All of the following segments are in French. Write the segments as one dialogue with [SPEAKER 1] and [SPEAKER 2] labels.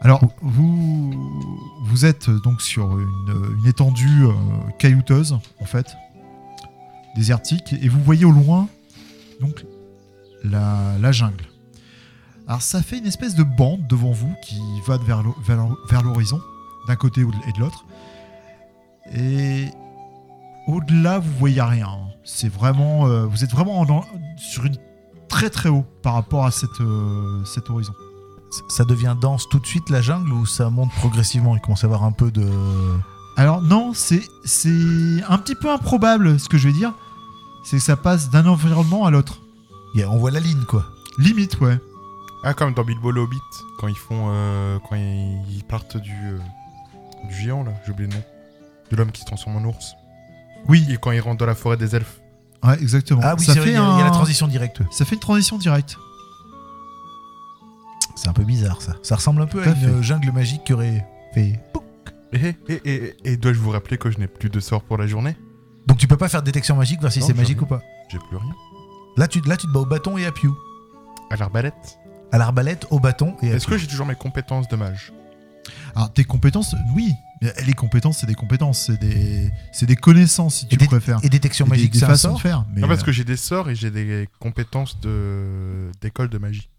[SPEAKER 1] Alors, vous, vous êtes euh, donc sur une, une étendue euh, caillouteuse, en fait, désertique, et vous voyez au loin donc la, la jungle. Alors, ça fait une espèce de bande devant vous qui va vers l'ho- vers l'ho- vers l'horizon, d'un côté ou de- et de l'autre. Et au-delà, vous voyez rien. C'est vraiment, euh, vous êtes vraiment en- dans- sur une très très haut par rapport à cette, euh, cet horizon.
[SPEAKER 2] Ça devient dense tout de suite la jungle ou ça monte progressivement Il commence à avoir un peu de.
[SPEAKER 1] Alors non, c'est c'est un petit peu improbable ce que je vais dire. C'est que ça passe d'un environnement à l'autre.
[SPEAKER 2] Il y a- On voit la ligne quoi.
[SPEAKER 1] Limite, ouais.
[SPEAKER 3] Ah, comme dans Bilbo le Hobbit, quand ils font. euh, quand ils ils partent du. euh, du géant, là, j'ai oublié le nom. De l'homme qui se transforme en ours.
[SPEAKER 1] Oui.
[SPEAKER 3] Et quand ils rentrent dans la forêt des elfes.
[SPEAKER 1] Ouais, exactement.
[SPEAKER 2] Ah oui,
[SPEAKER 1] ça
[SPEAKER 2] c'est
[SPEAKER 1] fait
[SPEAKER 2] vrai, il y, a- il y
[SPEAKER 1] un-
[SPEAKER 2] a la transition directe.
[SPEAKER 1] Ça fait une transition directe.
[SPEAKER 2] C'est un peu bizarre ça. Ça ressemble un peu
[SPEAKER 1] Tout
[SPEAKER 2] à
[SPEAKER 1] à
[SPEAKER 2] une
[SPEAKER 1] fait.
[SPEAKER 2] euh, jungle magique qui aurait fait.
[SPEAKER 3] Et, et, eh, et, et dois-je vous rappeler que je n'ai plus de sort pour la journée
[SPEAKER 2] Donc tu peux pas faire détection magique, voir si
[SPEAKER 3] Non,
[SPEAKER 2] c'est
[SPEAKER 3] j'ai
[SPEAKER 2] magique ou
[SPEAKER 3] rien.
[SPEAKER 2] pas.
[SPEAKER 3] J'ai plus rien.
[SPEAKER 2] Là tu, là tu te bats au bâton et à piou.
[SPEAKER 3] À l'arbalète
[SPEAKER 2] À l'arbalète, au bâton et à
[SPEAKER 3] Est-ce que j'ai toujours mes compétences de mage
[SPEAKER 1] Alors tes compétences, oui. Mais Les compétences, c'est des compétences, c'est des c'est des connaissances si tu
[SPEAKER 2] des-
[SPEAKER 1] préfères.
[SPEAKER 2] Et détection
[SPEAKER 1] Et des,
[SPEAKER 2] magique,
[SPEAKER 1] des
[SPEAKER 2] c'est un
[SPEAKER 1] façons de
[SPEAKER 2] sort
[SPEAKER 1] faire. Mais
[SPEAKER 3] Non, parce
[SPEAKER 1] euh,
[SPEAKER 3] que j'ai des sorts et j'ai des compétences de d'école de magie.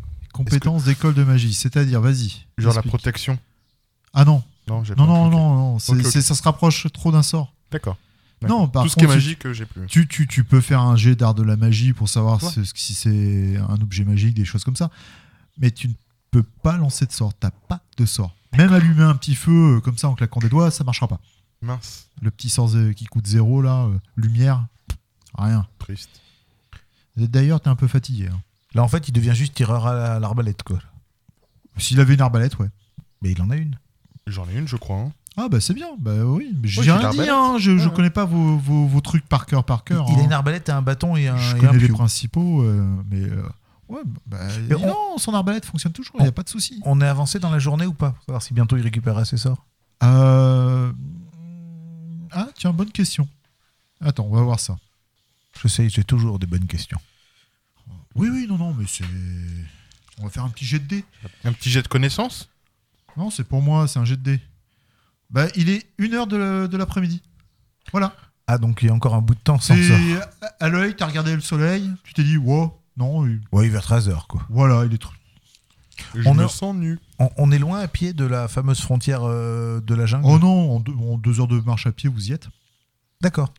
[SPEAKER 1] euh, compétences d'école de magie, c'est-à-dire, vas-y.
[SPEAKER 3] Genre la
[SPEAKER 1] explique.
[SPEAKER 3] protection.
[SPEAKER 1] Ah non,
[SPEAKER 3] Non, j'ai
[SPEAKER 1] non,
[SPEAKER 3] pas-
[SPEAKER 1] non,
[SPEAKER 3] ok.
[SPEAKER 1] non, non. c'est-
[SPEAKER 3] Ok, ok.
[SPEAKER 1] c'est- ça se rapproche trop d'un sort.
[SPEAKER 3] D'accord.
[SPEAKER 1] Non, par
[SPEAKER 3] Tout ce qui est
[SPEAKER 1] contre,
[SPEAKER 3] magique, euh, j'ai plus.
[SPEAKER 1] Tu, tu, tu peux faire un jet d'art de la magie pour savoir
[SPEAKER 3] Ouais.
[SPEAKER 1] ce- si c'est un objet magique, des choses comme ça. Mais tu ne peux pas lancer de sort. T'as pas de sort. Même allumer un petit feu euh, comme ça en claquant des doigts, ça marchera pas.
[SPEAKER 3] Mince,
[SPEAKER 1] Le petit sort euh, qui coûte zéro là, euh, lumière, rien.
[SPEAKER 3] triste.
[SPEAKER 1] D'ailleurs, t'es un peu fatigué. hein.
[SPEAKER 2] Là en fait il devient juste tireur à la- à l'arbalète quoi.
[SPEAKER 1] S'il avait une arbalète, ouais.
[SPEAKER 2] Mais il en a une.
[SPEAKER 3] J'en ai une, je crois. hein.
[SPEAKER 1] Ah bah c'est bien, bah oui. mais J'ai
[SPEAKER 3] Oui, j'ai
[SPEAKER 1] rien dit,
[SPEAKER 3] l'arbalète.
[SPEAKER 1] hein, je, je
[SPEAKER 3] Ouais.
[SPEAKER 1] connais pas vos, vos- vos trucs par cœur par
[SPEAKER 2] Il,
[SPEAKER 1] cœur.
[SPEAKER 2] Ah. il a
[SPEAKER 1] hein.
[SPEAKER 2] une arbalète, un bâton et un,
[SPEAKER 1] Je
[SPEAKER 2] et un
[SPEAKER 1] connais les
[SPEAKER 2] piou.
[SPEAKER 1] principaux, euh, mais euh, ouais, bah, dis
[SPEAKER 2] on-
[SPEAKER 1] non, son arbalète fonctionne toujours, il n'y a pas de souci.
[SPEAKER 2] On est avancé dans la journée ou pas Pour savoir si bientôt il récupérera ses sorts.
[SPEAKER 1] Euh... Ah, tiens, bonne question. Attends, on va voir ça.
[SPEAKER 2] Je sais, j'ai toujours des bonnes questions.
[SPEAKER 1] Oui, oui, non, non, mais c'est. On va faire un petit jet de dés.
[SPEAKER 3] Un petit jet de connaissances
[SPEAKER 1] Non, c'est pour moi, c'est un jet de dés. Bah, il est 1h de, la- de l'après-midi. Voilà.
[SPEAKER 2] Ah donc il y a encore un bout de temps sans sort.
[SPEAKER 1] C'est à- à l'œil, t'as regardé le soleil, tu t'es dit, wow, non, il-
[SPEAKER 2] Oui, vers 13h quoi.
[SPEAKER 1] voilà, il est trop.
[SPEAKER 3] Je
[SPEAKER 2] On
[SPEAKER 3] me
[SPEAKER 2] a-
[SPEAKER 3] sens nu.
[SPEAKER 2] On, on est loin à pied de la fameuse frontière euh, de la jungle.
[SPEAKER 1] Oh non, en deux, en deux heures de marche à pied, vous y êtes.
[SPEAKER 2] D'accord.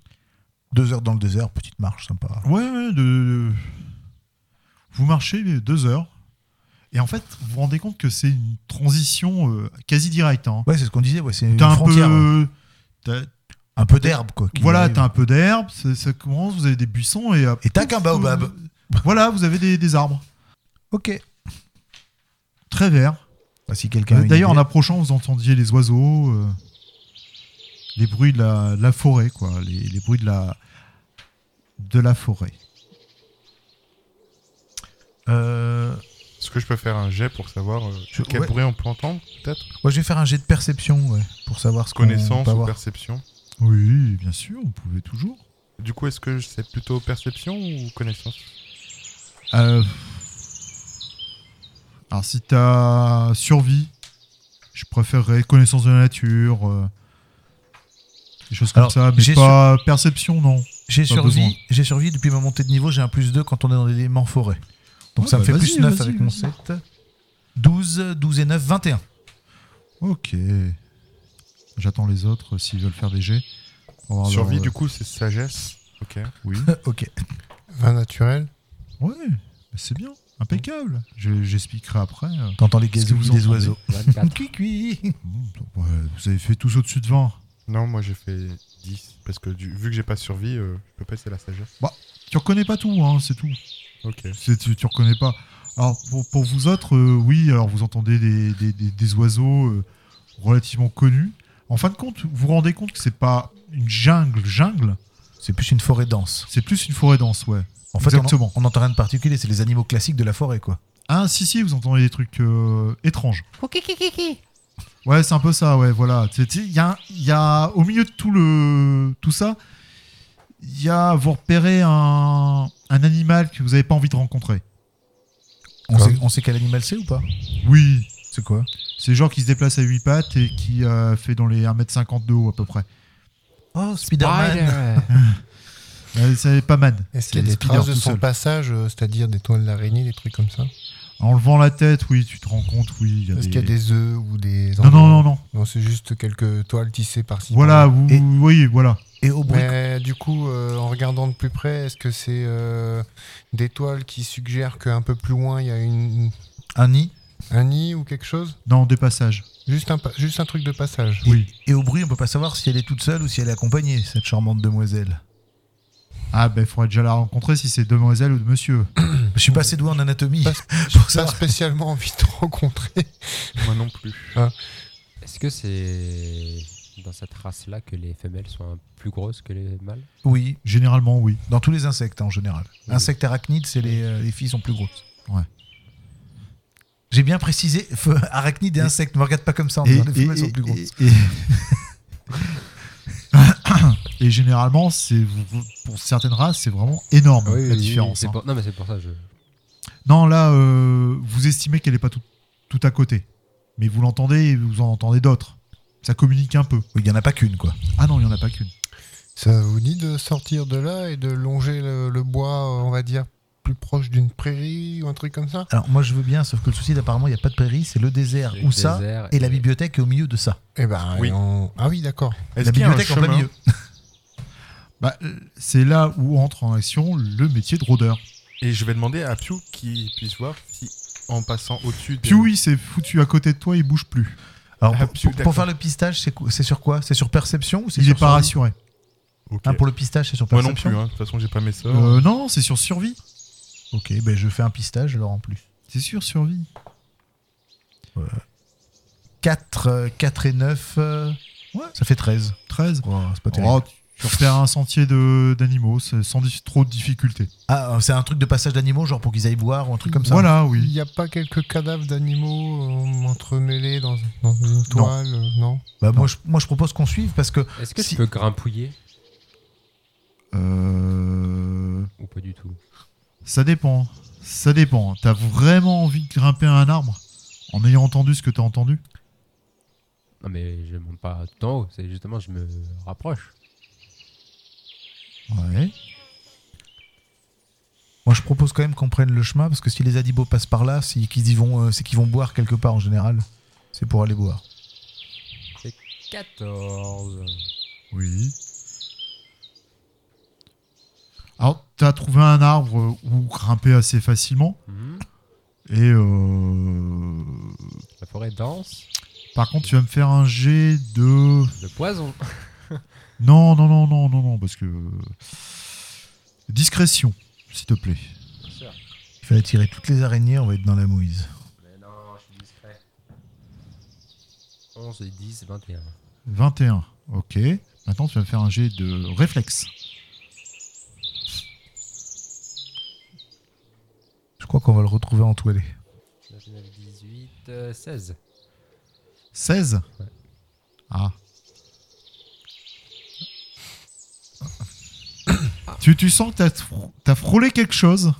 [SPEAKER 2] Deux heures dans le désert, petite marche, sympa.
[SPEAKER 1] Ouais, ouais, de- de- Vous marchez deux heures. Et en fait, vous vous rendez compte que c'est une transition euh, quasi directe. hein.
[SPEAKER 2] Ouais, c'est ce qu'on disait, ouais, c'est une
[SPEAKER 1] T'as un
[SPEAKER 2] frontière. ouais.
[SPEAKER 1] peu. t'as-
[SPEAKER 2] Un peu d'herbe, quoi. qui
[SPEAKER 1] Voilà,
[SPEAKER 2] arrive.
[SPEAKER 1] t'as un peu d'herbe, ça, ça commence, vous avez des buissons et. euh,
[SPEAKER 2] Et tac, un baobab.
[SPEAKER 1] euh, voilà, vous avez des, des arbres
[SPEAKER 2] Ok.
[SPEAKER 1] très verts.
[SPEAKER 2] Bah, si quelqu'un. a une
[SPEAKER 1] Euh, D'ailleurs, en
[SPEAKER 2] idée.
[SPEAKER 1] approchant, vous entendiez les oiseaux, euh, les bruits de la, de la forêt, quoi, les, les bruits de la de la forêt.
[SPEAKER 2] Euh,
[SPEAKER 3] Est-ce que je peux faire un jet pour savoir euh,
[SPEAKER 2] Je-
[SPEAKER 3] quel
[SPEAKER 2] ouais.
[SPEAKER 3] bruit on peut entendre Peut-être
[SPEAKER 2] ouais, je vais faire un jet de perception, ouais, pour savoir ce qu'on
[SPEAKER 3] Connaissance
[SPEAKER 2] peut
[SPEAKER 3] ou
[SPEAKER 2] avoir.
[SPEAKER 3] perception
[SPEAKER 1] Oui, bien sûr, vous pouvez toujours.
[SPEAKER 3] Du coup, est-ce que c'est plutôt perception ou connaissance
[SPEAKER 1] Euh, Alors, si t'as survie, je préférerais connaissance de la nature, euh, des choses comme
[SPEAKER 2] Alors,
[SPEAKER 1] ça, mais
[SPEAKER 2] j'ai
[SPEAKER 1] pas perception, non.
[SPEAKER 2] J'ai
[SPEAKER 1] Pas besoin.
[SPEAKER 2] survie, j'ai survie depuis ma montée de niveau, j'ai un plus 2 quand on est dans l'élément forêt. Donc
[SPEAKER 1] Ouais,
[SPEAKER 2] ça me
[SPEAKER 1] bah,
[SPEAKER 2] fait
[SPEAKER 1] vas-y,
[SPEAKER 2] plus 9
[SPEAKER 1] vas-y,
[SPEAKER 2] avec mon
[SPEAKER 1] vas-y.
[SPEAKER 2] 7. 12, 12 et 9, 21.
[SPEAKER 1] Ok. J'attends les autres euh, s'ils veulent faire des jets. On
[SPEAKER 2] Oh
[SPEAKER 1] va voir
[SPEAKER 3] Survie,
[SPEAKER 1] leur, euh,
[SPEAKER 3] du coup, c'est sagesse. Ok.
[SPEAKER 1] Oui.
[SPEAKER 2] ok.
[SPEAKER 4] 20 naturel.
[SPEAKER 1] Ouais, mais c'est bien. Impeccable. Je- J'expliquerai après. euh.
[SPEAKER 2] T'entends les
[SPEAKER 1] Qu'est-ce que
[SPEAKER 2] gazouilles
[SPEAKER 1] vous
[SPEAKER 2] des
[SPEAKER 1] entendez
[SPEAKER 2] oiseaux. Cui, cui.
[SPEAKER 1] Bon, ouais, vous avez fait tous au-dessus de 20.
[SPEAKER 3] Non, moi j'ai fait 10. Parce que du- vu que j'ai pas survie, euh, je peux pas essayer la sagesse.
[SPEAKER 1] Tu reconnais pas tout, hein, c'est tout.
[SPEAKER 3] Ok.
[SPEAKER 1] C'est- Tu, tu reconnais pas. Alors, pour, pour vous autres, euh, oui, alors vous entendez des, des- des- des oiseaux euh, relativement connus. En fin de compte, vous vous rendez compte que c'est pas une jungle, jungle,
[SPEAKER 2] C'est plus une forêt dense.
[SPEAKER 1] c'est plus une forêt dense, ouais.
[SPEAKER 2] En fait, on en-
[SPEAKER 1] Exactement.
[SPEAKER 2] on n'entend rien de particulier, c'est les animaux classiques de la forêt, quoi.
[SPEAKER 1] Ah, si, si, vous entendez des trucs euh, étranges.
[SPEAKER 5] Ok, ok, ok, ok.
[SPEAKER 1] Ouais, c'est un peu ça, ouais, voilà. Tu sais, tu sais, Il y a, il y a, au milieu de tout, le, tout ça, il y a, vous repérez un, un animal que vous n'avez pas envie de rencontrer.
[SPEAKER 2] On
[SPEAKER 4] Quoi
[SPEAKER 2] sait, on sait quel animal c'est ou pas
[SPEAKER 1] Oui,
[SPEAKER 2] C'est quoi
[SPEAKER 1] C'est le genre qui se déplace à 8 pattes et qui euh, fait dans les 1m50 de haut à peu près.
[SPEAKER 2] Oh, Spider-Man
[SPEAKER 1] Euh, c'est pas man.
[SPEAKER 4] Est-ce qu'il y a
[SPEAKER 1] C'est
[SPEAKER 4] des
[SPEAKER 1] Spider
[SPEAKER 4] traces de
[SPEAKER 1] tout
[SPEAKER 4] son
[SPEAKER 1] seul.
[SPEAKER 4] passage, euh, c'est-à-dire des toiles d'araignée, des trucs comme ça
[SPEAKER 1] En levant la tête, oui, tu te rends compte, oui. il Y a
[SPEAKER 4] Est-ce
[SPEAKER 1] des...
[SPEAKER 4] qu'il y a des œufs ou des.
[SPEAKER 1] Non, non, non, non.
[SPEAKER 4] Non, c'est juste quelques toiles tissées par-ci.
[SPEAKER 1] Voilà, vous
[SPEAKER 2] Et-
[SPEAKER 1] vous voyez, voilà.
[SPEAKER 2] Et au bruit.
[SPEAKER 4] Mais du coup, euh, en regardant de plus près, est-ce que c'est euh, des toiles qui suggèrent qu'un peu plus loin, il y a une,
[SPEAKER 2] Un nid.
[SPEAKER 4] un nid ou quelque chose
[SPEAKER 1] Non, des passages.
[SPEAKER 4] juste un, pa- juste un truc de passage.
[SPEAKER 1] Oui.
[SPEAKER 2] Et au bruit, on peut pas savoir si elle est toute seule ou si elle est accompagnée, cette charmante demoiselle.
[SPEAKER 1] Ah, ben, il faudrait déjà la rencontrer si c'est demoiselle ou de monsieur.
[SPEAKER 2] Je suis pas assez doué en anatomie.
[SPEAKER 4] Pas-
[SPEAKER 2] pour
[SPEAKER 4] Pas
[SPEAKER 2] savoir.
[SPEAKER 4] spécialement envie de rencontrer.
[SPEAKER 3] Moi non plus.
[SPEAKER 5] Est-ce que c'est dans cette race-là que les femelles sont plus grosses que les mâles
[SPEAKER 2] Oui,
[SPEAKER 1] Généralement, oui.
[SPEAKER 2] dans tous les insectes hein, en général.
[SPEAKER 5] Oui.
[SPEAKER 2] Insectes arachnides, c'est les, euh, les filles sont plus grosses.
[SPEAKER 1] Ouais.
[SPEAKER 2] J'ai bien précisé, feu- arachnides et, insectes, ne me regarde pas comme ça en
[SPEAKER 1] Et,
[SPEAKER 2] disant les
[SPEAKER 1] et-
[SPEAKER 2] femelles sont
[SPEAKER 1] et-
[SPEAKER 2] plus grosses.
[SPEAKER 1] et- et- Et généralement, c'est pour certaines races, c'est vraiment énorme la différence.
[SPEAKER 5] C'est
[SPEAKER 1] hein.
[SPEAKER 5] pour- Non, mais c'est pour ça. Je...
[SPEAKER 1] Non, là, euh, vous estimez qu'elle n'est pas tout, tout à côté, mais vous l'entendez et vous en entendez d'autres. Ça communique un peu.
[SPEAKER 2] Oui, Il y en a pas qu'une, quoi.
[SPEAKER 1] Ah non, il n'y en a pas qu'une.
[SPEAKER 4] Ça vous dit de sortir de là et de longer le, le bois, euh, on va dire, plus proche d'une prairie ou un truc comme ça
[SPEAKER 2] Alors moi je veux bien, sauf que le souci apparemment il n'y a pas de prairie, c'est le désert
[SPEAKER 5] Le
[SPEAKER 2] ou ça,
[SPEAKER 5] désert
[SPEAKER 2] et la bibliothèque est au milieu de ça.
[SPEAKER 4] Eh ben,
[SPEAKER 3] Oui.
[SPEAKER 4] on- ah oui, d'accord.
[SPEAKER 2] La
[SPEAKER 3] Est-ce qu'il y a un
[SPEAKER 2] bibliothèque en plein
[SPEAKER 3] chemin
[SPEAKER 2] milieu.
[SPEAKER 1] Bah, euh, c'est là où entre en action le métier de rôdeur.
[SPEAKER 3] Et je vais demander à Piu qui puisse voir si en passant au-dessus. de-
[SPEAKER 1] Puis oui, c'est foutu à côté de toi, il bouge plus.
[SPEAKER 2] Alors
[SPEAKER 3] Ah,
[SPEAKER 2] pour-
[SPEAKER 3] pfiou,
[SPEAKER 2] pour,
[SPEAKER 3] d'accord.
[SPEAKER 2] faire le pistage, c'est quoi- c'est sur quoi C'est sur perception ou c'est
[SPEAKER 1] il n'est
[SPEAKER 2] sur
[SPEAKER 1] pas
[SPEAKER 2] survie
[SPEAKER 1] rassuré.
[SPEAKER 3] Ok.
[SPEAKER 2] Hein, Pour le pistage, c'est sur
[SPEAKER 3] Moi non
[SPEAKER 2] perception
[SPEAKER 3] plus, hein. de toute façon j'ai pas mes
[SPEAKER 2] Oh.
[SPEAKER 3] sorts.
[SPEAKER 1] Euh, non, c'est sur survie.
[SPEAKER 3] hein.
[SPEAKER 2] Ok, ben je fais un pistage alors en plus.
[SPEAKER 1] C'est sur survie.
[SPEAKER 2] 4, euh, et 9, ouais. ça fait 13.
[SPEAKER 1] 13.
[SPEAKER 2] Oh, c'est pas terrible.
[SPEAKER 1] Oh, tu- tu repères un sentier de- d'animaux c'est sans dif- trop de difficultés.
[SPEAKER 2] Ah, c'est un truc de passage d'animaux, genre pour qu'ils aillent boire ou un truc comme ça.
[SPEAKER 1] Voilà,
[SPEAKER 4] Il
[SPEAKER 1] oui.
[SPEAKER 4] n'y a pas quelques cadavres d'animaux euh, entremêlés dans, dans une toile euh, Non.
[SPEAKER 2] Bah, moi, je, moi je propose qu'on suive parce que
[SPEAKER 5] Est-ce que
[SPEAKER 2] Si-
[SPEAKER 5] tu peux grimpouiller
[SPEAKER 1] Euh,
[SPEAKER 5] ou pas du tout
[SPEAKER 1] ça dépend. Ça dépend. T'as vraiment envie de grimper à un arbre en ayant entendu ce que t'as entendu
[SPEAKER 5] Non, mais je monte pas tout en haut. C'est justement, je me rapproche.
[SPEAKER 1] Ouais.
[SPEAKER 2] moi je propose quand même qu'on prenne le chemin parce que si les adibos passent par là, si, qu'ils y vont, euh, c'est qu'ils vont boire quelque part en général. C'est pour aller boire.
[SPEAKER 5] 14.
[SPEAKER 1] Oui. Alors, t'as trouvé un arbre où grimper assez facilement.
[SPEAKER 5] Mhm.
[SPEAKER 1] Et euh,
[SPEAKER 5] La forêt est dense.
[SPEAKER 1] par contre, tu vas me faire un jet de.
[SPEAKER 5] Le poison.
[SPEAKER 1] Non, non, non, non, non, non, parce que. euh, Discrétion, s'il te plaît.
[SPEAKER 2] Il fallait tirer toutes les araignées, on va être dans la mouise.
[SPEAKER 5] Mais non, je suis discret. 11 et 10, 21.
[SPEAKER 1] 21. Ok. Maintenant, tu vas me faire un jet de réflexe.
[SPEAKER 2] Je crois qu'on va le retrouver entoilé.
[SPEAKER 5] 19, 18, euh, 16.
[SPEAKER 1] 16
[SPEAKER 5] Ouais.
[SPEAKER 1] Ah. tu, tu sens que t'as frô- t'as frôlé quelque chose.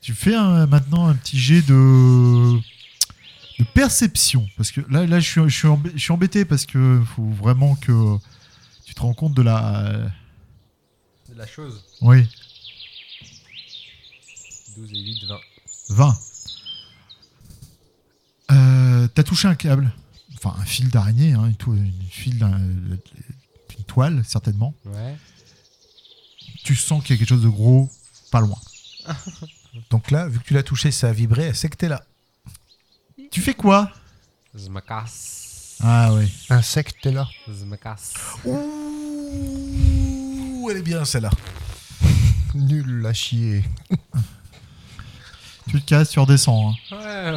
[SPEAKER 1] tu fais un- maintenant un petit jet de, de perception. Parce que là, là je, suis, je, suis embê- je suis embêté parce que faut vraiment que tu te rends compte de la. euh,
[SPEAKER 5] C'est la chose.
[SPEAKER 1] Oui,
[SPEAKER 5] 12 et 8, 20.
[SPEAKER 1] 20. Euh, t'as touché un câble. Enfin, un fil d'araignée, hein, une, to- une fil d'un-
[SPEAKER 2] euh,
[SPEAKER 1] d'une toile, certainement.
[SPEAKER 5] Ouais.
[SPEAKER 1] tu sens qu'il y a quelque chose de gros pas loin.
[SPEAKER 2] Donc là, vu que tu l'as touché, ça a vibré, elle sait que t'es là.
[SPEAKER 1] Tu fais quoi
[SPEAKER 5] Je me casse.
[SPEAKER 1] Ah ouais.
[SPEAKER 4] Insecte est là.
[SPEAKER 5] Je me casse.
[SPEAKER 2] Ouh, elle est bien celle-là.
[SPEAKER 4] Nul à chier.
[SPEAKER 1] Tu te casses, tu redescends. hein.
[SPEAKER 5] Ouais, ouais,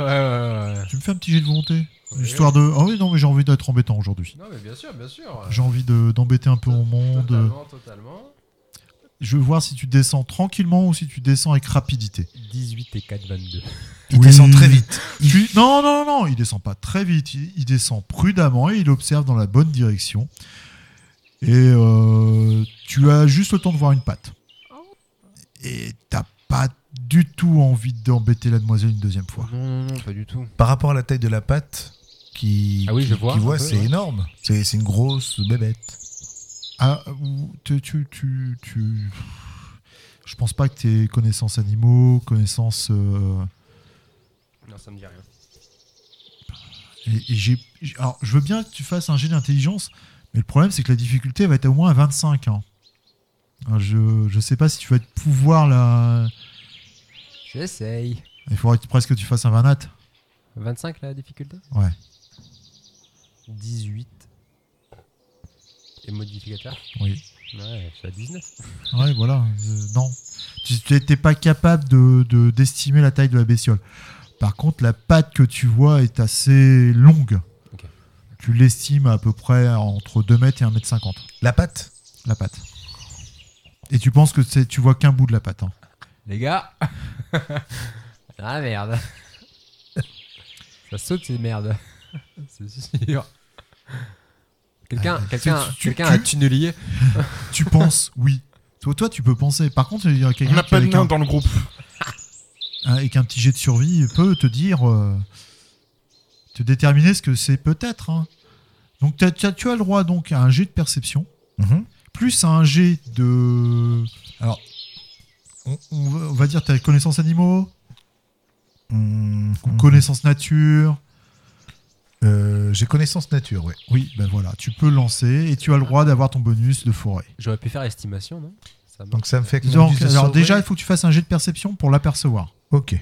[SPEAKER 5] ouais, ouais.
[SPEAKER 1] Tu me fais un petit jet de volonté Histoire de. Ah oui, non, mais j'ai envie d'être embêtant aujourd'hui.
[SPEAKER 5] Non, mais bien sûr, bien sûr.
[SPEAKER 1] J'ai envie de- d'embêter un peu mon monde.
[SPEAKER 5] Totalement, totalement.
[SPEAKER 1] Je veux voir si tu descends tranquillement ou si tu descends avec rapidité.
[SPEAKER 5] 18 et 4, 22.
[SPEAKER 2] Il
[SPEAKER 1] Oui.
[SPEAKER 2] descend très vite.
[SPEAKER 1] Tu- Non, non, non, il descend pas très vite. Il, il descend prudemment et il observe dans la bonne direction. Et euh, tu as juste le temps de voir une patte. Et t'as pas du tout envie d'embêter la demoiselle une deuxième fois.
[SPEAKER 5] Non, non, non, pas du tout.
[SPEAKER 2] Par rapport à la taille de la patte qui,
[SPEAKER 5] Ah oui,
[SPEAKER 2] qui-
[SPEAKER 5] je vois,
[SPEAKER 2] qui
[SPEAKER 5] un peu,
[SPEAKER 2] c'est
[SPEAKER 5] ouais.
[SPEAKER 2] énorme. C'est c'est une grosse bébête.
[SPEAKER 1] Ah, ou- tu, tu, tu, tu- Je pense pas que tes connaissances animaux, connaissances. euh,
[SPEAKER 5] Non, ça me dit rien.
[SPEAKER 1] et, et j'ai, j'ai- alors, je veux bien que tu fasses un jet d'intelligence, mais le problème, c'est que la difficulté va être au moins à 25. hein. Alors, je, je sais pas si tu vas te pouvoir la.
[SPEAKER 5] J'essaye.
[SPEAKER 1] Il faudrait que- presque que tu fasses un 20
[SPEAKER 5] 25 la difficulté
[SPEAKER 1] Ouais.
[SPEAKER 5] 18. Et modificateur
[SPEAKER 1] Oui.
[SPEAKER 5] Ouais, je suis à 19.
[SPEAKER 1] Ouais, voilà. euh, non. Tu tu n'étais pas capable de, de- d'estimer la taille de la bestiole. Par contre, la patte que tu vois est assez longue.
[SPEAKER 5] Ok.
[SPEAKER 1] Tu l'estimes à peu près entre 2 mètres et 1 mètre 50,
[SPEAKER 2] La patte
[SPEAKER 1] la patte. Et tu penses que c'est, tu vois qu'un bout de la patte. hein.
[SPEAKER 5] Les gars Ah merde Ça saute ces merdes. C'est sûr. Ah, Quelqu'un quelqu'un,
[SPEAKER 1] tu- tu-
[SPEAKER 5] quelqu'un
[SPEAKER 1] tu-
[SPEAKER 5] a tunnelier
[SPEAKER 1] Tu penses, oui. Toi, toi, tu peux penser. Par contre, il y a
[SPEAKER 3] On
[SPEAKER 1] quelqu'un
[SPEAKER 3] n'a
[SPEAKER 1] qui,
[SPEAKER 3] pas de
[SPEAKER 1] avec,
[SPEAKER 3] nain
[SPEAKER 1] un,
[SPEAKER 3] dans le groupe.
[SPEAKER 1] avec un hein, petit jet de survie peut te dire, euh, te déterminer ce que c'est peut-être. hein. Donc, t'as- t'as- tu as le droit donc à un jet de perception.
[SPEAKER 2] Mhm.
[SPEAKER 1] plus à un jet de. Alors, on, on va- on va dire t'as connaissance animaux,
[SPEAKER 2] Mmh,
[SPEAKER 1] ou
[SPEAKER 2] mmh.
[SPEAKER 1] connaissance nature.
[SPEAKER 2] Euh, J'ai connaissance nature, ouais.
[SPEAKER 1] Oui, ben voilà, tu peux le lancer et tu as le droit d'avoir ton bonus de forêt.
[SPEAKER 5] J'aurais pu faire estimation, non Ça marche.
[SPEAKER 2] Donc ça me fait que mon
[SPEAKER 1] Donc,
[SPEAKER 2] dix de
[SPEAKER 1] alors
[SPEAKER 2] sauvetage-
[SPEAKER 1] déjà, il faut que tu fasses un jet de perception pour l'apercevoir.
[SPEAKER 2] Ok.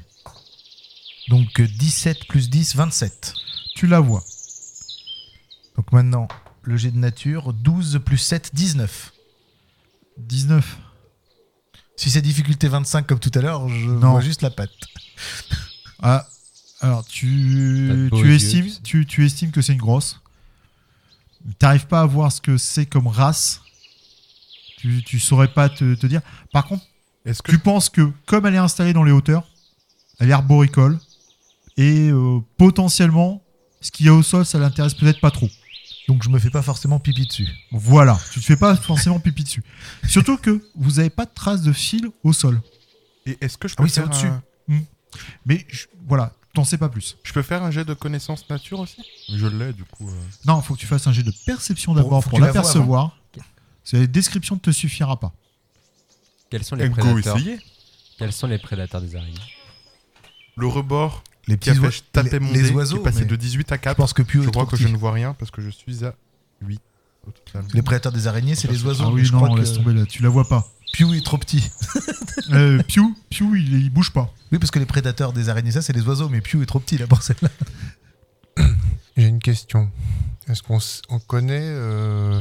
[SPEAKER 2] Donc euh, 17 plus 10, 27.
[SPEAKER 1] Tu la vois.
[SPEAKER 2] Donc maintenant, le jet de nature, 12 plus 7, 19.
[SPEAKER 1] 19.
[SPEAKER 2] Si c'est difficulté 25 comme tout à l'heure, je
[SPEAKER 1] Non.
[SPEAKER 2] vois juste la patte.
[SPEAKER 1] Ah, alors
[SPEAKER 5] T'as de
[SPEAKER 1] tu,
[SPEAKER 5] beaux
[SPEAKER 1] tu,
[SPEAKER 5] yeux,
[SPEAKER 1] estimes,
[SPEAKER 5] tu sais.
[SPEAKER 1] tu, tu estimes que c'est une grosse. T'arrives pas à voir ce que c'est comme race. Tu, tu saurais pas te- te dire. Par contre,
[SPEAKER 3] Est-ce que
[SPEAKER 1] Tu penses que comme elle est installée dans les hauteurs, elle est arboricole et euh, potentiellement ce qu'il y a au sol, ça l'intéresse peut-être pas trop.
[SPEAKER 2] Donc je me fais pas forcément pipi dessus.
[SPEAKER 1] Voilà, tu te fais pas forcément pipi dessus. Surtout que vous n'avez pas de traces de fil au sol.
[SPEAKER 3] et est-ce que je
[SPEAKER 2] Ah
[SPEAKER 3] peux
[SPEAKER 2] oui, c'est
[SPEAKER 3] faire
[SPEAKER 2] au-dessus.
[SPEAKER 3] un...
[SPEAKER 1] Mais je- voilà, t'en sais pas plus.
[SPEAKER 3] Je peux faire un jet de connaissance nature aussi Je l'ai du coup. euh.
[SPEAKER 1] Non, faut que tu fasses un jet de perception
[SPEAKER 2] Pour-
[SPEAKER 1] d'abord
[SPEAKER 2] faut
[SPEAKER 1] pour,
[SPEAKER 2] que tu la vois
[SPEAKER 1] l'apercevoir. C'est la description ne te suffira pas.
[SPEAKER 5] Quels sont
[SPEAKER 3] Et
[SPEAKER 5] les
[SPEAKER 3] Go
[SPEAKER 5] prédateurs
[SPEAKER 3] essayer.
[SPEAKER 5] Quels sont les prédateurs des araignées
[SPEAKER 3] Le rebord
[SPEAKER 2] Les
[SPEAKER 3] qui
[SPEAKER 2] petits
[SPEAKER 3] a
[SPEAKER 2] oiseaux.
[SPEAKER 3] fait taper mon
[SPEAKER 2] les
[SPEAKER 3] dé,
[SPEAKER 2] oiseaux.
[SPEAKER 3] qui est passé
[SPEAKER 2] mais
[SPEAKER 3] de 18 à
[SPEAKER 2] Je
[SPEAKER 3] 4.
[SPEAKER 2] pense que plus haut
[SPEAKER 3] Je
[SPEAKER 2] est
[SPEAKER 3] crois
[SPEAKER 2] trop
[SPEAKER 3] que
[SPEAKER 2] petit.
[SPEAKER 3] je ne vois rien parce que je suis à 8 au total.
[SPEAKER 2] Les prédateurs des araignées, c'est les oiseaux.
[SPEAKER 1] Ah
[SPEAKER 2] mais
[SPEAKER 1] oui,
[SPEAKER 2] je
[SPEAKER 1] non,
[SPEAKER 2] crois
[SPEAKER 1] laisse
[SPEAKER 2] que
[SPEAKER 1] tomber là, tu la vois pas.
[SPEAKER 2] Pew est trop petit.
[SPEAKER 1] Euh, Piou, Piou, il, il bouge pas.
[SPEAKER 2] Oui, parce que les prédateurs des araignées, ça, c'est les oiseaux, mais Pew est trop petit là pour celle-là.
[SPEAKER 4] J'ai une question. Est-ce qu'on s- on connaît euh,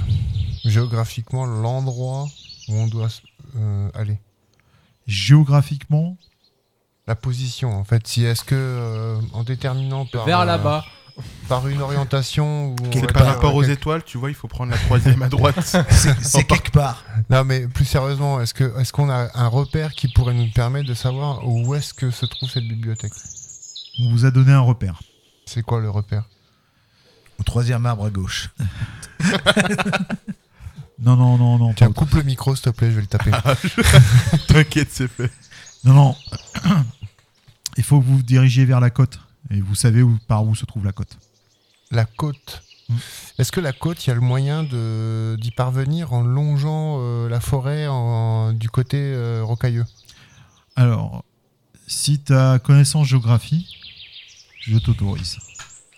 [SPEAKER 4] géographiquement l'endroit où on doit s- euh, aller
[SPEAKER 1] Géographiquement,
[SPEAKER 4] La position, en fait. Si est-ce que euh, en déterminant par,
[SPEAKER 5] Vers Ah.
[SPEAKER 4] euh,
[SPEAKER 5] là-bas
[SPEAKER 4] par une orientation, où on
[SPEAKER 3] C'est
[SPEAKER 4] va
[SPEAKER 3] par
[SPEAKER 4] dire-
[SPEAKER 3] rapport aux étoiles, tu vois, il faut prendre la troisième à droite.
[SPEAKER 2] C'est c'est quelque part.
[SPEAKER 4] Non, mais plus sérieusement, est-ce que est-ce qu'on a un repère qui pourrait nous permettre de savoir où est-ce que se trouve cette bibliothèque
[SPEAKER 1] on vous a donné un repère.
[SPEAKER 4] C'est quoi le repère
[SPEAKER 2] Au troisième arbre à gauche.
[SPEAKER 1] Non, non, non, non.
[SPEAKER 4] Tiens,
[SPEAKER 1] pas-
[SPEAKER 4] coupe le micro, s'il te plaît, je vais le taper.
[SPEAKER 3] T'inquiète, c'est fait.
[SPEAKER 1] Non, non. Il faut que vous vous dirigiez vers la côte. Et vous savez où, par où se trouve la côte.
[SPEAKER 4] La côte.
[SPEAKER 1] Mm.
[SPEAKER 4] Est-ce que la côte, il y a le moyen de- d'y parvenir en longeant euh, la forêt en- du côté euh, rocailleux
[SPEAKER 1] Alors, si tu as connaissance géographie, je t'autorise.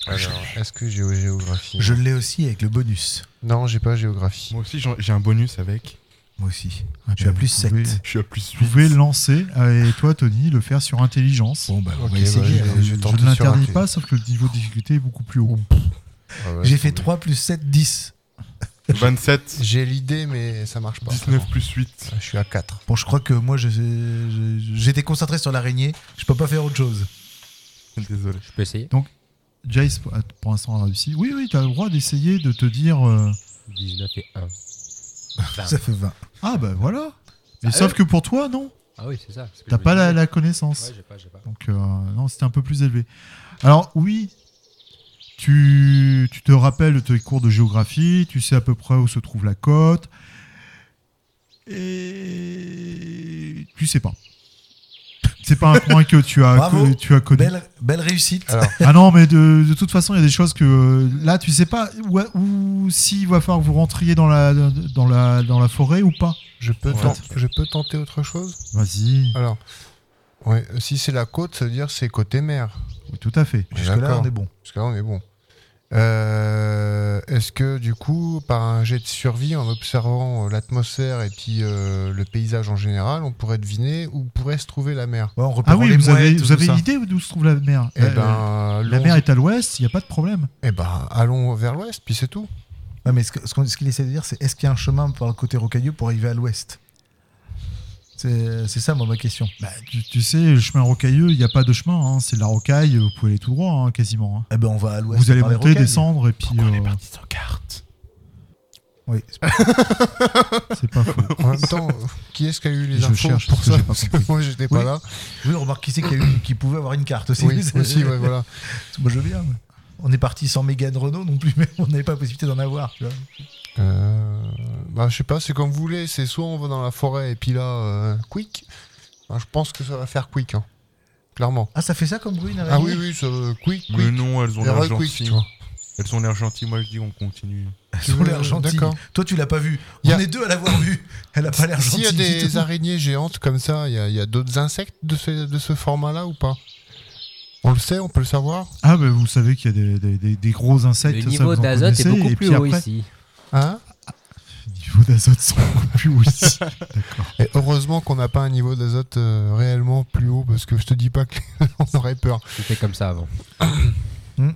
[SPEAKER 3] Ah,
[SPEAKER 4] Alors, est-ce que j'ai géographie
[SPEAKER 2] Je l'ai aussi avec le bonus.
[SPEAKER 4] Non, j'ai pas géographie.
[SPEAKER 3] Moi aussi, j'en- j'ai un bonus avec.
[SPEAKER 2] Moi aussi.
[SPEAKER 1] Tu
[SPEAKER 2] suis à plus
[SPEAKER 1] Vous pouvez,
[SPEAKER 2] sept.
[SPEAKER 3] Je suis à plus
[SPEAKER 1] vous
[SPEAKER 3] 8.
[SPEAKER 1] pouvez lancer, euh, et toi, Tony, le faire sur intelligence.
[SPEAKER 2] Bon, bah, on
[SPEAKER 4] Ok,
[SPEAKER 2] va
[SPEAKER 4] bah,
[SPEAKER 2] essayer.
[SPEAKER 4] je-
[SPEAKER 2] alors.
[SPEAKER 4] vais
[SPEAKER 1] je
[SPEAKER 4] tenter
[SPEAKER 1] ne
[SPEAKER 4] sur
[SPEAKER 1] l'interdis
[SPEAKER 4] intelli-
[SPEAKER 1] pas, sauf que le niveau de difficulté est beaucoup plus haut.
[SPEAKER 2] J'ai fait 3 plus 7, 10.
[SPEAKER 3] 27,
[SPEAKER 4] J'ai l'idée, mais ça marche pas. Ah,
[SPEAKER 3] 19 plus 8.
[SPEAKER 4] Je suis à 4.
[SPEAKER 2] Bon, je crois que moi, je- je- j'étais concentré sur l'araignée. Je peux pas faire autre chose.
[SPEAKER 3] Désolé.
[SPEAKER 5] Je peux essayer
[SPEAKER 1] Jace, pour- pour l'instant, a réussi. Oui, oui, tu as le droit d'essayer de te dire euh,
[SPEAKER 5] 19 et 1.
[SPEAKER 2] Ça fait 20.
[SPEAKER 1] Ah, bah voilà
[SPEAKER 4] Ah
[SPEAKER 1] Mais
[SPEAKER 5] Sérieux
[SPEAKER 1] sauf que pour toi, non
[SPEAKER 5] Ah oui, c'est ça. c'est ce que
[SPEAKER 1] T'as
[SPEAKER 5] je me
[SPEAKER 1] pas la,
[SPEAKER 5] disais.
[SPEAKER 1] la connaissance.
[SPEAKER 5] Ouais, j'ai pas, j'ai pas.
[SPEAKER 1] Donc euh, non, c'était un peu plus élevé. Alors oui, tu, tu te rappelles de tes cours de géographie, tu sais à peu près où se trouve la côte, et tu sais pas. C'est pas un point que tu as,
[SPEAKER 2] Bravo.
[SPEAKER 1] que tu as connu.
[SPEAKER 2] Belle, belle réussite.
[SPEAKER 4] Alors,
[SPEAKER 1] Ah non, mais de, de toute façon, il y a des choses que euh, là, tu sais pas où, où- s'il va falloir que vous rentriez dans la, dans la, dans la forêt ou pas.
[SPEAKER 4] je peux,
[SPEAKER 3] Ouais.
[SPEAKER 4] tenter, je peux tenter autre chose
[SPEAKER 1] Vas-y.
[SPEAKER 4] Alors, ouais, si c'est la côte, ça veut dire c'est côté mer.
[SPEAKER 1] Oui, tout à fait.
[SPEAKER 4] Ouais,
[SPEAKER 2] Jusque-là,
[SPEAKER 4] d'accord.
[SPEAKER 2] on est bon.
[SPEAKER 4] Parce que là, on est bon. Euh, Est-ce que, du coup, par un jet de survie, en observant euh, l'atmosphère et puis euh, le paysage en général, on pourrait deviner où pourrait se trouver la mer
[SPEAKER 2] Ouais, on
[SPEAKER 1] Ah
[SPEAKER 2] repère
[SPEAKER 1] oui,
[SPEAKER 2] les
[SPEAKER 1] vous
[SPEAKER 2] mouettes,
[SPEAKER 1] avez,
[SPEAKER 2] tout
[SPEAKER 1] vous avez
[SPEAKER 2] ça.
[SPEAKER 1] une idée d'où se trouve la mer
[SPEAKER 4] Eh
[SPEAKER 1] Euh,
[SPEAKER 4] ben,
[SPEAKER 1] La
[SPEAKER 4] allons-
[SPEAKER 1] mer est à l'ouest, il n'y a pas de problème.
[SPEAKER 4] eh ben, allons vers l'ouest, puis c'est tout.
[SPEAKER 2] Ouais, mais ce que- ce qu'on- ce qu'il essaie de dire, c'est est-ce qu'il y a un chemin par le côté rocailleux pour arriver à l'ouest C'est c'est ça, moi, ma question.
[SPEAKER 1] Bah, tu, tu sais, le chemin rocailleux, il n'y a pas de chemin. hein, C'est de la rocaille, vous pouvez aller tout droit, hein, quasiment. hein.
[SPEAKER 2] Eh ben, on va à l'ouest.
[SPEAKER 1] vous allez
[SPEAKER 2] par les
[SPEAKER 1] monter,
[SPEAKER 2] rocailles.
[SPEAKER 1] descendre, et puis
[SPEAKER 3] Pourquoi on est
[SPEAKER 1] euh,
[SPEAKER 3] parti sans carte
[SPEAKER 2] Oui.
[SPEAKER 1] c'est pas faux.
[SPEAKER 4] En même temps, qui est-ce qui a eu les
[SPEAKER 1] Je
[SPEAKER 4] infos
[SPEAKER 1] cherche,
[SPEAKER 4] pour
[SPEAKER 1] parce que
[SPEAKER 4] ça
[SPEAKER 1] j'ai pas
[SPEAKER 4] Parce que
[SPEAKER 1] compris.
[SPEAKER 4] moi, j'étais pas
[SPEAKER 2] Oui.
[SPEAKER 4] là.
[SPEAKER 2] Oui, remarque qui c'est qui, a eu- qui pouvait avoir une carte aussi.
[SPEAKER 4] Oui, aussi, ouais, voilà.
[SPEAKER 2] Moi, je viens. On est parti sans Mégane Renault non plus, mais on n'avait pas la possibilité d'en avoir. Tu vois.
[SPEAKER 4] Euh, bah, je sais pas, c'est comme vous voulez. C'est soit on va dans la forêt et puis là, euh, quick. Bah, je pense que ça va faire quick, hein. clairement.
[SPEAKER 2] Ah, ça fait ça comme bruit, une
[SPEAKER 4] Ah
[SPEAKER 2] araignée
[SPEAKER 4] oui, oui, ça, euh, quick,
[SPEAKER 3] Mais
[SPEAKER 4] quick.
[SPEAKER 3] non, elles ont
[SPEAKER 4] Et
[SPEAKER 3] l'air
[SPEAKER 4] re- quick,
[SPEAKER 3] gentilles.
[SPEAKER 4] tu vois.
[SPEAKER 3] Elles ont l'air gentilles, moi je dis on continue.
[SPEAKER 2] Elles ont l'air
[SPEAKER 4] Euh,
[SPEAKER 2] gentilles.
[SPEAKER 4] d'accord.
[SPEAKER 2] Toi, tu l'as pas vu.
[SPEAKER 4] Y a-
[SPEAKER 2] On est deux à l'avoir vu. Elle a pas l'air
[SPEAKER 4] S'il
[SPEAKER 2] gentille.
[SPEAKER 4] y a
[SPEAKER 2] du
[SPEAKER 4] des
[SPEAKER 2] tout.
[SPEAKER 4] araignées géantes comme ça, il y a, il y a d'autres insectes de ce, de ce format-là ou pas On le sait, on peut le savoir
[SPEAKER 1] Ah, bah, vous savez qu'il y a des, des- des- des gros insectes.
[SPEAKER 5] Le
[SPEAKER 1] ça,
[SPEAKER 5] niveau
[SPEAKER 1] vous en
[SPEAKER 5] d'azote est
[SPEAKER 1] connaissez,
[SPEAKER 5] beaucoup
[SPEAKER 1] et
[SPEAKER 5] plus
[SPEAKER 1] puis
[SPEAKER 5] haut
[SPEAKER 1] après,
[SPEAKER 5] ici.
[SPEAKER 4] Hein
[SPEAKER 1] Les niveaux d'azote sont beaucoup plus hauts ici.
[SPEAKER 4] Et Heureusement qu'on n'a pas un niveau d'azote euh, réellement plus haut parce que je te dis pas qu'on aurait peur.
[SPEAKER 5] C'était comme ça avant.
[SPEAKER 2] Hmm.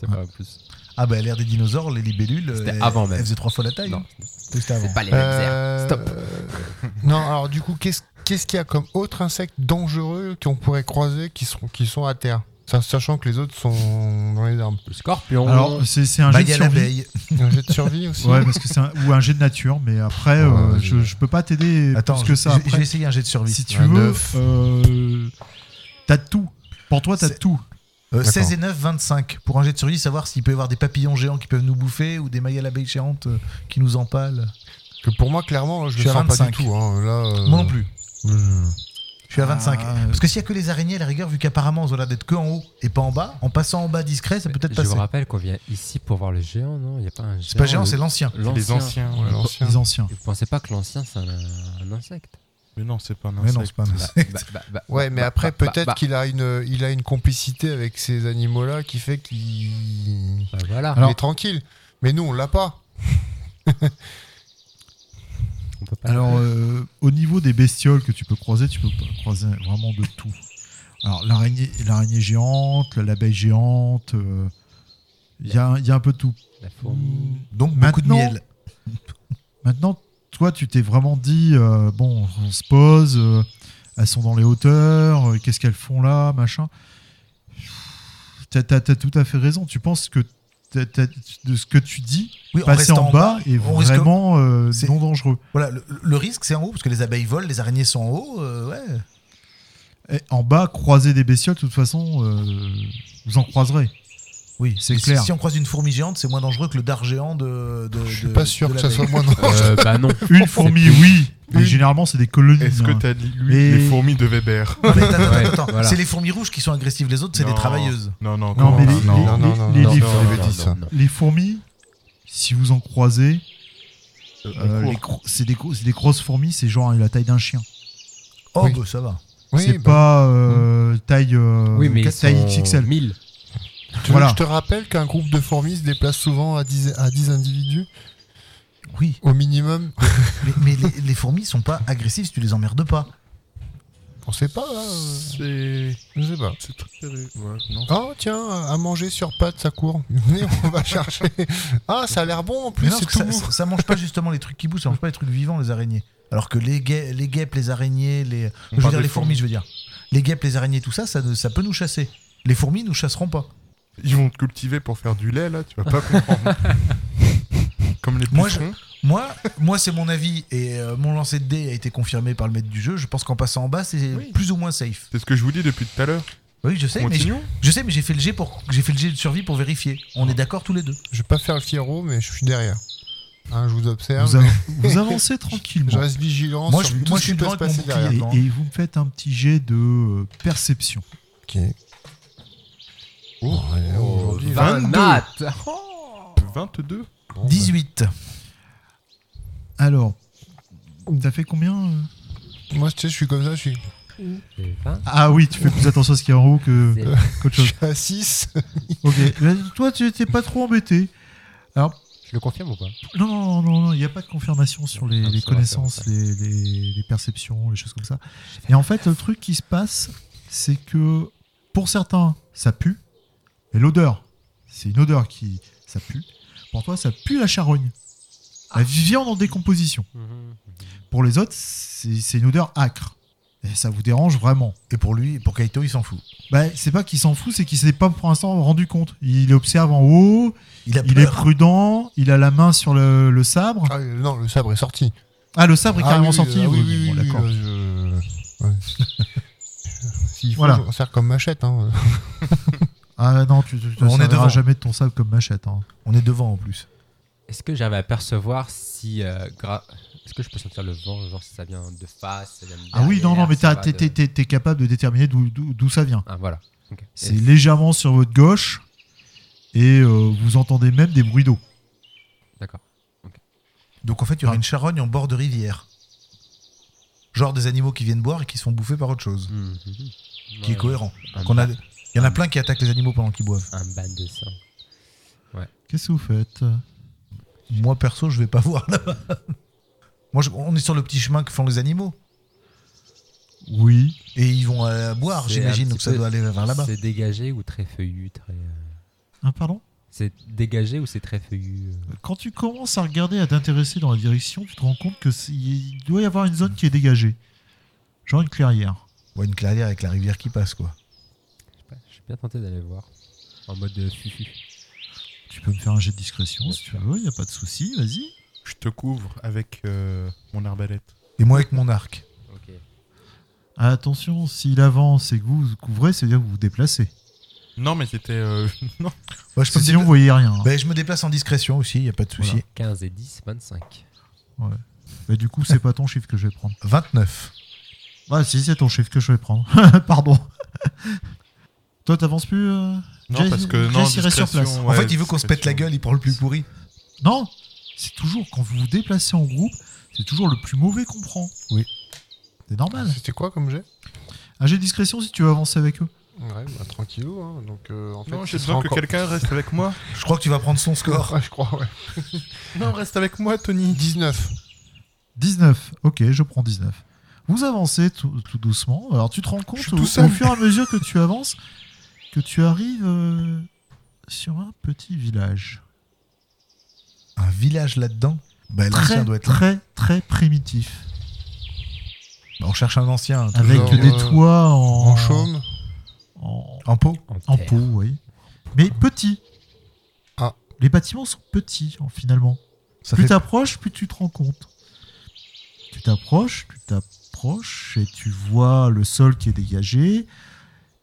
[SPEAKER 5] C'est pas plus.
[SPEAKER 2] Ah, bah, à l'ère des dinosaures, les libellules.
[SPEAKER 5] C'était
[SPEAKER 2] elles-
[SPEAKER 5] avant même.
[SPEAKER 2] Elles faisaient trois fois la taille.
[SPEAKER 5] Non,
[SPEAKER 2] C'était avant.
[SPEAKER 5] c'est pas les mêmes airs.
[SPEAKER 4] Euh,
[SPEAKER 5] Stop.
[SPEAKER 4] non, alors du coup, qu'est-ce qu'est-ce qu'il y a comme autres insectes dangereux qu'on pourrait croiser qui sont, qui sont à terre Ça, Sachant que les autres sont dans les arbres.
[SPEAKER 5] Le scorpion.
[SPEAKER 1] Alors, c'est c'est un jet
[SPEAKER 2] Bah, il y
[SPEAKER 1] de
[SPEAKER 2] a
[SPEAKER 1] survie.
[SPEAKER 2] l'abeille.
[SPEAKER 4] Un jet de survie aussi
[SPEAKER 1] Ouais, parce que c'est un, ou un jet de nature, mais après,
[SPEAKER 4] Ouais,
[SPEAKER 1] euh,
[SPEAKER 4] vas-y.
[SPEAKER 1] je, je peux pas t'aider
[SPEAKER 2] Attends,
[SPEAKER 1] plus que ça.
[SPEAKER 2] je- je
[SPEAKER 1] après.
[SPEAKER 2] vais essayer un jet de survie.
[SPEAKER 1] si tu veux,
[SPEAKER 4] 29.
[SPEAKER 1] euh, t'as de tout. Pour toi, t'as de
[SPEAKER 2] C'est-
[SPEAKER 1] tout.
[SPEAKER 2] Euh,
[SPEAKER 4] D'accord.
[SPEAKER 2] 16 et 9, 25. Pour un jet de survie, savoir s'il peut y avoir des papillons géants qui peuvent nous bouffer ou des mailles à l'abeille géante euh, qui nous empalent.
[SPEAKER 5] Euh.
[SPEAKER 4] Que pour moi, clairement, je
[SPEAKER 2] Je
[SPEAKER 4] le
[SPEAKER 2] suis à
[SPEAKER 4] sens pas du
[SPEAKER 2] 25.
[SPEAKER 4] tout. hein. Là, euh,
[SPEAKER 2] Moi non plus.
[SPEAKER 4] je-
[SPEAKER 2] Je suis à 25.
[SPEAKER 1] Ah.
[SPEAKER 2] Parce que s'il y a que les araignées, à la rigueur, vu qu'apparemment, on a l'air d'être que en haut et pas en bas, en passant en bas discret, ça peut peut-être
[SPEAKER 5] je euh, vous
[SPEAKER 2] passer.
[SPEAKER 5] rappelle qu'on vient ici pour voir le géant, non Il y a pas un géant.
[SPEAKER 2] C'est pas géant,
[SPEAKER 5] le-
[SPEAKER 2] c'est l'ancien.
[SPEAKER 5] l'ancien.
[SPEAKER 3] Les anciens.
[SPEAKER 4] Ouais, l'ancien.
[SPEAKER 1] Les anciens.
[SPEAKER 5] Vous pensez pas que l'ancien c'est un, un insecte
[SPEAKER 3] Mais non, c'est pas un
[SPEAKER 2] Mais non,
[SPEAKER 3] insecte.
[SPEAKER 2] c'est pas un
[SPEAKER 5] Bah,
[SPEAKER 2] insecte.
[SPEAKER 5] bah, bah, bah,
[SPEAKER 4] Ouais, mais
[SPEAKER 5] bah,
[SPEAKER 4] après,
[SPEAKER 5] bah, bah,
[SPEAKER 4] peut-être
[SPEAKER 5] bah,
[SPEAKER 4] qu'il a une, il a une complicité avec ces animaux-là qui fait qu'il
[SPEAKER 5] bah, voilà,
[SPEAKER 4] il est tranquille. Mais nous, on l'a pas.
[SPEAKER 5] on peut pas.
[SPEAKER 1] Alors, euh, au niveau des bestioles que tu peux croiser, tu peux pas croiser vraiment de tout. Alors, l'araignée l'araignée géante, l'abeille géante, euh, il y, a, un- il y a un peu de tout.
[SPEAKER 5] la fourmi.
[SPEAKER 2] Donc, beaucoup de
[SPEAKER 1] Maintenant-
[SPEAKER 2] miel.
[SPEAKER 1] Maintenant, toi, tu t'es vraiment dit, euh, bon, on se pose, euh, elles sont dans les hauteurs, euh, qu'est-ce qu'elles font là, machin. T'as as, tout à fait raison. Tu penses que t'as- t'as- de ce que tu dis,
[SPEAKER 2] Oui, en
[SPEAKER 1] passer
[SPEAKER 2] restant
[SPEAKER 1] en bas est
[SPEAKER 2] on risque-
[SPEAKER 1] vraiment euh,
[SPEAKER 2] C'est-
[SPEAKER 1] non dangereux.
[SPEAKER 2] Voilà, le, le risque, c'est en haut, parce que les abeilles volent, les araignées sont en haut. euh, ouais.
[SPEAKER 1] Et en bas, croiser des bestioles, de toute façon, euh, vous en croiserez.
[SPEAKER 2] Oui,
[SPEAKER 1] c'est
[SPEAKER 2] Mais si-
[SPEAKER 1] clair.
[SPEAKER 2] Si, on croise une fourmi géante, c'est moins dangereux que le dard géant de. de
[SPEAKER 4] Je suis pas sûr que ça soit moins dangereux.
[SPEAKER 5] Euh, bah non.
[SPEAKER 1] Une fourmi, oui. Mais
[SPEAKER 4] Une-
[SPEAKER 1] généralement, c'est des colonies.
[SPEAKER 3] Est-ce que
[SPEAKER 1] hein.
[SPEAKER 3] t'as lu
[SPEAKER 1] Mais-
[SPEAKER 3] les fourmis de Weber
[SPEAKER 5] Ouais, voilà.
[SPEAKER 2] C'est les fourmis rouges qui sont agressives, les autres, c'est des
[SPEAKER 3] Non.
[SPEAKER 2] travailleuses.
[SPEAKER 3] Non, non,
[SPEAKER 1] Non,
[SPEAKER 3] comment
[SPEAKER 1] mais
[SPEAKER 3] ça
[SPEAKER 1] les,
[SPEAKER 4] non,
[SPEAKER 1] les-
[SPEAKER 4] non,
[SPEAKER 1] les-
[SPEAKER 4] non,
[SPEAKER 1] les-
[SPEAKER 4] non,
[SPEAKER 1] les-
[SPEAKER 4] non,
[SPEAKER 1] les-
[SPEAKER 4] non, bêtises, ça.
[SPEAKER 1] les fourmis, si vous en croisez,
[SPEAKER 3] On
[SPEAKER 1] euh,
[SPEAKER 3] court.
[SPEAKER 1] les gros- c'est des, gros- c'est des grosses fourmis, c'est genre euh, la taille d'un chien.
[SPEAKER 2] Oh,
[SPEAKER 4] Oui.
[SPEAKER 2] bah, ça va.
[SPEAKER 1] c'est
[SPEAKER 4] bah,
[SPEAKER 1] pas euh, taille, euh,
[SPEAKER 5] Oui, mais ils
[SPEAKER 1] taille
[SPEAKER 5] sont
[SPEAKER 1] XXL.
[SPEAKER 5] 1000.
[SPEAKER 4] tu veux
[SPEAKER 1] voilà.
[SPEAKER 4] que Je te rappelle qu'un groupe de fourmis se déplace souvent à 10, à 10 individus
[SPEAKER 2] Oui,
[SPEAKER 4] au minimum.
[SPEAKER 2] mais, mais les, les fourmis sont pas agressives si tu les emmerdes pas.
[SPEAKER 4] On sait pas. là, euh,
[SPEAKER 3] C'est.
[SPEAKER 4] Je sais pas.
[SPEAKER 3] C'est très sérieux. Ouais, non.
[SPEAKER 4] Oh tiens, à manger sur pattes, ça court. Venez, on va chercher. Ah, ça a l'air bon en plus.
[SPEAKER 2] Mais non,
[SPEAKER 4] c'est
[SPEAKER 2] parce que
[SPEAKER 4] tout
[SPEAKER 2] ça,
[SPEAKER 4] mou.
[SPEAKER 2] ça, ça mange pas justement les trucs qui bougent, ça mange pas les trucs vivants, les araignées. Alors que les, guê- les guêpes, les araignées, les.
[SPEAKER 3] On
[SPEAKER 2] je veux
[SPEAKER 3] parle
[SPEAKER 2] dire
[SPEAKER 3] des
[SPEAKER 2] les fourmis, je veux dire. Les guêpes, les araignées, tout ça, ça, ne- ça peut nous chasser. Les fourmis nous chasseront pas.
[SPEAKER 3] Ils vont te cultiver pour faire du lait, là, tu vas pas comprendre. Comme les
[SPEAKER 2] Moi, je-
[SPEAKER 3] pucerons.
[SPEAKER 2] Moi, moi c'est mon avis et euh, mon lancer de dés a été confirmé par le maître du jeu. Je pense qu'en passant en bas, c'est
[SPEAKER 3] Oui.
[SPEAKER 2] plus ou moins safe.
[SPEAKER 3] C'est ce que je vous dis depuis tout à l'heure.
[SPEAKER 2] Oui, je sais, mais je,
[SPEAKER 3] Continuons.
[SPEAKER 2] je sais, mais j'ai fait le jet pour, j'ai fait le jet de survie pour vérifier. On est d'accord tous les deux.
[SPEAKER 4] Je vais pas faire le fierro, mais je suis derrière. hein, je vous observe.
[SPEAKER 1] Vous, av- vous avancez tranquillement.
[SPEAKER 4] Je reste vigilant
[SPEAKER 2] Moi,
[SPEAKER 4] sur
[SPEAKER 2] je-
[SPEAKER 4] tout
[SPEAKER 2] moi,
[SPEAKER 4] ce
[SPEAKER 2] je
[SPEAKER 4] qui
[SPEAKER 2] suis
[SPEAKER 4] peut
[SPEAKER 2] devant
[SPEAKER 4] se
[SPEAKER 2] avec mon
[SPEAKER 4] passer
[SPEAKER 2] bouclier.
[SPEAKER 4] derrière.
[SPEAKER 1] Et, et vous me faites un petit jet de euh, perception.
[SPEAKER 4] Ok. Oh, ouais, aujourd'hui,
[SPEAKER 3] vingt.
[SPEAKER 4] 20.
[SPEAKER 3] 22.
[SPEAKER 5] Nat
[SPEAKER 3] 22
[SPEAKER 4] Bon, bah.
[SPEAKER 2] 18.
[SPEAKER 1] Alors, t'as fait combien euh
[SPEAKER 4] bah, Moi, tu sais, je suis comme ça, je suis,
[SPEAKER 5] Et vingt.
[SPEAKER 1] Ah oui, tu fais plus attention à ce qu'il y a en haut que
[SPEAKER 5] C'est-
[SPEAKER 1] qu'autre
[SPEAKER 4] je
[SPEAKER 1] chose.
[SPEAKER 4] suis à 6.
[SPEAKER 1] Ok. Là, toi, tu n'étais pas trop embêté.
[SPEAKER 5] Je le confirme ou pas
[SPEAKER 1] Non, non, non, non, non, il n'y a pas de confirmation sur les,
[SPEAKER 5] Ah,
[SPEAKER 1] les
[SPEAKER 5] ça va,
[SPEAKER 1] connaissances,
[SPEAKER 5] ça
[SPEAKER 1] les, les- les perceptions, les choses comme ça. Et en fait, le truc qui se passe, c'est que pour certains, ça pue, mais l'odeur, c'est une odeur qui. ça pue. Pour toi, ça pue la charogne. La
[SPEAKER 2] Ah.
[SPEAKER 1] viande en décomposition. Pour les autres, c'est c'est une odeur acre. Et ça vous dérange vraiment.
[SPEAKER 2] Et pour lui, pour Kaito, il s'en fout.
[SPEAKER 1] Bah, c'est pas qu'il s'en fout, c'est qu'il s'est pas pour l'instant rendu compte. Il observe en haut,
[SPEAKER 2] Il a
[SPEAKER 1] il est
[SPEAKER 2] peur.
[SPEAKER 1] prudent, il a la main sur le, le sabre.
[SPEAKER 4] Ah, euh, non, le sabre est sorti.
[SPEAKER 1] Ah, le sabre est
[SPEAKER 4] Ah
[SPEAKER 1] carrément
[SPEAKER 4] oui,
[SPEAKER 1] sorti.
[SPEAKER 4] ah
[SPEAKER 1] oui,
[SPEAKER 4] oui,
[SPEAKER 1] oui,
[SPEAKER 4] oui,
[SPEAKER 1] bon,
[SPEAKER 4] oui,
[SPEAKER 1] d'accord.
[SPEAKER 4] là, je- ouais. S'il faut,
[SPEAKER 1] Voilà.
[SPEAKER 4] j'en sers comme machette. hein.
[SPEAKER 1] Ah non, tu ne
[SPEAKER 2] On est
[SPEAKER 1] serviras
[SPEAKER 2] devant.
[SPEAKER 1] jamais de ton sabre comme machette. hein.
[SPEAKER 2] On est devant en plus.
[SPEAKER 5] Est-ce que j'arrive à percevoir si. euh, gra- Est-ce que je peux sentir le vent Genre si ça vient de face ça vient de
[SPEAKER 1] Ah oui, non, non,
[SPEAKER 5] derrière,
[SPEAKER 1] mais
[SPEAKER 5] ça
[SPEAKER 1] t'as-
[SPEAKER 5] va
[SPEAKER 1] t'es
[SPEAKER 5] de-
[SPEAKER 1] t'es- t'es- t'es capable de déterminer d'où- d'où d'où ça vient.
[SPEAKER 5] Ah voilà. Ok.
[SPEAKER 1] C'est
[SPEAKER 5] Et-
[SPEAKER 1] légèrement sur votre gauche et euh, vous entendez même des bruits d'eau.
[SPEAKER 5] D'accord.
[SPEAKER 2] Donc en fait, il y aura une charogne en bord de rivière. Genre des animaux qui viennent boire et qui se font bouffer par autre chose.
[SPEAKER 5] Mhm.
[SPEAKER 2] Qui est
[SPEAKER 5] Ouais,
[SPEAKER 2] cohérent.
[SPEAKER 5] un
[SPEAKER 2] Qu'on a...
[SPEAKER 5] ban-
[SPEAKER 2] Il y en a plein qui attaquent les animaux pendant qu'ils boivent.
[SPEAKER 5] Un ban de sang.
[SPEAKER 1] Qu'est-ce que vous faites
[SPEAKER 2] Moi, perso, je vais pas voir là-bas. Moi, je- on est sur le petit chemin que font les animaux.
[SPEAKER 1] Oui.
[SPEAKER 2] Et ils vont euh, boire,
[SPEAKER 5] C'est un
[SPEAKER 2] j'imagine,
[SPEAKER 5] petit
[SPEAKER 2] donc ça
[SPEAKER 5] peu-
[SPEAKER 2] doit aller vers là-bas.
[SPEAKER 5] C'est dégagé ou très feuillu très... euh,
[SPEAKER 1] Ah, pardon
[SPEAKER 5] C'est dégagé ou c'est très feuillu euh,
[SPEAKER 1] Quand tu commences à regarder, à t'intéresser dans la direction, tu te rends compte que c'est- il doit y avoir une zone qui est dégagée. Genre une clairière.
[SPEAKER 2] Ouais, une clairière avec la rivière qui passe, quoi.
[SPEAKER 5] Je sais pas, je suis bien tenté d'aller voir. En mode euh, fufu.
[SPEAKER 1] Tu peux me faire un jet de discrétion si tu veux, il n'y a pas de souci, vas-y.
[SPEAKER 3] Je te couvre avec euh, mon arbalète.
[SPEAKER 2] Et moi avec mon arc.
[SPEAKER 5] Ok.
[SPEAKER 1] Attention, s'il avance et que vous vous couvrez, c'est-à-dire que vous vous déplacez.
[SPEAKER 3] Non, mais c'était. euh, non.
[SPEAKER 2] Ouais, je, peux me
[SPEAKER 1] Sinon, vous
[SPEAKER 2] dépla-
[SPEAKER 1] voyez rien. hein.
[SPEAKER 2] Ben, je me déplace en discrétion aussi, il a pas de souci.
[SPEAKER 5] 15 et 10, 25.
[SPEAKER 1] Mais Bah, du coup, c'est pas ton chiffre que je vais prendre.
[SPEAKER 2] 29.
[SPEAKER 1] Ah, si, c'est ton chiffre que je vais prendre. Pardon. Toi, t'avances plus euh,
[SPEAKER 3] Non,
[SPEAKER 1] Jay-
[SPEAKER 3] parce que
[SPEAKER 1] Jay
[SPEAKER 3] non.
[SPEAKER 1] s'y reste sur
[SPEAKER 3] discrétion,
[SPEAKER 1] place.
[SPEAKER 2] en
[SPEAKER 3] ouais,
[SPEAKER 2] fait, il veut qu'on se pète la
[SPEAKER 3] discrétion.
[SPEAKER 2] gueule, il prend le plus pourri.
[SPEAKER 1] Non C'est toujours, quand vous vous déplacez en groupe, c'est toujours le plus mauvais qu'on prend.
[SPEAKER 2] Oui.
[SPEAKER 1] C'est normal.
[SPEAKER 4] C'était quoi comme jet
[SPEAKER 1] Un jet de discrétion si tu veux avancer avec eux.
[SPEAKER 4] Ouais, bah, tranquillou. hein. Donc, euh, en fait,
[SPEAKER 3] Non,
[SPEAKER 4] ce
[SPEAKER 3] j'ai
[SPEAKER 4] sera
[SPEAKER 3] besoin que
[SPEAKER 4] encore-
[SPEAKER 3] quelqu'un reste avec moi.
[SPEAKER 2] Je crois que tu vas prendre son score.
[SPEAKER 4] Ouais, je crois, ouais.
[SPEAKER 3] Non, reste avec moi, Tony.
[SPEAKER 4] 19.
[SPEAKER 1] 19. Ok, je prends 19. Vous avancez tout, tout doucement. Alors tu te rends compte
[SPEAKER 3] suis
[SPEAKER 1] au,
[SPEAKER 3] tout
[SPEAKER 1] au
[SPEAKER 3] seul.
[SPEAKER 1] fur et à mesure que tu avances que tu arrives euh, sur un petit village
[SPEAKER 2] Un village là-dedans Ben, l'ancien
[SPEAKER 1] très
[SPEAKER 2] doit être là.
[SPEAKER 1] très très primitif
[SPEAKER 2] Ben, on cherche un ancien. tout-
[SPEAKER 1] avec
[SPEAKER 4] Genre,
[SPEAKER 1] des
[SPEAKER 4] euh,
[SPEAKER 1] toits en
[SPEAKER 4] En chaume.
[SPEAKER 1] en,
[SPEAKER 2] En pot
[SPEAKER 1] en
[SPEAKER 5] terre.
[SPEAKER 1] peau, oui. Mais petit.
[SPEAKER 4] Ah.
[SPEAKER 1] Les bâtiments sont petits en- finalement.
[SPEAKER 2] Ça
[SPEAKER 1] plus
[SPEAKER 2] fait...
[SPEAKER 1] t'approches, plus tu te rends compte. Tu t'approches, tu t'approches et tu vois le sol qui est dégagé.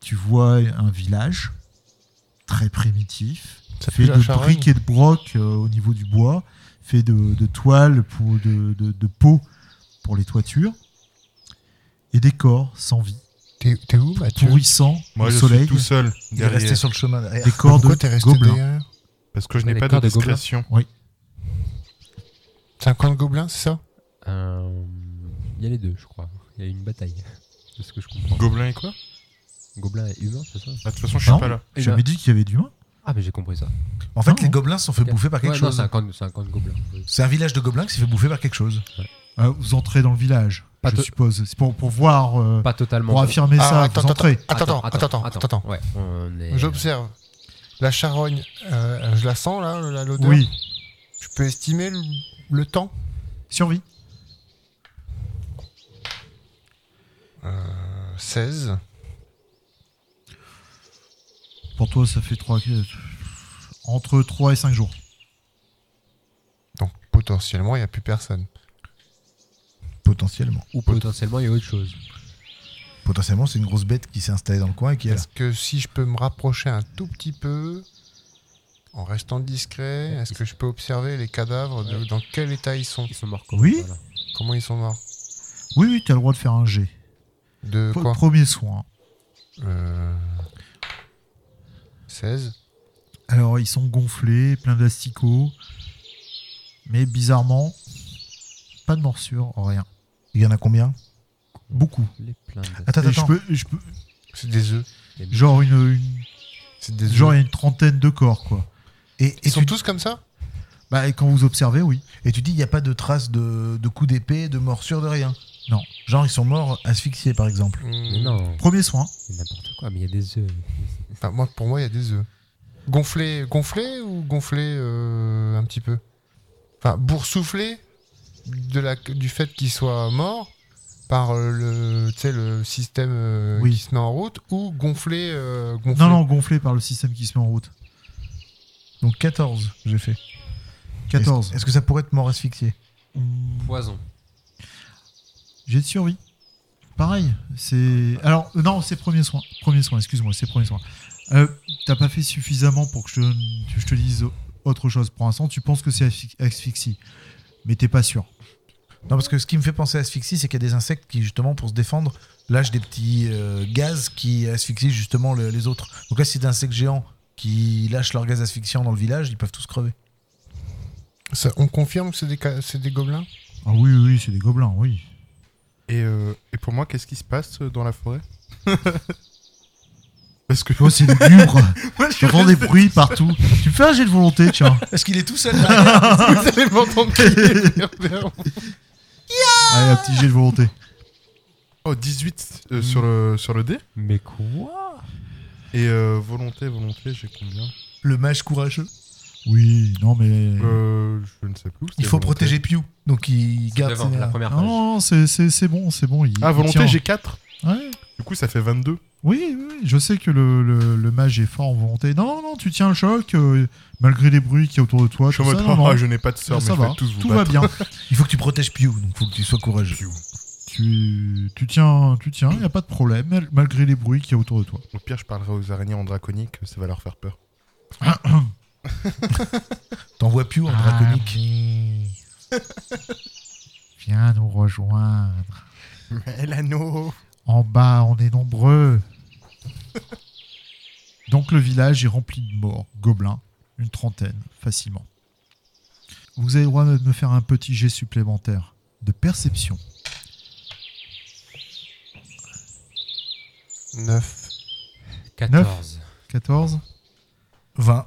[SPEAKER 1] Tu vois un village très primitif,
[SPEAKER 4] Ça
[SPEAKER 1] fait
[SPEAKER 4] pue
[SPEAKER 1] de
[SPEAKER 4] la charogne.
[SPEAKER 1] briques et de brocs euh, au niveau du bois, fait de, de toiles, pour, de, de, de peaux pour les toitures, et des corps sans vie,
[SPEAKER 4] T'es t'es où, Mathieu
[SPEAKER 1] pourrissant
[SPEAKER 3] Moi,
[SPEAKER 1] au
[SPEAKER 3] je
[SPEAKER 1] soleil,
[SPEAKER 3] suis tout seul
[SPEAKER 2] Il est resté
[SPEAKER 3] derrière.
[SPEAKER 2] sur le chemin derrière.
[SPEAKER 1] des corps
[SPEAKER 4] Pourquoi
[SPEAKER 1] de
[SPEAKER 4] t'es resté
[SPEAKER 1] gobelins.
[SPEAKER 4] derrière
[SPEAKER 3] Parce que je
[SPEAKER 5] Ouais,
[SPEAKER 3] n'ai
[SPEAKER 5] les
[SPEAKER 3] pas de
[SPEAKER 5] corps de gobelins.
[SPEAKER 3] discrétion.
[SPEAKER 4] C'est un camp de gobelins, c'est ça
[SPEAKER 5] Euh, Il y a les deux, je crois. Il y a une bataille. De ce que je comprends.
[SPEAKER 3] Gobelin et quoi
[SPEAKER 5] Gobelin et humain, c'est ça
[SPEAKER 3] Ah, De toute façon, je suis
[SPEAKER 1] Non.
[SPEAKER 3] pas là.
[SPEAKER 5] Et
[SPEAKER 1] J'avais
[SPEAKER 5] ben-
[SPEAKER 1] dit qu'il y avait du vin.
[SPEAKER 5] Ah, mais j'ai compris ça.
[SPEAKER 2] En fait,
[SPEAKER 1] Non.
[SPEAKER 2] les gobelins se sont fait
[SPEAKER 5] Ok.
[SPEAKER 2] bouffer par quelque
[SPEAKER 5] Ouais, non,
[SPEAKER 2] chose.
[SPEAKER 5] C'est un camp de- c'est un camp de gobelins. Oui.
[SPEAKER 2] C'est un village de gobelins qui s'est fait bouffer par quelque chose.
[SPEAKER 1] Euh, vous entrez dans le village,
[SPEAKER 5] Pas
[SPEAKER 1] je
[SPEAKER 5] de-
[SPEAKER 1] suppose. C'est pour, pour voir, euh,
[SPEAKER 5] Pas totalement.
[SPEAKER 1] pour affirmer
[SPEAKER 4] Ah,
[SPEAKER 1] ça.
[SPEAKER 4] attends,
[SPEAKER 1] vous
[SPEAKER 4] attends,
[SPEAKER 1] entrez.
[SPEAKER 4] Attends, attends, attends, attends.
[SPEAKER 5] Ouais, on est.
[SPEAKER 4] J'observe. La charogne, euh, je la sens, là, la- l'odeur
[SPEAKER 1] Oui.
[SPEAKER 4] Je peux estimer le, le temps
[SPEAKER 1] Survie.
[SPEAKER 4] 16.
[SPEAKER 1] Pour toi, ça fait 3... entre 3 et 5 jours.
[SPEAKER 4] Donc, potentiellement, il n'y a plus personne.
[SPEAKER 2] Potentiellement.
[SPEAKER 5] Ou potentiellement, il y a autre chose.
[SPEAKER 2] Potentiellement, c'est une grosse bête qui s'est installée dans le coin et qui est là.
[SPEAKER 4] Est-ce que si je peux me rapprocher un tout petit peu, En restant discret, est-ce que je peux observer les cadavres de-
[SPEAKER 5] Ouais.
[SPEAKER 4] Dans quel état ils sont
[SPEAKER 5] Ils sont morts
[SPEAKER 1] Oui.
[SPEAKER 5] voilà.
[SPEAKER 4] Comment ils sont morts
[SPEAKER 1] Oui, oui, t'as le droit de faire un G.
[SPEAKER 4] De quoi
[SPEAKER 1] Premier soin.
[SPEAKER 4] Euh, 16
[SPEAKER 1] Alors, ils sont gonflés, plein d'asticots. Mais bizarrement, pas de morsure, rien.
[SPEAKER 2] Il y en a combien
[SPEAKER 1] Beaucoup.
[SPEAKER 5] Les plaintes.
[SPEAKER 2] Attends,
[SPEAKER 1] Et je
[SPEAKER 2] attends.
[SPEAKER 1] peux, je peux-
[SPEAKER 4] C'est des œufs.
[SPEAKER 1] genre, une, une-
[SPEAKER 4] C'est des
[SPEAKER 1] genre,
[SPEAKER 4] œufs.
[SPEAKER 1] il y a une trentaine de corps, quoi.
[SPEAKER 2] Et, et
[SPEAKER 4] Ils sont
[SPEAKER 2] tu,
[SPEAKER 4] tous comme ça
[SPEAKER 1] Bah, et quand vous observez, oui.
[SPEAKER 2] et tu dis, il n'y a pas de traces de, de coups d'épée, de morsure, de rien
[SPEAKER 1] Non.
[SPEAKER 2] Genre, ils sont morts asphyxiés, par exemple.
[SPEAKER 5] Mais non,
[SPEAKER 1] Premier soin.
[SPEAKER 5] c'est n'importe quoi, mais il y a des œufs.
[SPEAKER 4] Enfin, moi, pour moi, il y a des œufs. Gonflés, gonflés ou gonflés euh, un petit peu Enfin, boursouflés de la, du fait qu'ils soient morts par euh, le, tu sais, le système euh,
[SPEAKER 1] Oui.
[SPEAKER 4] qui se met en route ou gonflés, euh, gonflés
[SPEAKER 1] Non, non, gonflé par le système qui se met en route.
[SPEAKER 2] Donc 14, j'ai fait.
[SPEAKER 1] 14.
[SPEAKER 2] Est-ce est-ce que ça pourrait être mort asphyxié
[SPEAKER 1] Hmm,
[SPEAKER 5] Poison.
[SPEAKER 1] J'ai de survie. Pareil, c'est. Alors, euh, non, c'est premier soin. Premier soin, excuse-moi, c'est premier soin. Euh, T'as pas fait suffisamment pour que je te, je te dise autre chose. Pour l'instant, tu penses que c'est asphy- asphyxie. Mais t'es pas sûr.
[SPEAKER 2] Non, parce que ce qui me fait penser à asphyxie, c'est qu'il y a des insectes qui, justement, pour se défendre, lâchent des petits euh, gaz qui asphyxient justement le- les autres. Donc là, si c'est des insectes géants qui lâchent leur gaz asphyxiant dans le village, ils peuvent tous crever.
[SPEAKER 4] Ça, on confirme que c'est des, ca- c'est des gobelins
[SPEAKER 1] Ah oui, oui, c'est des gobelins, oui.
[SPEAKER 3] Et, euh, et pour moi, qu'est-ce qui se passe euh, dans la forêt Parce que.
[SPEAKER 1] Tu vois, c'est lugubre.
[SPEAKER 3] Moi, je suis
[SPEAKER 1] J'entends des bruits partout. Tu me fais un jet de volonté, tiens.
[SPEAKER 2] Est-ce qu'il est tout seul
[SPEAKER 4] Vous allez m'entendre crier.
[SPEAKER 1] Allez, un petit jet de volonté.
[SPEAKER 3] Oh, 18
[SPEAKER 1] Mm.
[SPEAKER 3] euh, sur, le, sur le dé.
[SPEAKER 5] Mais quoi
[SPEAKER 3] Et euh, volonté, volonté, j'ai combien
[SPEAKER 2] Le mage courageux.
[SPEAKER 1] Oui, non, mais.
[SPEAKER 3] euh, Je ne sais plus. où c'était
[SPEAKER 2] Il faut
[SPEAKER 3] volonté.
[SPEAKER 2] protéger Piu. Donc il garde
[SPEAKER 5] Devant,
[SPEAKER 2] ses-
[SPEAKER 5] la première
[SPEAKER 1] Ah, Non,
[SPEAKER 5] page.
[SPEAKER 1] non, non, c'est- c'est c'est bon, c'est bon. il-
[SPEAKER 3] Ah,
[SPEAKER 1] il
[SPEAKER 3] volonté,
[SPEAKER 1] tient.
[SPEAKER 3] j'ai 4.
[SPEAKER 1] Ouais.
[SPEAKER 3] Du coup, ça fait 22.
[SPEAKER 1] Oui, oui, oui, je sais que le, le- le mage est fort en volonté. Non, non, non, tu tiens le choc, euh, malgré les bruits qui est autour de toi.
[SPEAKER 3] je suis en
[SPEAKER 1] tout
[SPEAKER 3] mode,
[SPEAKER 1] ça, non, non.
[SPEAKER 3] ah, je n'ai pas de sœur, mais
[SPEAKER 1] Ça
[SPEAKER 3] je
[SPEAKER 1] va,
[SPEAKER 3] vais tous vous
[SPEAKER 1] tout va
[SPEAKER 3] battre.
[SPEAKER 1] bien.
[SPEAKER 2] Il faut que tu protèges Piu, donc il faut que tu sois courageux.
[SPEAKER 1] tu, tu tiens, tu tiens, il a pas de problème, mal- malgré les bruits qui est autour de toi.
[SPEAKER 3] Au pire, je parlerai aux araignées en draconique, ça va leur faire peur.
[SPEAKER 2] T'envoies Piu en
[SPEAKER 1] Ah.
[SPEAKER 2] draconique.
[SPEAKER 1] Viens nous rejoindre.
[SPEAKER 3] Mais l'anneau
[SPEAKER 1] En bas, on est nombreux. Donc le village est rempli de morts, gobelins, une trentaine, facilement. Vous avez le droit de me faire un petit jet supplémentaire de perception.
[SPEAKER 4] 9.
[SPEAKER 5] 14.
[SPEAKER 1] 14
[SPEAKER 2] 20.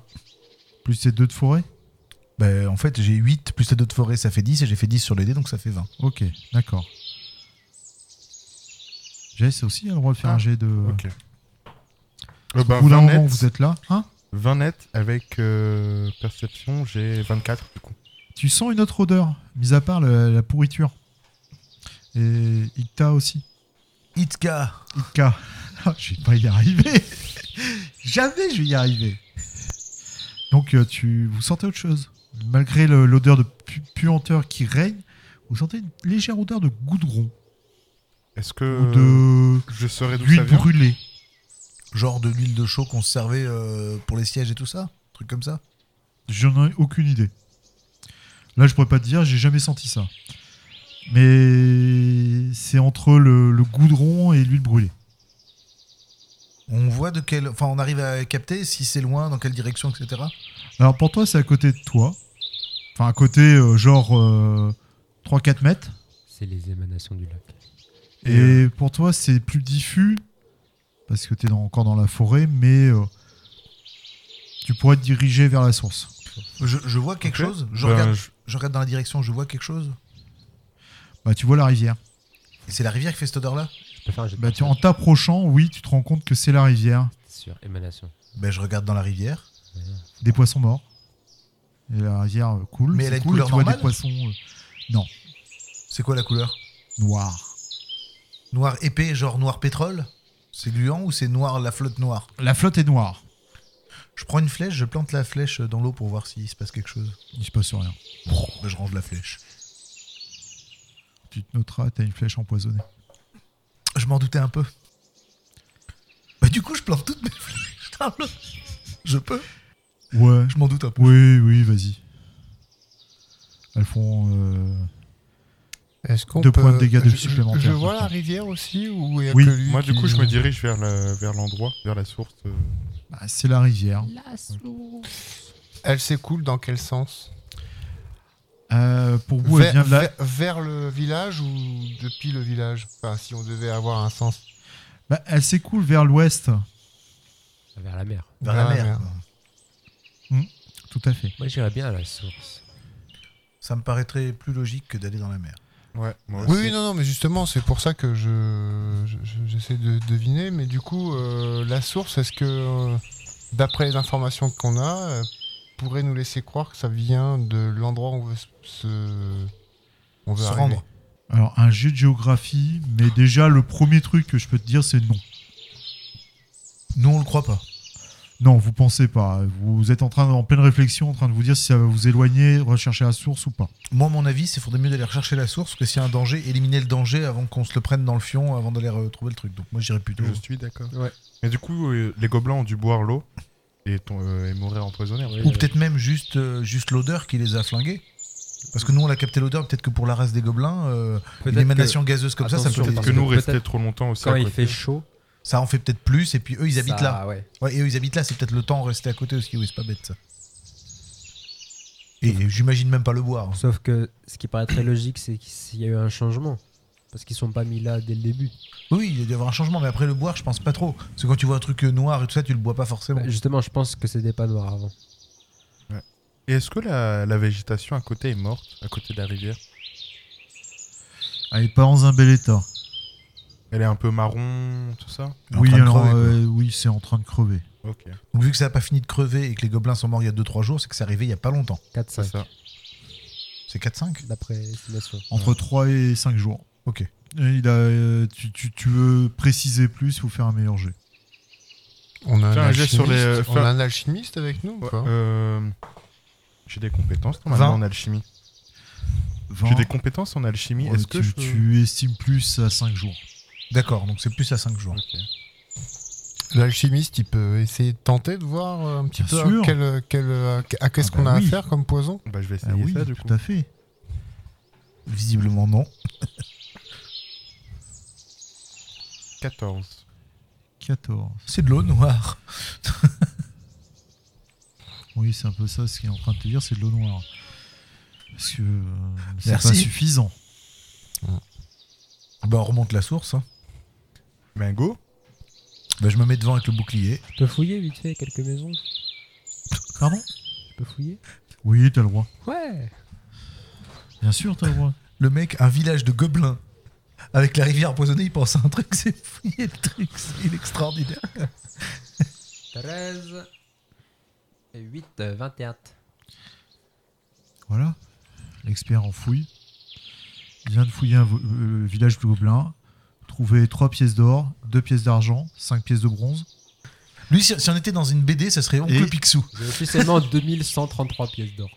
[SPEAKER 1] plus ces deux de forêt
[SPEAKER 2] Ben, en fait, j'ai 8 plus les deux de forêt, ça fait 10, et j'ai fait 10 sur les dés, donc ça fait 20.
[SPEAKER 1] Ok, d'accord. Jess aussi a le droit de faire
[SPEAKER 3] Ah,
[SPEAKER 1] un jet de.
[SPEAKER 3] Ok. Euh, bah,
[SPEAKER 1] Au bout d'un
[SPEAKER 3] 20
[SPEAKER 1] moment,
[SPEAKER 3] net,
[SPEAKER 1] vous êtes là. Hein
[SPEAKER 3] 20 net avec euh, perception, j'ai 24 du coup.
[SPEAKER 1] tu sens une autre odeur, mis à part le- la pourriture. Et Icta aussi.
[SPEAKER 2] Itka
[SPEAKER 1] Icta. Ah, je vais pas y arriver. Jamais je vais y arriver. Donc, euh, tu, vous sentez autre chose. Malgré le- l'odeur de pu- puanteur qui règne, vous sentez une légère odeur de goudron
[SPEAKER 3] Est-ce
[SPEAKER 1] ou
[SPEAKER 3] que
[SPEAKER 1] de
[SPEAKER 3] je saurais d'où Euh, ça
[SPEAKER 1] d'huile
[SPEAKER 3] vient
[SPEAKER 1] brûlée.
[SPEAKER 2] Genre de l'huile de chaux qu'on se servait euh, pour les sièges et tout ça un Truc comme ça
[SPEAKER 1] J'en ai aucune idée. Là, je pourrais pas te dire, j'ai jamais senti ça. Mais c'est entre le, le goudron et l'huile brûlée.
[SPEAKER 2] On voit de quel. Enfin, on arrive à capter si c'est loin, dans quelle direction, etc.
[SPEAKER 1] Alors pour toi, c'est à côté de toi. Enfin, à côté, euh, genre euh, 3-4 mètres.
[SPEAKER 5] C'est les émanations du lac.
[SPEAKER 1] Et,
[SPEAKER 2] euh,
[SPEAKER 1] pour toi, c'est plus diffus. Parce que t'es dans- encore dans la forêt, mais euh, tu pourrais te diriger vers la source.
[SPEAKER 2] Je, je vois quelque
[SPEAKER 3] Ok.
[SPEAKER 2] chose, je,
[SPEAKER 3] Ben,
[SPEAKER 2] regarde,
[SPEAKER 3] je-
[SPEAKER 2] je regarde dans la direction, je vois quelque chose.
[SPEAKER 1] Bah, tu vois la rivière.
[SPEAKER 2] Et c'est la rivière qui fait cette odeur-là
[SPEAKER 5] Je peux faire un jet de
[SPEAKER 1] Bah, tu, en
[SPEAKER 5] perception
[SPEAKER 1] t'approchant, oui, tu te rends compte que c'est la rivière.
[SPEAKER 5] sur émanation.
[SPEAKER 2] Ben, je regarde dans la rivière.
[SPEAKER 1] des poissons morts. Et la rivière euh, coule.
[SPEAKER 2] Mais elle
[SPEAKER 1] c'est
[SPEAKER 2] a une
[SPEAKER 1] cool,
[SPEAKER 2] couleur
[SPEAKER 1] tu vois
[SPEAKER 2] normale
[SPEAKER 1] des poissons euh,
[SPEAKER 2] C'est quoi la couleur
[SPEAKER 1] noirs.
[SPEAKER 2] Noir épais, genre noir pétrole C'est gluant ou c'est noir, la flotte noire
[SPEAKER 1] La flotte est noire.
[SPEAKER 2] Je prends une flèche, je plante la flèche dans l'eau pour voir s'il se passe quelque chose.
[SPEAKER 1] Il se passe rien.
[SPEAKER 2] Ben, je range la flèche.
[SPEAKER 1] Tu te noteras, t'as une flèche empoisonnée.
[SPEAKER 2] Je m'en doutais un peu. Ben, Bah du coup, je plante toutes mes flèches dans l'eau. Je peux
[SPEAKER 1] Ouais.
[SPEAKER 2] Je m'en doute un peu.
[SPEAKER 1] Oui, oui, vas-y. Elles font. euh,
[SPEAKER 4] Est-ce qu'on
[SPEAKER 1] Deux
[SPEAKER 4] peut...
[SPEAKER 1] points de dégâts de
[SPEAKER 4] Je- je-
[SPEAKER 1] supplémentaires,
[SPEAKER 4] Je
[SPEAKER 1] tout
[SPEAKER 4] vois
[SPEAKER 1] le
[SPEAKER 4] la
[SPEAKER 1] temps.
[SPEAKER 4] rivière aussi ou il y a
[SPEAKER 1] Oui.
[SPEAKER 4] que lui
[SPEAKER 3] Moi, du
[SPEAKER 4] qui-
[SPEAKER 3] coup, je me dirige vers la- vers l'endroit, vers la source. euh.
[SPEAKER 1] bah, c'est la rivière.
[SPEAKER 4] Elle s'écoule dans quel sens
[SPEAKER 1] Euh, pour vous, elle vient
[SPEAKER 4] Vers-
[SPEAKER 1] de la.
[SPEAKER 4] vers, vers le village ou depuis le village Enfin, si on devait avoir un sens.
[SPEAKER 1] Bah, elle s'écoule vers l'ouest.
[SPEAKER 5] Vers la mer.
[SPEAKER 2] Vers la
[SPEAKER 4] Ah,
[SPEAKER 2] mer.
[SPEAKER 4] merde.
[SPEAKER 2] quoi.
[SPEAKER 1] Tout à fait.
[SPEAKER 5] Moi, j'irais bien à la source.
[SPEAKER 2] Ça me paraîtrait plus logique que d'aller dans la mer.
[SPEAKER 3] Ouais, moi
[SPEAKER 4] Oui,
[SPEAKER 3] aussi.
[SPEAKER 4] oui, non, non, mais justement, c'est pour ça que je je- je- j'essaie de deviner. Mais du coup, euh, la source, est-ce que, euh, d'après les informations qu'on a, euh, pourrait nous laisser croire que ça vient de l'endroit où on veut se, se- on veut
[SPEAKER 2] Se
[SPEAKER 4] arriver
[SPEAKER 2] rendre.
[SPEAKER 1] Alors, un jeu de géographie, mais déjà, le premier truc que je peux te dire, c'est non.
[SPEAKER 2] Nous, on le croit pas.
[SPEAKER 1] Non, vous pensez pas. Vous êtes en train, en pleine réflexion, en train de vous dire si ça va vous éloigner, rechercher la source ou pas.
[SPEAKER 2] Moi, mon avis, c'est qu'il faudrait mieux d'aller rechercher la source, parce que s'il y a un danger, éliminer le danger avant qu'on se le prenne dans le fion, avant d'aller retrouver le truc. Donc moi, j'irais plutôt...
[SPEAKER 3] Je suis d'accord. Mais du coup, euh, les gobelins ont dû boire l'eau et, ton- euh, et mourir empoisonnés.
[SPEAKER 5] Oui,
[SPEAKER 2] Ou
[SPEAKER 5] euh,
[SPEAKER 2] peut-être même juste, euh, juste l'odeur qui les a flingués. Parce que nous, on a capté l'odeur, peut-être que pour la race des gobelins, euh, une
[SPEAKER 5] peut-être
[SPEAKER 2] émanation gazeuse comme ça, ça,
[SPEAKER 5] Attention,
[SPEAKER 2] peut
[SPEAKER 3] Peut-être
[SPEAKER 5] parce
[SPEAKER 3] que nous
[SPEAKER 5] que
[SPEAKER 3] rester
[SPEAKER 5] peut-être
[SPEAKER 3] trop longtemps aussi.
[SPEAKER 5] Quand
[SPEAKER 3] à
[SPEAKER 5] il
[SPEAKER 3] côté.
[SPEAKER 5] fait chaud,
[SPEAKER 2] ça en fait peut-être plus, et puis eux, ils habitent là.
[SPEAKER 5] ça- ouais.
[SPEAKER 2] Ouais, et eux, ils habitent là, c'est peut-être le temps de rester à côté aussi, oui, c'est pas bête ça. Et j'imagine même pas le hein. boire.
[SPEAKER 5] Sauf que ce qui paraît très logique, c'est qu'il y a eu un changement. Parce qu'ils sont pas mis là dès le début.
[SPEAKER 2] Oui, il doit y avoir un changement, mais après le boire, je pense pas trop. Parce que quand tu vois un truc euh, noir et tout ça, tu le bois pas forcément.
[SPEAKER 5] Bah, Justement, je pense que c'était pas noir avant.
[SPEAKER 3] Et est-ce que la, la végétation à côté est morte, à côté de la rivière
[SPEAKER 1] Elle est pas dans un bel état.
[SPEAKER 3] Elle est un peu marron, tout ça
[SPEAKER 2] Elle est en
[SPEAKER 1] Oui,
[SPEAKER 2] train de
[SPEAKER 1] alors,
[SPEAKER 2] crever, quoi.
[SPEAKER 1] euh, oui, c'est en train de crever.
[SPEAKER 3] Ok,
[SPEAKER 2] Donc vu que ça a pas fini de crever et que les gobelins sont morts il y a 2-3 jours, c'est que c'est arrivé il y a pas longtemps.
[SPEAKER 3] c'est
[SPEAKER 5] 4-5,
[SPEAKER 3] ça.
[SPEAKER 2] C'est 4-5
[SPEAKER 5] d'après l'estimation.
[SPEAKER 1] Entre 3 et 5 jours.
[SPEAKER 2] Ok.
[SPEAKER 1] Et il a, euh, tu, tu- tu veux préciser plus ou faire un meilleur jet
[SPEAKER 4] On a, un
[SPEAKER 3] Tiens, un jet
[SPEAKER 4] alchimiste,
[SPEAKER 3] sur les, euh,
[SPEAKER 4] on
[SPEAKER 3] fin-
[SPEAKER 4] a un alchimiste avec nous ou
[SPEAKER 3] Ouais,
[SPEAKER 4] pas
[SPEAKER 3] euh, J'ai des compétences normalement
[SPEAKER 2] Vingt.
[SPEAKER 3] en alchimie.
[SPEAKER 1] 20,
[SPEAKER 3] J'ai des compétences en alchimie.
[SPEAKER 1] euh,
[SPEAKER 3] Est-ce que
[SPEAKER 1] tu,
[SPEAKER 3] je peux-
[SPEAKER 1] tu estimes plus à 5 jours
[SPEAKER 2] D'accord, donc c'est plus à 5 jours.
[SPEAKER 3] Ok.
[SPEAKER 4] L'alchimiste, il peut essayer de tenter de voir euh, un petit
[SPEAKER 1] Bien
[SPEAKER 4] peu à
[SPEAKER 1] sûr.
[SPEAKER 4] quel- quel, euh, à qu'est-ce
[SPEAKER 1] Ah
[SPEAKER 4] qu'on
[SPEAKER 1] bah
[SPEAKER 4] a
[SPEAKER 1] oui.
[SPEAKER 4] à faire comme poison.
[SPEAKER 3] Bah, je vais
[SPEAKER 1] Ah
[SPEAKER 3] essayer
[SPEAKER 1] oui,
[SPEAKER 3] ça
[SPEAKER 1] tout
[SPEAKER 3] du coup.
[SPEAKER 1] à fait.
[SPEAKER 2] Visiblement non.
[SPEAKER 3] 14.
[SPEAKER 1] 14.
[SPEAKER 2] C'est de l'eau noire.
[SPEAKER 1] Oui, c'est un peu ça ce qu'il est en train de te dire, c'est de l'eau noire. Parce que euh, c'est
[SPEAKER 2] Merci.
[SPEAKER 1] pas suffisant.
[SPEAKER 2] Bah on remonte la source. hein.
[SPEAKER 3] Bingo
[SPEAKER 2] Bah je me mets devant avec le bouclier.
[SPEAKER 5] Je peux fouiller vite fait quelques maisons
[SPEAKER 1] Pardon
[SPEAKER 5] Je peux fouiller
[SPEAKER 1] Oui, t'as le droit.
[SPEAKER 5] Ouais
[SPEAKER 1] Bien sûr, t'as le droit.
[SPEAKER 2] Le mec, un village de gobelins. Avec la rivière empoisonnée, il pense à un truc, c'est fouiller le truc, c'est extraordinaire.
[SPEAKER 5] 13 et 8, 21.
[SPEAKER 1] Voilà, l'expert en fouille. Il vient de fouiller un vo- euh, village de gobelins, trouver trois pièces d'or, deux pièces d'argent, cinq pièces de bronze.
[SPEAKER 2] Lui, si, si on était dans une BD, ça serait Oncle
[SPEAKER 1] Et-
[SPEAKER 2] Picsou.
[SPEAKER 5] J'ai officiellement 2133 pièces d'or.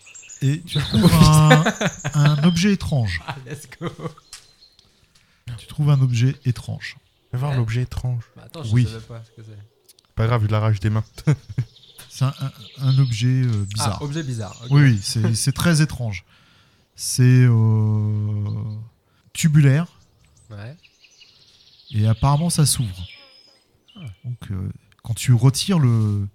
[SPEAKER 1] Et tu trouves un, un objet étrange.
[SPEAKER 5] Ah, let's go
[SPEAKER 1] Tu trouves un objet étrange.
[SPEAKER 3] Je vais voir
[SPEAKER 5] Ouais.
[SPEAKER 3] l'objet étrange.
[SPEAKER 5] Bah, Attends, je
[SPEAKER 1] Oui.
[SPEAKER 5] savais pas ce que c'est.
[SPEAKER 3] Eh. Pas grave, je l'arrache des mains.
[SPEAKER 1] C'est un, un- un objet euh, bizarre.
[SPEAKER 5] Ah, objet bizarre. ok.
[SPEAKER 1] Oui, oui, c'est c'est très étrange. C'est euh, tubulaire
[SPEAKER 5] Ouais.
[SPEAKER 1] et apparemment ça s'ouvre.
[SPEAKER 3] Ah.
[SPEAKER 1] Donc euh, quand tu retires le,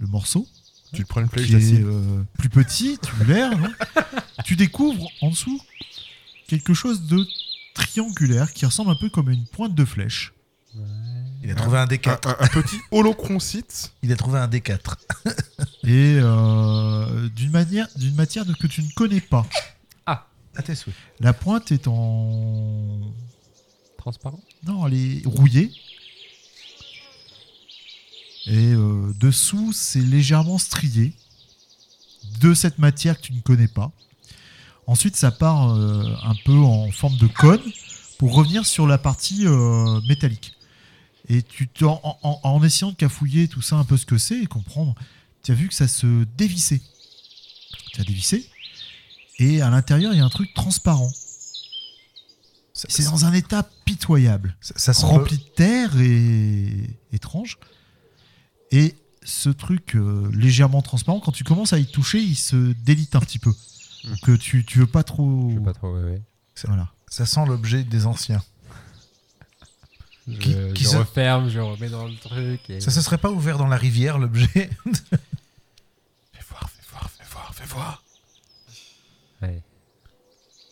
[SPEAKER 1] le morceau,
[SPEAKER 3] Tu prends une plaie,
[SPEAKER 1] qui
[SPEAKER 3] je
[SPEAKER 1] est
[SPEAKER 3] t'assieds.
[SPEAKER 1] euh, plus petit, tubulaire, non tu découvres en dessous quelque chose de triangulaire qui ressemble un peu comme une pointe de flèche.
[SPEAKER 2] Il a trouvé un
[SPEAKER 3] Un,
[SPEAKER 2] D4.
[SPEAKER 3] un- un petit holocroncite.
[SPEAKER 2] Il a trouvé un D4.
[SPEAKER 1] Et euh, d'une manière, d'une matière de- que tu ne connais pas.
[SPEAKER 3] Ah,
[SPEAKER 2] À tes souhaits.
[SPEAKER 1] La pointe est en
[SPEAKER 5] Transparent.
[SPEAKER 1] non, elle est rouillée. Et euh, dessous, c'est légèrement strié de cette matière que tu ne connais pas. Ensuite, ça part euh, un peu en forme de cône pour revenir sur la partie euh, métallique. Et tu t'en- en, en- en essayant de cafouiller tout ça un peu ce que c'est et comprendre, tu as vu que ça se dévissait. Tu as dévissé. Et à l'intérieur, il y a un truc transparent.
[SPEAKER 2] Ça,
[SPEAKER 1] C'est dans un état pitoyable
[SPEAKER 2] ça- ça sent
[SPEAKER 1] rempli de terre et étrange. Et ce truc euh, légèrement transparent, quand tu commences à y toucher, il se délite un petit peu. Donc euh, tu, tu veux pas trop.
[SPEAKER 5] Je sais pas trop, ouais, ouais.
[SPEAKER 1] Voilà.
[SPEAKER 2] Ça sent l'objet des anciens.
[SPEAKER 5] Je,
[SPEAKER 2] Qui- qui
[SPEAKER 5] je
[SPEAKER 2] se-
[SPEAKER 5] referme, je remets dans le truc. Et...
[SPEAKER 2] Ça se serait pas ouvert dans la rivière, l'objet
[SPEAKER 3] Fais voir, fais voir, fais voir, fais voir.
[SPEAKER 5] Ouais.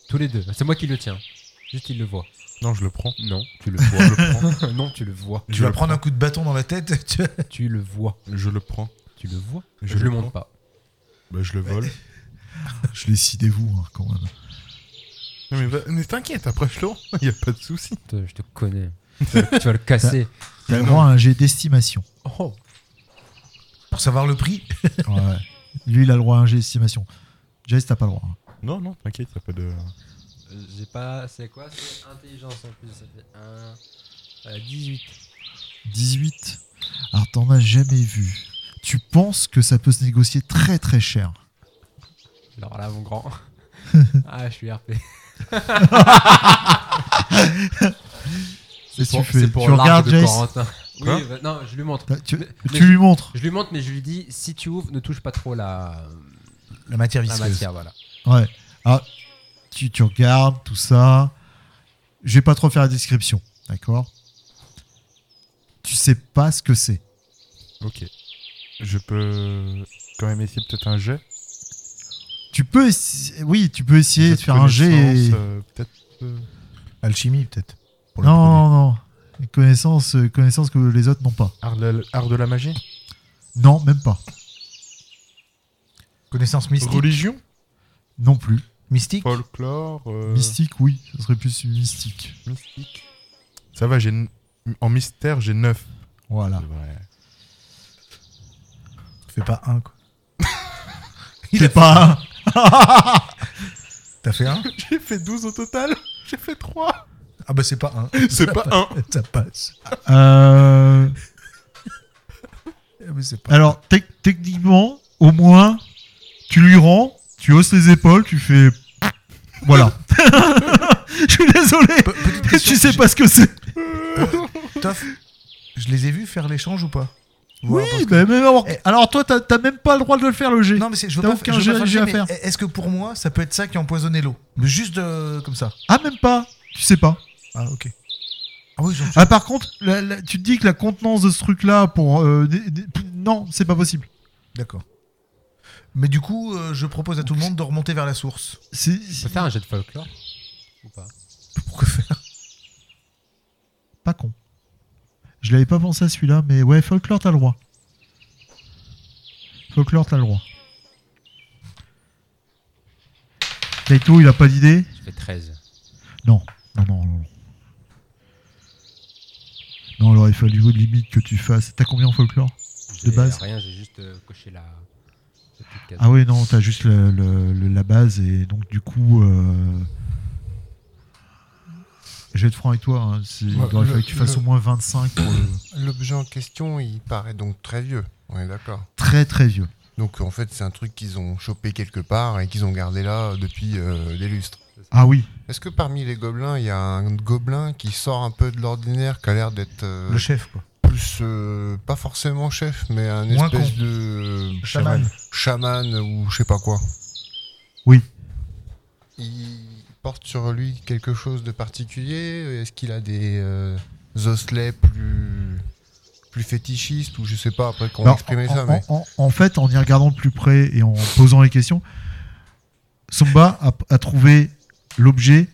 [SPEAKER 5] Tous les deux. Ah, C'est moi qui le tiens. Juste, il le voit.
[SPEAKER 3] Non, je le prends.
[SPEAKER 5] Non, tu le vois. non, tu le vois.
[SPEAKER 2] Tu
[SPEAKER 3] Je
[SPEAKER 2] vas
[SPEAKER 3] le
[SPEAKER 2] prendre un coup de bâton dans la tête. tu-
[SPEAKER 5] Tu le vois.
[SPEAKER 3] Je le prends.
[SPEAKER 5] Tu le vois.
[SPEAKER 3] Je
[SPEAKER 5] Je,
[SPEAKER 3] le
[SPEAKER 5] le montre pas.
[SPEAKER 3] Bah, je le vole.
[SPEAKER 1] Je décidez-vous hein, quand même.
[SPEAKER 3] Non, mais, va- mais t'inquiète, après je le rends. Y a pas de souci.
[SPEAKER 5] Putain, Je te connais. tu vas le casser.
[SPEAKER 1] Il y a
[SPEAKER 3] Mais
[SPEAKER 1] droit à un jet d'estimation.
[SPEAKER 5] Oh.
[SPEAKER 2] Pour savoir le prix.
[SPEAKER 1] Ouais. Lui, il a le droit à un jet d'estimation. Jace, t'as pas le droit. hein.
[SPEAKER 3] Non, non, t'inquiète, y a pas de.
[SPEAKER 5] Euh, J'ai pas. C'est quoi C'est intelligence en plus. Ça fait euh, 1. 18.
[SPEAKER 1] 18. Alors, t'en as jamais vu. Tu penses que ça peut se négocier très très cher.
[SPEAKER 5] Alors là, mon grand. ah, je suis RP.
[SPEAKER 1] Et
[SPEAKER 5] c'est
[SPEAKER 1] tu
[SPEAKER 5] pour,
[SPEAKER 1] fais-
[SPEAKER 5] c'est pour
[SPEAKER 1] tu
[SPEAKER 5] l'arbre
[SPEAKER 1] regardes
[SPEAKER 5] de
[SPEAKER 1] Jace
[SPEAKER 5] Corentin.
[SPEAKER 3] Quoi
[SPEAKER 5] Oui, bah, non, je lui montre.
[SPEAKER 1] T'as- Tu,
[SPEAKER 5] Mais-
[SPEAKER 1] tu lui montres.
[SPEAKER 5] Je lui montre, mais je lui dis si tu ouvres, ne touche pas trop la,
[SPEAKER 2] La matière
[SPEAKER 5] la
[SPEAKER 2] visqueuse.
[SPEAKER 5] matière. Voilà.
[SPEAKER 1] Ouais. Ah, tu, tu regardes tout ça. Je vais pas trop faire la description, d'accord Tu sais pas ce que c'est.
[SPEAKER 3] Ok. Je peux quand même essayer peut-être un jet.
[SPEAKER 1] Tu peux, essa- oui, tu peux essayer de
[SPEAKER 3] Peut-être
[SPEAKER 1] faire un jet. et-
[SPEAKER 3] connaissance, euh, peut-être. euh,
[SPEAKER 2] Alchimie, peut-être. euh, pour le
[SPEAKER 1] Non, non, non. Une Connaissance, euh, connaissance que les autres n'ont pas.
[SPEAKER 3] Art de, la, art de la magie
[SPEAKER 1] Non, même pas.
[SPEAKER 2] produire. Connaissance mystique.
[SPEAKER 3] Religion
[SPEAKER 1] Non plus.
[SPEAKER 2] Mystique.
[SPEAKER 3] Folklore euh,
[SPEAKER 1] Mystique, oui. Ce serait plus mystique.
[SPEAKER 3] Mystique Ça va, j'ai. n- En mystère, j'ai 9.
[SPEAKER 1] Voilà.
[SPEAKER 2] Fais pas un, quoi.
[SPEAKER 1] Il est pas. un.
[SPEAKER 2] T'as fait un
[SPEAKER 3] J'ai fait 12 au total J'ai fait 3
[SPEAKER 2] Ah bah c'est pas un.
[SPEAKER 3] C'est pas un
[SPEAKER 2] Ça passe.
[SPEAKER 1] Euh,
[SPEAKER 2] Ah bah c'est pas
[SPEAKER 3] Euh,
[SPEAKER 1] alors, tec- techniquement, au moins, tu lui rends, tu hausses les épaules, tu fais. Voilà. Je suis désolé.
[SPEAKER 2] Pe- petite question,
[SPEAKER 1] Tu sais pas ce que c'est.
[SPEAKER 2] j'ai- Toff, je les ai vus faire l'échange ou pas
[SPEAKER 1] Oui,
[SPEAKER 2] Voir, parce que-
[SPEAKER 1] mais même avoir-
[SPEAKER 2] Eh.
[SPEAKER 1] alors toi, t'as t'as même pas le droit de le faire le G.
[SPEAKER 2] Non mais c'est- je veux
[SPEAKER 1] T'as
[SPEAKER 2] pas,
[SPEAKER 1] aucun
[SPEAKER 2] je veux pas
[SPEAKER 1] jeu- jeu à
[SPEAKER 2] fâcher, mais
[SPEAKER 1] faire.
[SPEAKER 2] Est-ce que pour moi ça peut être ça qui a empoisonné l'eau Mais Juste euh, comme ça.
[SPEAKER 1] Ah, même pas. Tu sais pas.
[SPEAKER 2] Ah ok. Ah oui, j'en suis.
[SPEAKER 1] Ah, par contre, la- la- tu te dis que la contenance de ce truc-là pour. euh, des- des- p- non, c'est pas possible.
[SPEAKER 2] D'accord. Mais du coup, euh, je propose à tout le monde de remonter vers la source.
[SPEAKER 1] C'est-
[SPEAKER 5] Tu
[SPEAKER 1] C'est
[SPEAKER 5] peux faire un jet de folklore Ou pas
[SPEAKER 2] Pourquoi faire
[SPEAKER 1] pas con. Je l'avais pas pensé à celui-là, mais ouais, folklore, t'as le droit. Folklore, t'as le droit. Kaito, il a pas d'idée
[SPEAKER 5] Je fais 13.
[SPEAKER 1] Non, non, non, non. non. Non, alors il fallu limite que tu fasses. T'as combien en folklore
[SPEAKER 5] J'ai
[SPEAKER 1] base.
[SPEAKER 5] Rien, j'ai juste euh, coché la. la petite case.
[SPEAKER 1] Ah oui, non, t'as juste le- le- le- la base et donc du coup. euh, Je vais être franc avec toi, hein, c'est- il
[SPEAKER 4] Ouais,
[SPEAKER 1] aurait
[SPEAKER 4] le-
[SPEAKER 1] fallu que tu fasses
[SPEAKER 4] le-
[SPEAKER 1] au moins 25 pour le-
[SPEAKER 4] L'objet en question, il paraît donc très vieux. On est d'accord.
[SPEAKER 1] Très très vieux.
[SPEAKER 4] Donc en fait, c'est un truc qu'ils ont chopé quelque part et qu'ils ont gardé là depuis euh, des lustres.
[SPEAKER 1] Ah oui,
[SPEAKER 4] Est-ce que parmi les gobelins, il y a un gobelin qui sort un peu de l'ordinaire, qui a l'air d'être euh,
[SPEAKER 2] Le chef, quoi.
[SPEAKER 4] plus, euh, pas forcément chef, mais un
[SPEAKER 2] Moins
[SPEAKER 4] espèce
[SPEAKER 2] con.
[SPEAKER 4] de euh,
[SPEAKER 2] Chaman.
[SPEAKER 4] chaman ou je sais pas quoi
[SPEAKER 1] Oui.
[SPEAKER 4] Il porte sur lui quelque chose de particulier Est-ce qu'il a des euh, osselets plus plus fétichistes ou je sais pas après comment
[SPEAKER 1] Non,
[SPEAKER 4] exprimer
[SPEAKER 1] en,
[SPEAKER 4] ça
[SPEAKER 1] en-
[SPEAKER 4] mais
[SPEAKER 1] en- en fait, en y regardant de plus près et en posant les questions, Somba a, a trouvé l'objet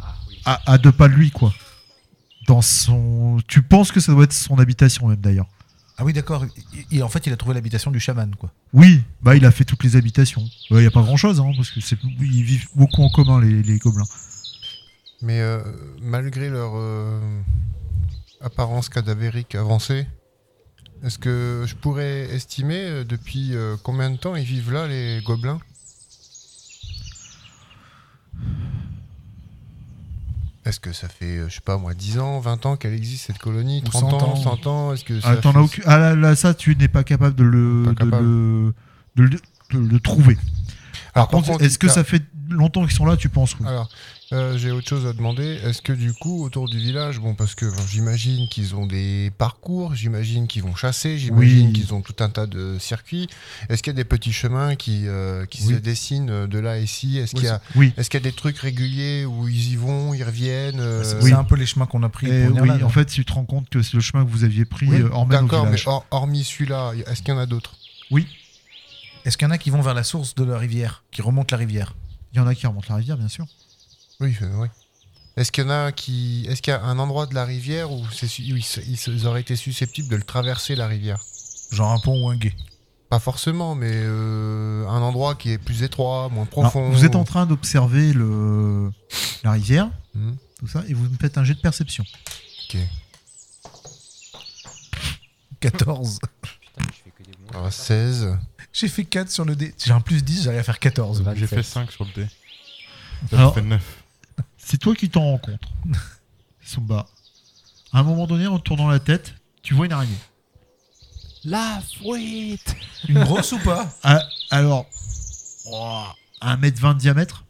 [SPEAKER 5] Ah, oui.
[SPEAKER 1] à, à deux pas de lui, quoi. Dans son. Tu penses que ça doit être son habitation, même d'ailleurs.
[SPEAKER 2] Ah oui, d'accord. Il- il- En fait, il a trouvé l'habitation du chaman, quoi.
[SPEAKER 1] Oui, bah il a fait toutes les habitations. Il n'y a pas grand chose, hein, parce que c'est ils vivent beaucoup en commun les, les gobelins.
[SPEAKER 4] mais euh, malgré leur euh, apparence cadavérique avancée est-ce que je pourrais estimer euh, depuis euh, combien de temps ils vivent là les gobelins Est-ce que ça fait, euh, je sais pas moi, 10 ans, 20 ans qu'elle existe cette colonie
[SPEAKER 1] Ou
[SPEAKER 4] 30
[SPEAKER 1] 100
[SPEAKER 4] ans,
[SPEAKER 1] ans.
[SPEAKER 4] 100 ans Est-ce que ça
[SPEAKER 1] Ah, t'en
[SPEAKER 4] fait-
[SPEAKER 1] as aucune- ah, là, là, ça, tu n'es pas capable de le,
[SPEAKER 4] Pas
[SPEAKER 1] de
[SPEAKER 4] capable.
[SPEAKER 1] le, de le- de le trouver.
[SPEAKER 4] Alors, ah,
[SPEAKER 1] Par contre, est-ce que
[SPEAKER 4] t'as-
[SPEAKER 1] ça fait longtemps qu'ils sont là, tu penses oui.
[SPEAKER 4] Alors, euh, j'ai autre chose à demander. Est-ce que du coup, autour du village, bon, parce que bon, j'imagine qu'ils ont des parcours, j'imagine qu'ils vont chasser, j'imagine
[SPEAKER 1] Oui.
[SPEAKER 4] qu'ils ont tout un tas de circuits. Est-ce qu'il y a des petits chemins qui, euh, qui
[SPEAKER 1] Oui.
[SPEAKER 4] se dessinent de là et ici Est-ce
[SPEAKER 2] Oui,
[SPEAKER 4] qu'il y a
[SPEAKER 1] Oui.
[SPEAKER 4] est-ce qu'il y a des trucs réguliers où ils y vont, ils reviennent euh,
[SPEAKER 2] C'est
[SPEAKER 1] oui.
[SPEAKER 2] un peu les chemins qu'on a pris
[SPEAKER 1] Et
[SPEAKER 2] pour venir
[SPEAKER 1] oui,
[SPEAKER 2] là, non
[SPEAKER 1] en fait, tu te rends compte que c'est le chemin que vous aviez pris
[SPEAKER 4] Oui,
[SPEAKER 1] euh, emmène au
[SPEAKER 4] D'accord, mais
[SPEAKER 1] village.
[SPEAKER 4] hor- hormis celui-là, est-ce qu'il y en a d'autres
[SPEAKER 2] Est-ce qu'il y en a qui vont vers la source de la rivière, qui remontent la rivière
[SPEAKER 1] Il y en a qui remontent la rivière, bien sûr.
[SPEAKER 4] Oui, euh, oui. Est-ce qu'il y en a qui, est-ce qu'il y a un endroit de la rivière où, c'est su- où ils, se- ils se- ils auraient été susceptibles de le traverser la rivière
[SPEAKER 2] Genre un pont ou un guet
[SPEAKER 4] Pas forcément, mais euh, un endroit qui est plus étroit, moins
[SPEAKER 1] Alors,
[SPEAKER 4] profond.
[SPEAKER 1] vous êtes en train d'observer le... la rivière,
[SPEAKER 4] Hmm.
[SPEAKER 1] tout ça, et vous me faites un jet de perception.
[SPEAKER 2] 14.
[SPEAKER 5] Putain, mais je fais que des bons.
[SPEAKER 4] Alors, 16.
[SPEAKER 2] J'ai fait 4 sur le dé. J'ai un plus 10, j'arrive à faire 14.
[SPEAKER 5] Vingt-sept.
[SPEAKER 3] J'ai fait 5 sur le dé. Ça
[SPEAKER 1] Alors-
[SPEAKER 3] fait 9.
[SPEAKER 1] C'est toi qui t'en rends compte, Sumba. À un moment donné, en te tournant la tête, tu vois une araignée.
[SPEAKER 5] La fouette
[SPEAKER 2] Une grosse ou pas
[SPEAKER 1] Ah, alors, oh, 1m20 de diamètre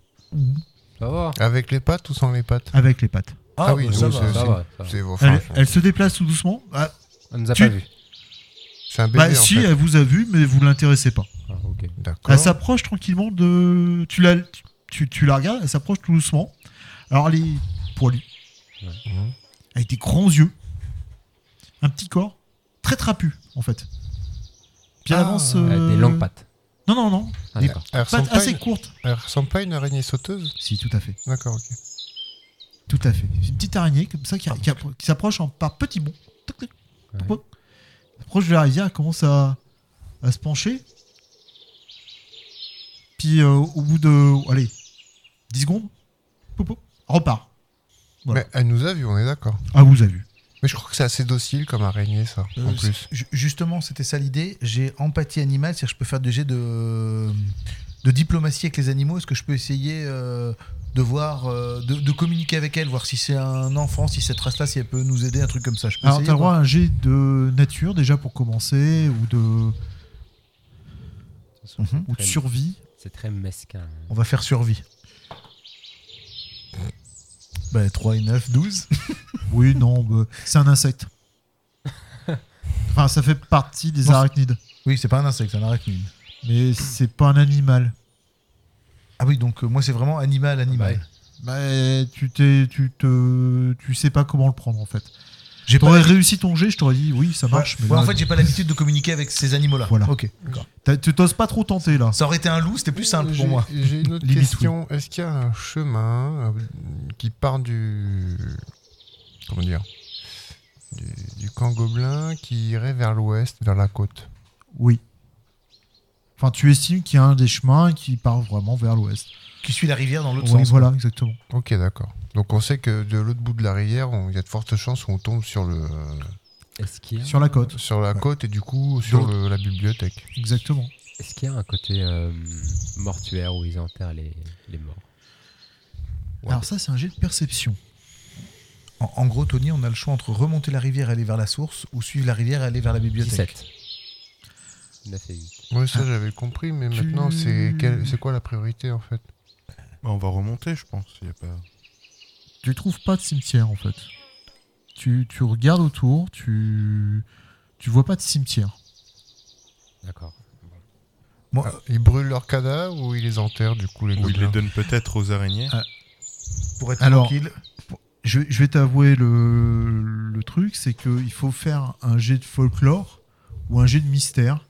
[SPEAKER 5] Ça va hein.
[SPEAKER 4] Avec les pattes ou sans les pattes
[SPEAKER 1] avec les pattes.
[SPEAKER 4] Ah oui,
[SPEAKER 2] bah,
[SPEAKER 4] donc
[SPEAKER 2] ça
[SPEAKER 4] c'est-
[SPEAKER 2] va.
[SPEAKER 5] Ça va, ça va.
[SPEAKER 4] C'est enfin,
[SPEAKER 1] Elle, elle se déplace tout doucement. Ah,
[SPEAKER 5] On nous a
[SPEAKER 1] Tu-
[SPEAKER 5] pas vu.
[SPEAKER 4] c'est un bébé.
[SPEAKER 1] bah,
[SPEAKER 4] en
[SPEAKER 1] si,
[SPEAKER 4] fait.
[SPEAKER 1] elle vous a vu, mais vous l'intéressez pas.
[SPEAKER 5] Ah, ok.
[SPEAKER 4] D'accord.
[SPEAKER 1] Elle s'approche tranquillement de. Tu la, tu, tu la regardes, elle s'approche tout doucement. Alors, elle est poilue.
[SPEAKER 4] Mhm.
[SPEAKER 1] Elle a des grands yeux. Un petit corps. Très trapu, en fait. Puis elle
[SPEAKER 4] Ah,
[SPEAKER 1] avance.
[SPEAKER 5] Euh,
[SPEAKER 1] euh,
[SPEAKER 5] Des longues pattes.
[SPEAKER 1] Non, non, non.
[SPEAKER 5] Ah,
[SPEAKER 1] Des-
[SPEAKER 5] d'accord.
[SPEAKER 4] Elle ressemble,
[SPEAKER 1] Pattes
[SPEAKER 4] pas à
[SPEAKER 1] assez
[SPEAKER 4] une...
[SPEAKER 1] courtes.
[SPEAKER 4] elle ressemble pas à une araignée sauteuse
[SPEAKER 1] Si, tout à fait.
[SPEAKER 4] D'accord, ok.
[SPEAKER 1] Tout à fait. C'est une petite araignée comme ça qui, qui appro- qui s'approche en- par petits bonds. Toc, toc.
[SPEAKER 5] Ouais.
[SPEAKER 1] Hop. Elle S'approche de la rivière, elle commence à, à se pencher. Puis euh, au bout de. Allez, 10 secondes. pop, pop, repart. Voilà.
[SPEAKER 4] Mais elle nous a vu, on est d'accord.
[SPEAKER 1] Ah, vous avez vu.
[SPEAKER 4] Mais je crois que c'est assez docile comme araignée, ça, en
[SPEAKER 2] Euh,
[SPEAKER 4] plus.
[SPEAKER 2] ju- Justement, c'était ça l'idée. J'ai empathie animale, c'est-à-dire que je peux faire des jets de, de diplomatie avec les animaux. Est-ce que je peux essayer euh, de voir, euh, de, de communiquer avec elle, voir si c'est un enfant, si cette race-là, si elle peut nous aider, un truc comme ça. Je peux
[SPEAKER 1] Alors,
[SPEAKER 2] essayer,
[SPEAKER 1] t'as le
[SPEAKER 2] quoi.
[SPEAKER 1] droit à un jet de nature déjà pour commencer, ou de,
[SPEAKER 2] Mhm.
[SPEAKER 1] ou de
[SPEAKER 5] Très-
[SPEAKER 1] survie.
[SPEAKER 5] C'est très mesquin.
[SPEAKER 2] On va faire survie.
[SPEAKER 4] Euh.
[SPEAKER 2] Bah, 3 et 9, 12.
[SPEAKER 1] Oui, non, bah, c'est un insecte. Enfin, ça fait partie des
[SPEAKER 2] Non, c'est-
[SPEAKER 1] arachnides.
[SPEAKER 2] Oui, c'est pas un insecte, c'est un arachnide.
[SPEAKER 1] Mais c'est pas un animal.
[SPEAKER 2] Ah oui, donc euh, moi, c'est vraiment animal, animal.
[SPEAKER 5] Ouais.
[SPEAKER 1] Bah, tu t'es, tu te, tu sais pas comment le prendre en fait.
[SPEAKER 2] J'ai
[SPEAKER 1] T'aurais
[SPEAKER 2] pas-
[SPEAKER 1] réussi ton jet, je t'aurais dit oui, ça marche. mais
[SPEAKER 2] Bah, Ouais,
[SPEAKER 1] là,
[SPEAKER 2] en fait, j'ai pas l'habitude de communiquer avec ces animaux-là.
[SPEAKER 1] Voilà.
[SPEAKER 2] Ok. d'accord.
[SPEAKER 1] t'as- tu t'oses pas trop tenter là.
[SPEAKER 2] Ça aurait été un loup, c'était plus simple
[SPEAKER 4] J'ai-
[SPEAKER 2] pour moi.
[SPEAKER 4] J'ai une autre
[SPEAKER 1] Limite,
[SPEAKER 4] question. Est-ce qu'il y a un chemin euh, qui part du. Comment dire du, du camp gobelin qui irait vers l'ouest, vers la côte
[SPEAKER 1] Oui. Enfin, tu estimes qu'il y a un des chemins qui part vraiment vers l'ouest.
[SPEAKER 2] Qui suit la rivière dans l'autre
[SPEAKER 1] Oui,
[SPEAKER 2] sens.
[SPEAKER 1] voilà, exactement.
[SPEAKER 4] Ok, d'accord. Donc on sait que de l'autre bout de la rivière, on- il y a de fortes chances qu'on tombe sur, le,
[SPEAKER 5] Est-ce qu'il y, a-
[SPEAKER 1] Sur la côte,
[SPEAKER 4] sur la côte et du coup sur
[SPEAKER 1] Donc-
[SPEAKER 4] le- la bibliothèque.
[SPEAKER 1] exactement.
[SPEAKER 5] est-ce qu'il y a un côté euh, mortuaire où ils enterrent les, les morts Ouais.
[SPEAKER 1] Alors ça, c'est un jet de perception.
[SPEAKER 2] En, en gros, Tony, on a le choix entre remonter la rivière et aller vers la source ou suivre la rivière et aller vers la bibliothèque.
[SPEAKER 5] 17. 9 et 8.
[SPEAKER 4] Oui, ça j'avais compris, mais
[SPEAKER 1] Tu-
[SPEAKER 4] maintenant c'est quelle- c'est quoi la priorité en fait
[SPEAKER 3] Bah, on va remonter, je pense. Il y a pas...
[SPEAKER 1] Tu trouves pas de cimetière en fait. Tu, tu regardes autour, tu, tu vois pas de cimetière.
[SPEAKER 5] D'accord.
[SPEAKER 2] Moi,
[SPEAKER 4] Ah, Ils brûlent leurs cadavres ou ils les enterrent du coup les
[SPEAKER 3] Ou ils les
[SPEAKER 4] gobelins
[SPEAKER 3] donnent peut-être aux araignées.
[SPEAKER 2] pour être
[SPEAKER 1] Alors-
[SPEAKER 2] tranquille,
[SPEAKER 1] Je, je vais t'avouer le, le truc, c'est qu'il faut faire un jet de folklore ou un jet de mystère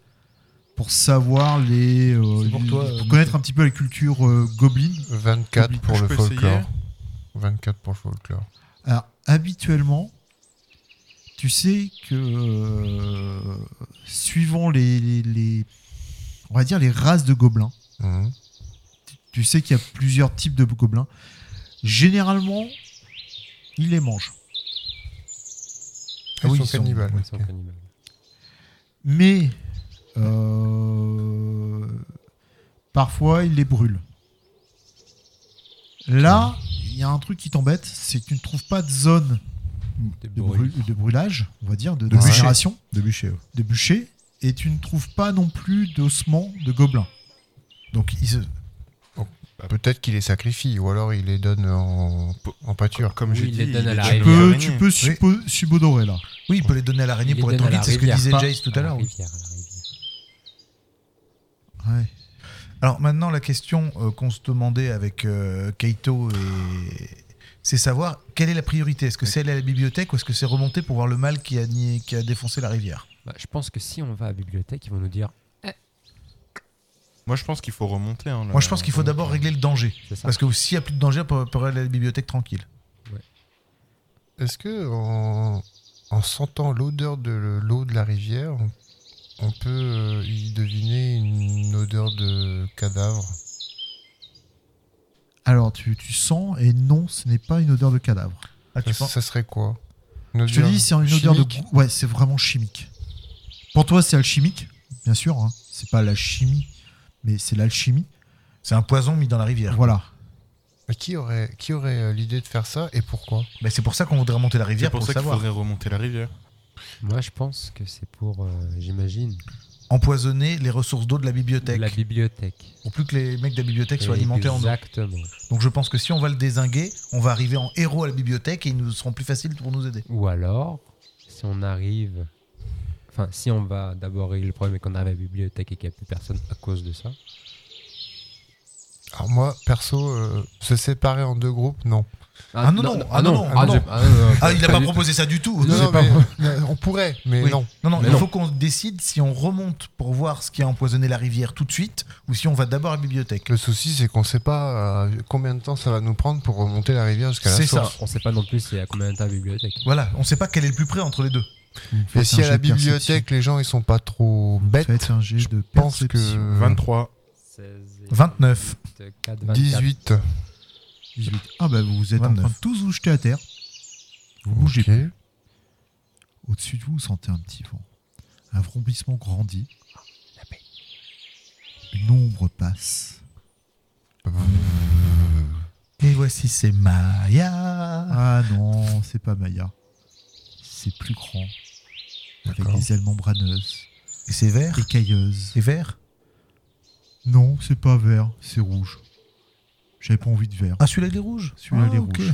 [SPEAKER 1] pour savoir les, euh,
[SPEAKER 2] C'est pour
[SPEAKER 1] les-
[SPEAKER 2] toi, euh,
[SPEAKER 1] connaître un petit peu la culture euh, goblin.
[SPEAKER 4] 24
[SPEAKER 1] Oublie-
[SPEAKER 4] pour
[SPEAKER 3] je
[SPEAKER 4] le
[SPEAKER 3] peux essayer
[SPEAKER 4] folklore. 24 pour le folklore.
[SPEAKER 1] Alors habituellement, tu sais que euh, suivant les, les- les- on va dire les races de gobelins,
[SPEAKER 4] Mhm.
[SPEAKER 1] tu sais qu'il y a plusieurs types de gobelins. Généralement, ils les mangent.
[SPEAKER 4] Ils
[SPEAKER 2] Ah oui,
[SPEAKER 4] sont
[SPEAKER 2] ils sont-
[SPEAKER 4] cannibales.
[SPEAKER 5] Ouais, c'est
[SPEAKER 4] ok.
[SPEAKER 5] un cannibale.
[SPEAKER 1] mais euh, parfois il les brûle. Là, il y a un truc qui t'embête, c'est que tu ne trouves pas de zone
[SPEAKER 5] De
[SPEAKER 1] de,
[SPEAKER 5] bruit.
[SPEAKER 1] brû- de brûlage, on va dire, de, de
[SPEAKER 2] De bûcher.
[SPEAKER 1] génération,
[SPEAKER 2] de bûcher.
[SPEAKER 1] de bûcher, et tu ne trouves pas non plus d'ossements de gobelins.
[SPEAKER 2] Donc, ils se-
[SPEAKER 3] Bah.
[SPEAKER 4] Peut-être qu'il les sacrifie, ou alors il les donne en, en pâture.
[SPEAKER 3] Comme
[SPEAKER 5] Oui,
[SPEAKER 3] j'ai
[SPEAKER 5] il
[SPEAKER 3] dit,
[SPEAKER 5] les donne à la
[SPEAKER 1] Tu
[SPEAKER 5] Et
[SPEAKER 1] peux,
[SPEAKER 3] l'araignée.
[SPEAKER 1] tu peux suppo- subodorer là.
[SPEAKER 2] Oui, il peut les donner à l'araignée
[SPEAKER 5] Il
[SPEAKER 2] pour
[SPEAKER 5] les
[SPEAKER 2] être
[SPEAKER 5] donne à
[SPEAKER 2] tranquille,
[SPEAKER 5] la
[SPEAKER 2] c'est ce que
[SPEAKER 5] rivière, Ah,
[SPEAKER 2] disait
[SPEAKER 5] pas
[SPEAKER 2] Jace tout à
[SPEAKER 5] la
[SPEAKER 2] l'heure. oui.
[SPEAKER 5] rivière, à la rivière.
[SPEAKER 1] Ouais.
[SPEAKER 2] Alors maintenant, la question euh, qu'on se demandait avec euh, Kaito, et... c'est savoir quelle est la priorité. Est-ce que c'est aller à la bibliothèque ou est-ce que c'est remonter pour voir le mal qui a, nié- qui a défoncé la rivière
[SPEAKER 5] Bah, je pense que si on va à la bibliothèque, ils vont nous dire
[SPEAKER 3] Moi, je pense qu'il faut remonter. hein, là.
[SPEAKER 2] Moi, je pense qu'il faut d'abord régler le danger.
[SPEAKER 5] c'est ça.
[SPEAKER 2] Parce que s'il n'y a plus de danger, on peut- peut aller à la bibliothèque tranquille.
[SPEAKER 4] Est-ce que en, en sentant l'odeur de le- l'eau de la rivière, on, on peut euh, y deviner une odeur de cadavre
[SPEAKER 1] Alors tu, tu sens et non, ce n'est pas une odeur de cadavre.
[SPEAKER 2] Ah, tu
[SPEAKER 4] ça,
[SPEAKER 2] penses
[SPEAKER 4] ça serait quoi Une
[SPEAKER 1] Je te
[SPEAKER 4] odeur
[SPEAKER 1] dis, c'est une odeur de
[SPEAKER 4] chimique
[SPEAKER 1] goût. Ouais, c'est vraiment chimique. Pour toi, c'est alchimique, bien sûr. hein. C'est pas la chimie, mais c'est l'alchimie.
[SPEAKER 2] C'est un poison mis dans la rivière.
[SPEAKER 1] Voilà.
[SPEAKER 4] Mais Qui aurait, qui aurait euh, l'idée de faire ça et pourquoi
[SPEAKER 2] Mais Ben, c'est pour ça qu'on voudrait remonter la
[SPEAKER 3] C'est
[SPEAKER 2] rivière pour,
[SPEAKER 3] pour ça qu'il
[SPEAKER 2] savoir.
[SPEAKER 3] faudrait remonter la rivière.
[SPEAKER 5] Moi, je pense que c'est pour, euh, j'imagine,
[SPEAKER 2] Empoisonner les ressources d'eau de la bibliothèque.
[SPEAKER 5] la bibliothèque.
[SPEAKER 2] Pour plus que les mecs de la bibliothèque soient alimentés en eau.
[SPEAKER 5] Exactement.
[SPEAKER 2] Donc je pense que si on va le désinguer, on va arriver en héros à la bibliothèque et ils nous seront plus faciles pour nous aider.
[SPEAKER 5] Ou alors, si on arrive. Enfin, si on va d'abord régler le problème et qu'on arrive à la bibliothèque et qu'il n'y a plus personne à cause de ça.
[SPEAKER 4] Alors moi, perso, euh, se séparer en deux groupes, non.
[SPEAKER 2] Ah non, non, ah non, non,
[SPEAKER 5] ah
[SPEAKER 2] non.
[SPEAKER 5] je- ah non, non,
[SPEAKER 2] Ah, il n'a
[SPEAKER 5] pas
[SPEAKER 2] pas
[SPEAKER 5] du-
[SPEAKER 2] proposé ça du tout.
[SPEAKER 5] Non,
[SPEAKER 4] Non,
[SPEAKER 5] c'est pas
[SPEAKER 4] mais-
[SPEAKER 5] moi.
[SPEAKER 4] mais on pourrait, mais
[SPEAKER 2] Oui.
[SPEAKER 4] non.
[SPEAKER 2] Non, non,
[SPEAKER 5] Mais
[SPEAKER 2] il
[SPEAKER 5] non.
[SPEAKER 2] faut qu'on décide si on remonte pour voir ce qui a empoisonné la rivière tout de suite ou si on va d'abord à la bibliothèque.
[SPEAKER 4] Le souci, c'est qu'on ne sait pas euh, combien de temps ça va nous prendre pour remonter la rivière jusqu'à la
[SPEAKER 2] C'est
[SPEAKER 4] source.
[SPEAKER 2] ça.
[SPEAKER 5] On sait pas non plus c'est à combien de temps la bibliothèque.
[SPEAKER 2] Voilà, on ne sait pas quel est le plus près entre les deux.
[SPEAKER 4] Et
[SPEAKER 1] Faites
[SPEAKER 4] si
[SPEAKER 1] un
[SPEAKER 4] à la
[SPEAKER 1] jet de perception.
[SPEAKER 4] bibliothèque, les gens ils sont pas trop bêtes,
[SPEAKER 1] Faites un jet
[SPEAKER 4] je
[SPEAKER 1] de
[SPEAKER 4] pense que
[SPEAKER 1] perception.
[SPEAKER 3] 23.
[SPEAKER 5] 16 et
[SPEAKER 2] 29.
[SPEAKER 5] 4, 24.
[SPEAKER 4] 18.
[SPEAKER 1] 18. Ah bah vous êtes en train
[SPEAKER 2] 29.
[SPEAKER 1] de tous vous jeter à terre. Vous bougez.
[SPEAKER 4] Ok.
[SPEAKER 1] Au-dessus de vous, vous sentez un petit vent. Un vrombissement grandit. Une ombre passe.
[SPEAKER 2] Et voici c'est Maya.
[SPEAKER 1] Ah non, c'est pas Maya. C'est plus grand. Avec
[SPEAKER 4] D'accord.
[SPEAKER 1] des ailes membraneuses,
[SPEAKER 2] Et c'est vert
[SPEAKER 1] écailleuses.
[SPEAKER 2] C'est vert
[SPEAKER 1] Non, c'est pas vert, c'est rouge. J'avais pas envie de vert.
[SPEAKER 2] Ah celui-là il est rouge
[SPEAKER 1] Celui-là,
[SPEAKER 2] Ah,
[SPEAKER 1] il est
[SPEAKER 2] ok.
[SPEAKER 1] rouge.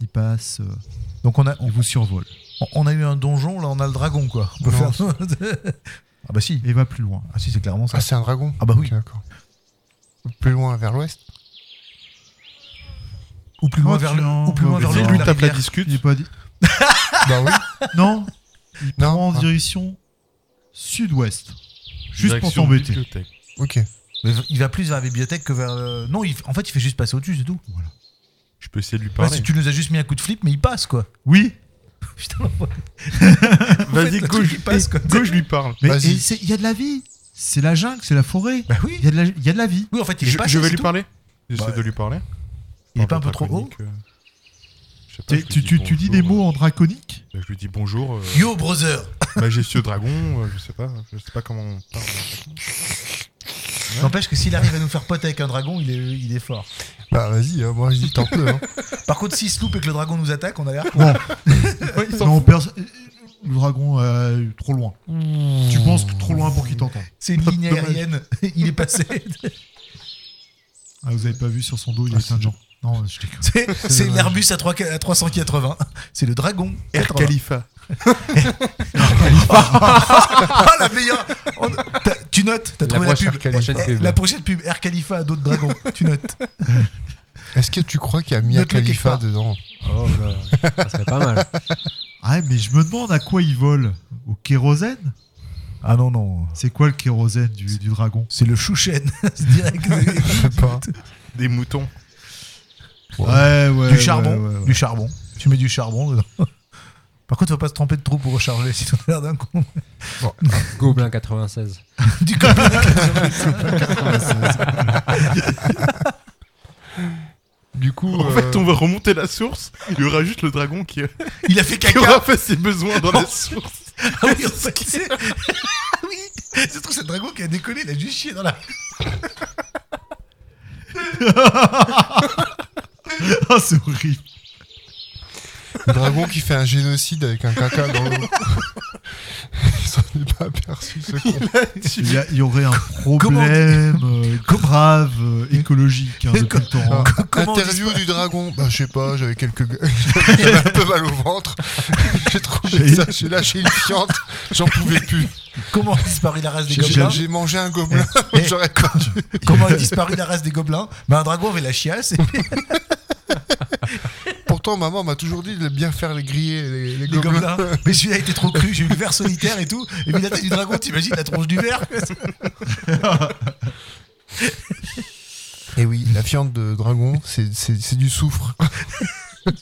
[SPEAKER 1] Il passe, euh,
[SPEAKER 2] Donc on a,
[SPEAKER 1] il vous survole.
[SPEAKER 2] on- on a eu un donjon, là on a le dragon quoi. On peut
[SPEAKER 4] Non.
[SPEAKER 2] faire- ah bah si.
[SPEAKER 1] Et va plus loin.
[SPEAKER 2] Ah si c'est clairement ça.
[SPEAKER 4] Ah, c'est un dragon
[SPEAKER 2] Ah bah oui.
[SPEAKER 4] Ok, D'accord. Plus loin vers l'ouest
[SPEAKER 2] Ou plus loin
[SPEAKER 1] Ah,
[SPEAKER 2] vers
[SPEAKER 1] tu-
[SPEAKER 2] le ou plus
[SPEAKER 1] ouais,
[SPEAKER 2] loin
[SPEAKER 1] ouais,
[SPEAKER 2] vers
[SPEAKER 1] ouais.
[SPEAKER 2] le
[SPEAKER 1] Lui,
[SPEAKER 2] haut de la
[SPEAKER 1] tape
[SPEAKER 2] rivière.
[SPEAKER 3] discute.
[SPEAKER 1] Il est pas dit-
[SPEAKER 4] Bah oui.
[SPEAKER 1] Non, il
[SPEAKER 4] Non,
[SPEAKER 1] prend en
[SPEAKER 4] hein.
[SPEAKER 1] direction sud-ouest. Juste pour
[SPEAKER 3] Direction
[SPEAKER 1] t'embêter.
[SPEAKER 3] bibliothèque.
[SPEAKER 4] Ok.
[SPEAKER 2] Mais il va plus vers la bibliothèque que vers le- Non, il- en fait il fait juste passer au-dessus, c'est tout.
[SPEAKER 3] Je peux essayer de lui
[SPEAKER 2] Là,
[SPEAKER 3] parler.
[SPEAKER 2] si tu nous as juste mis un coup de flip, mais il passe quoi.
[SPEAKER 1] Oui,
[SPEAKER 2] Putain, le
[SPEAKER 3] Vas-y, go,
[SPEAKER 2] truc,
[SPEAKER 3] je-
[SPEAKER 2] il passe, quoi.
[SPEAKER 3] go, je lui parle.
[SPEAKER 1] mais
[SPEAKER 4] Vas-y.
[SPEAKER 1] et c'est- il y a de la vie. C'est la jungle, c'est la forêt.
[SPEAKER 2] bah oui.
[SPEAKER 1] Il y, a de la- il y a de la vie.
[SPEAKER 2] Oui, en fait, il est
[SPEAKER 3] Je,
[SPEAKER 2] passé,
[SPEAKER 3] je vais
[SPEAKER 2] c'est
[SPEAKER 3] lui
[SPEAKER 2] tout.
[SPEAKER 3] parler. J'essaie
[SPEAKER 2] Bah,
[SPEAKER 3] de lui parler.
[SPEAKER 2] Il est
[SPEAKER 3] Parle
[SPEAKER 2] pas un
[SPEAKER 3] de
[SPEAKER 2] peu trop haut
[SPEAKER 3] draconique, euh, Ah, je sais pas,
[SPEAKER 1] Tu,
[SPEAKER 3] je lui
[SPEAKER 1] tu- tu- tu dis des
[SPEAKER 3] bonjour,
[SPEAKER 1] mots en draconique
[SPEAKER 3] euh, Je lui dis bonjour, euh,
[SPEAKER 2] Yo, brother
[SPEAKER 3] majestueux dragon, euh, je sais pas, je sais pas comment on parle.
[SPEAKER 2] N'empêche que s'il arrive à nous faire pote avec un dragon, il est, il est fort.
[SPEAKER 4] Bah vas-y, hein, moi je dis tant peu. Hein.
[SPEAKER 2] Par contre, s'il se loupe et que le dragon nous attaque, on a l'air.
[SPEAKER 1] Non. non, perso- le dragon euh, trop loin. Tu penses que trop loin pour qu'il t'entende.
[SPEAKER 2] C'est une ligne aérienne. il est passé.
[SPEAKER 1] Ah, vous avez pas vu sur son dos, il y a
[SPEAKER 4] Ah,
[SPEAKER 1] plein de gens. Non, je déconne.
[SPEAKER 2] C'est- C'est
[SPEAKER 4] dommage.
[SPEAKER 2] l'Airbus à, 3 à 380. C'est le dragon.
[SPEAKER 3] Air
[SPEAKER 2] 80.
[SPEAKER 3] Khalifa.
[SPEAKER 2] Ah, la meilleure On- t'as- Tu notes, t'as
[SPEAKER 5] La
[SPEAKER 2] trouvé la,
[SPEAKER 5] prochaine
[SPEAKER 2] pub.
[SPEAKER 5] Air Khalifa.
[SPEAKER 2] Eh, La prochaine pub, Air Khalifa à d'autres dragons. tu notes.
[SPEAKER 4] Est-ce que tu crois qu'il y a Mia
[SPEAKER 2] Note-le quelque
[SPEAKER 4] Khalifa
[SPEAKER 2] part.
[SPEAKER 4] dedans
[SPEAKER 5] Oh là, ça serait pas mal.
[SPEAKER 1] Ah, mais je me demande à quoi il vole. Au kérosène
[SPEAKER 2] Ah non, non.
[SPEAKER 1] C'est quoi le kérosène du, du dragon
[SPEAKER 2] C'est le chouchen. C'est direct.
[SPEAKER 4] Je sais pas.
[SPEAKER 3] Des moutons.
[SPEAKER 1] Ouais, ouais.
[SPEAKER 2] du
[SPEAKER 1] ouais,
[SPEAKER 2] charbon.
[SPEAKER 1] ouais, ouais.
[SPEAKER 2] Du charbon. Tu mets du charbon dedans. Par contre, faut pas se tromper de trou pour recharger, sinon on a l'air d'un con.
[SPEAKER 5] Gobelin 96.
[SPEAKER 2] Du coup,
[SPEAKER 4] Du coup,
[SPEAKER 3] En
[SPEAKER 4] euh,
[SPEAKER 3] fait, on va remonter la source, il y aura juste le dragon qui,
[SPEAKER 2] il a fait
[SPEAKER 3] qui
[SPEAKER 2] caca.
[SPEAKER 3] aura fait ses besoins dans la source.
[SPEAKER 2] Ah oui, en fait, c'est- Ah oui C'est trop, c'est le dragon qui a décollé, il a juste chié dans la.
[SPEAKER 1] Ah, c'est horrible.
[SPEAKER 4] le dragon qui fait un génocide avec un caca dans l'eau. Il s'en est pas aperçu. ce con.
[SPEAKER 1] Il y, a- il y aurait un
[SPEAKER 2] Comment on dit-
[SPEAKER 1] problème euh, grave euh, écologique hein, depuis le temps. hein.
[SPEAKER 2] Comment on dit-
[SPEAKER 4] Interview du dragon. Bah, je sais pas, j'avais quelques. j'avais un peu mal au ventre. J'ai trouvé
[SPEAKER 1] J'ai-
[SPEAKER 4] ça, j'ai lâché une fiente. J'en pouvais plus.
[SPEAKER 2] Comment a disparu la race des
[SPEAKER 4] J'ai-
[SPEAKER 2] gobelins
[SPEAKER 4] J'ai mangé un gobelin.
[SPEAKER 2] Eh,
[SPEAKER 4] J'aurais connu.
[SPEAKER 2] Comment a disparu la race des gobelins ben, Un dragon avait la chiasse. Et...
[SPEAKER 4] Pourtant, maman m'a toujours dit de bien faire les griller, les, les
[SPEAKER 2] les
[SPEAKER 4] gobelins.
[SPEAKER 2] gobelins. Mais celui-là était trop cru, j'ai eu le verre solitaire et tout. Et puis la tête du dragon, t'imagines la tronche du verre
[SPEAKER 4] Et Eh oui, la fiente de dragon, c'est- c'est c'est du soufre.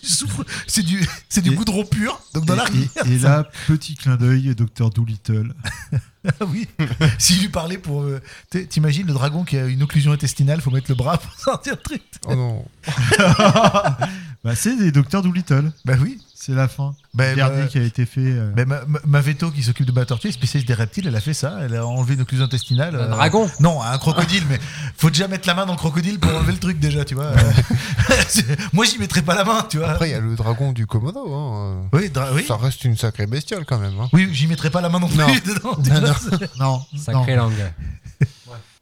[SPEAKER 2] Du soufre, c'est du, c'est du
[SPEAKER 1] Et-
[SPEAKER 2] goudron pur. Donc dans la
[SPEAKER 1] Et,
[SPEAKER 2] rivière.
[SPEAKER 1] et- et là, petit clin d'œil, Docteur Doolittle.
[SPEAKER 2] Ah oui. Si lui parlait pour. euh, t'es- T'imagines le dragon qui a une occlusion intestinale, faut mettre le bras pour sortir le truc.
[SPEAKER 4] Oh non.
[SPEAKER 1] Bah, c'est des Docteur Doolittle.
[SPEAKER 2] Bah oui.
[SPEAKER 1] C'est la fin.
[SPEAKER 2] Bah,
[SPEAKER 1] le dernier
[SPEAKER 2] bah,
[SPEAKER 1] qui a été fait. euh,
[SPEAKER 2] bah, ma, ma- ma veto qui s'occupe de ma tortue, est spécialiste des reptiles, elle a fait ça. Elle a enlevé une occlusion intestinale.
[SPEAKER 5] Un
[SPEAKER 2] euh,
[SPEAKER 5] dragon
[SPEAKER 2] Non, un crocodile, mais faut déjà mettre la main dans le crocodile pour enlever le truc déjà, tu vois. Euh, c'est- Moi, j'y mettrais pas la main, tu vois.
[SPEAKER 4] Après, il y a le dragon du Komodo. hein.
[SPEAKER 2] Oui, dra- oui.
[SPEAKER 4] Ça reste une sacrée bestiole quand même. hein.
[SPEAKER 2] Oui, j'y mettrais pas la main non plus
[SPEAKER 4] Non.
[SPEAKER 2] dedans. tu vois, c'est-
[SPEAKER 1] Non, non.
[SPEAKER 5] Sacré langue.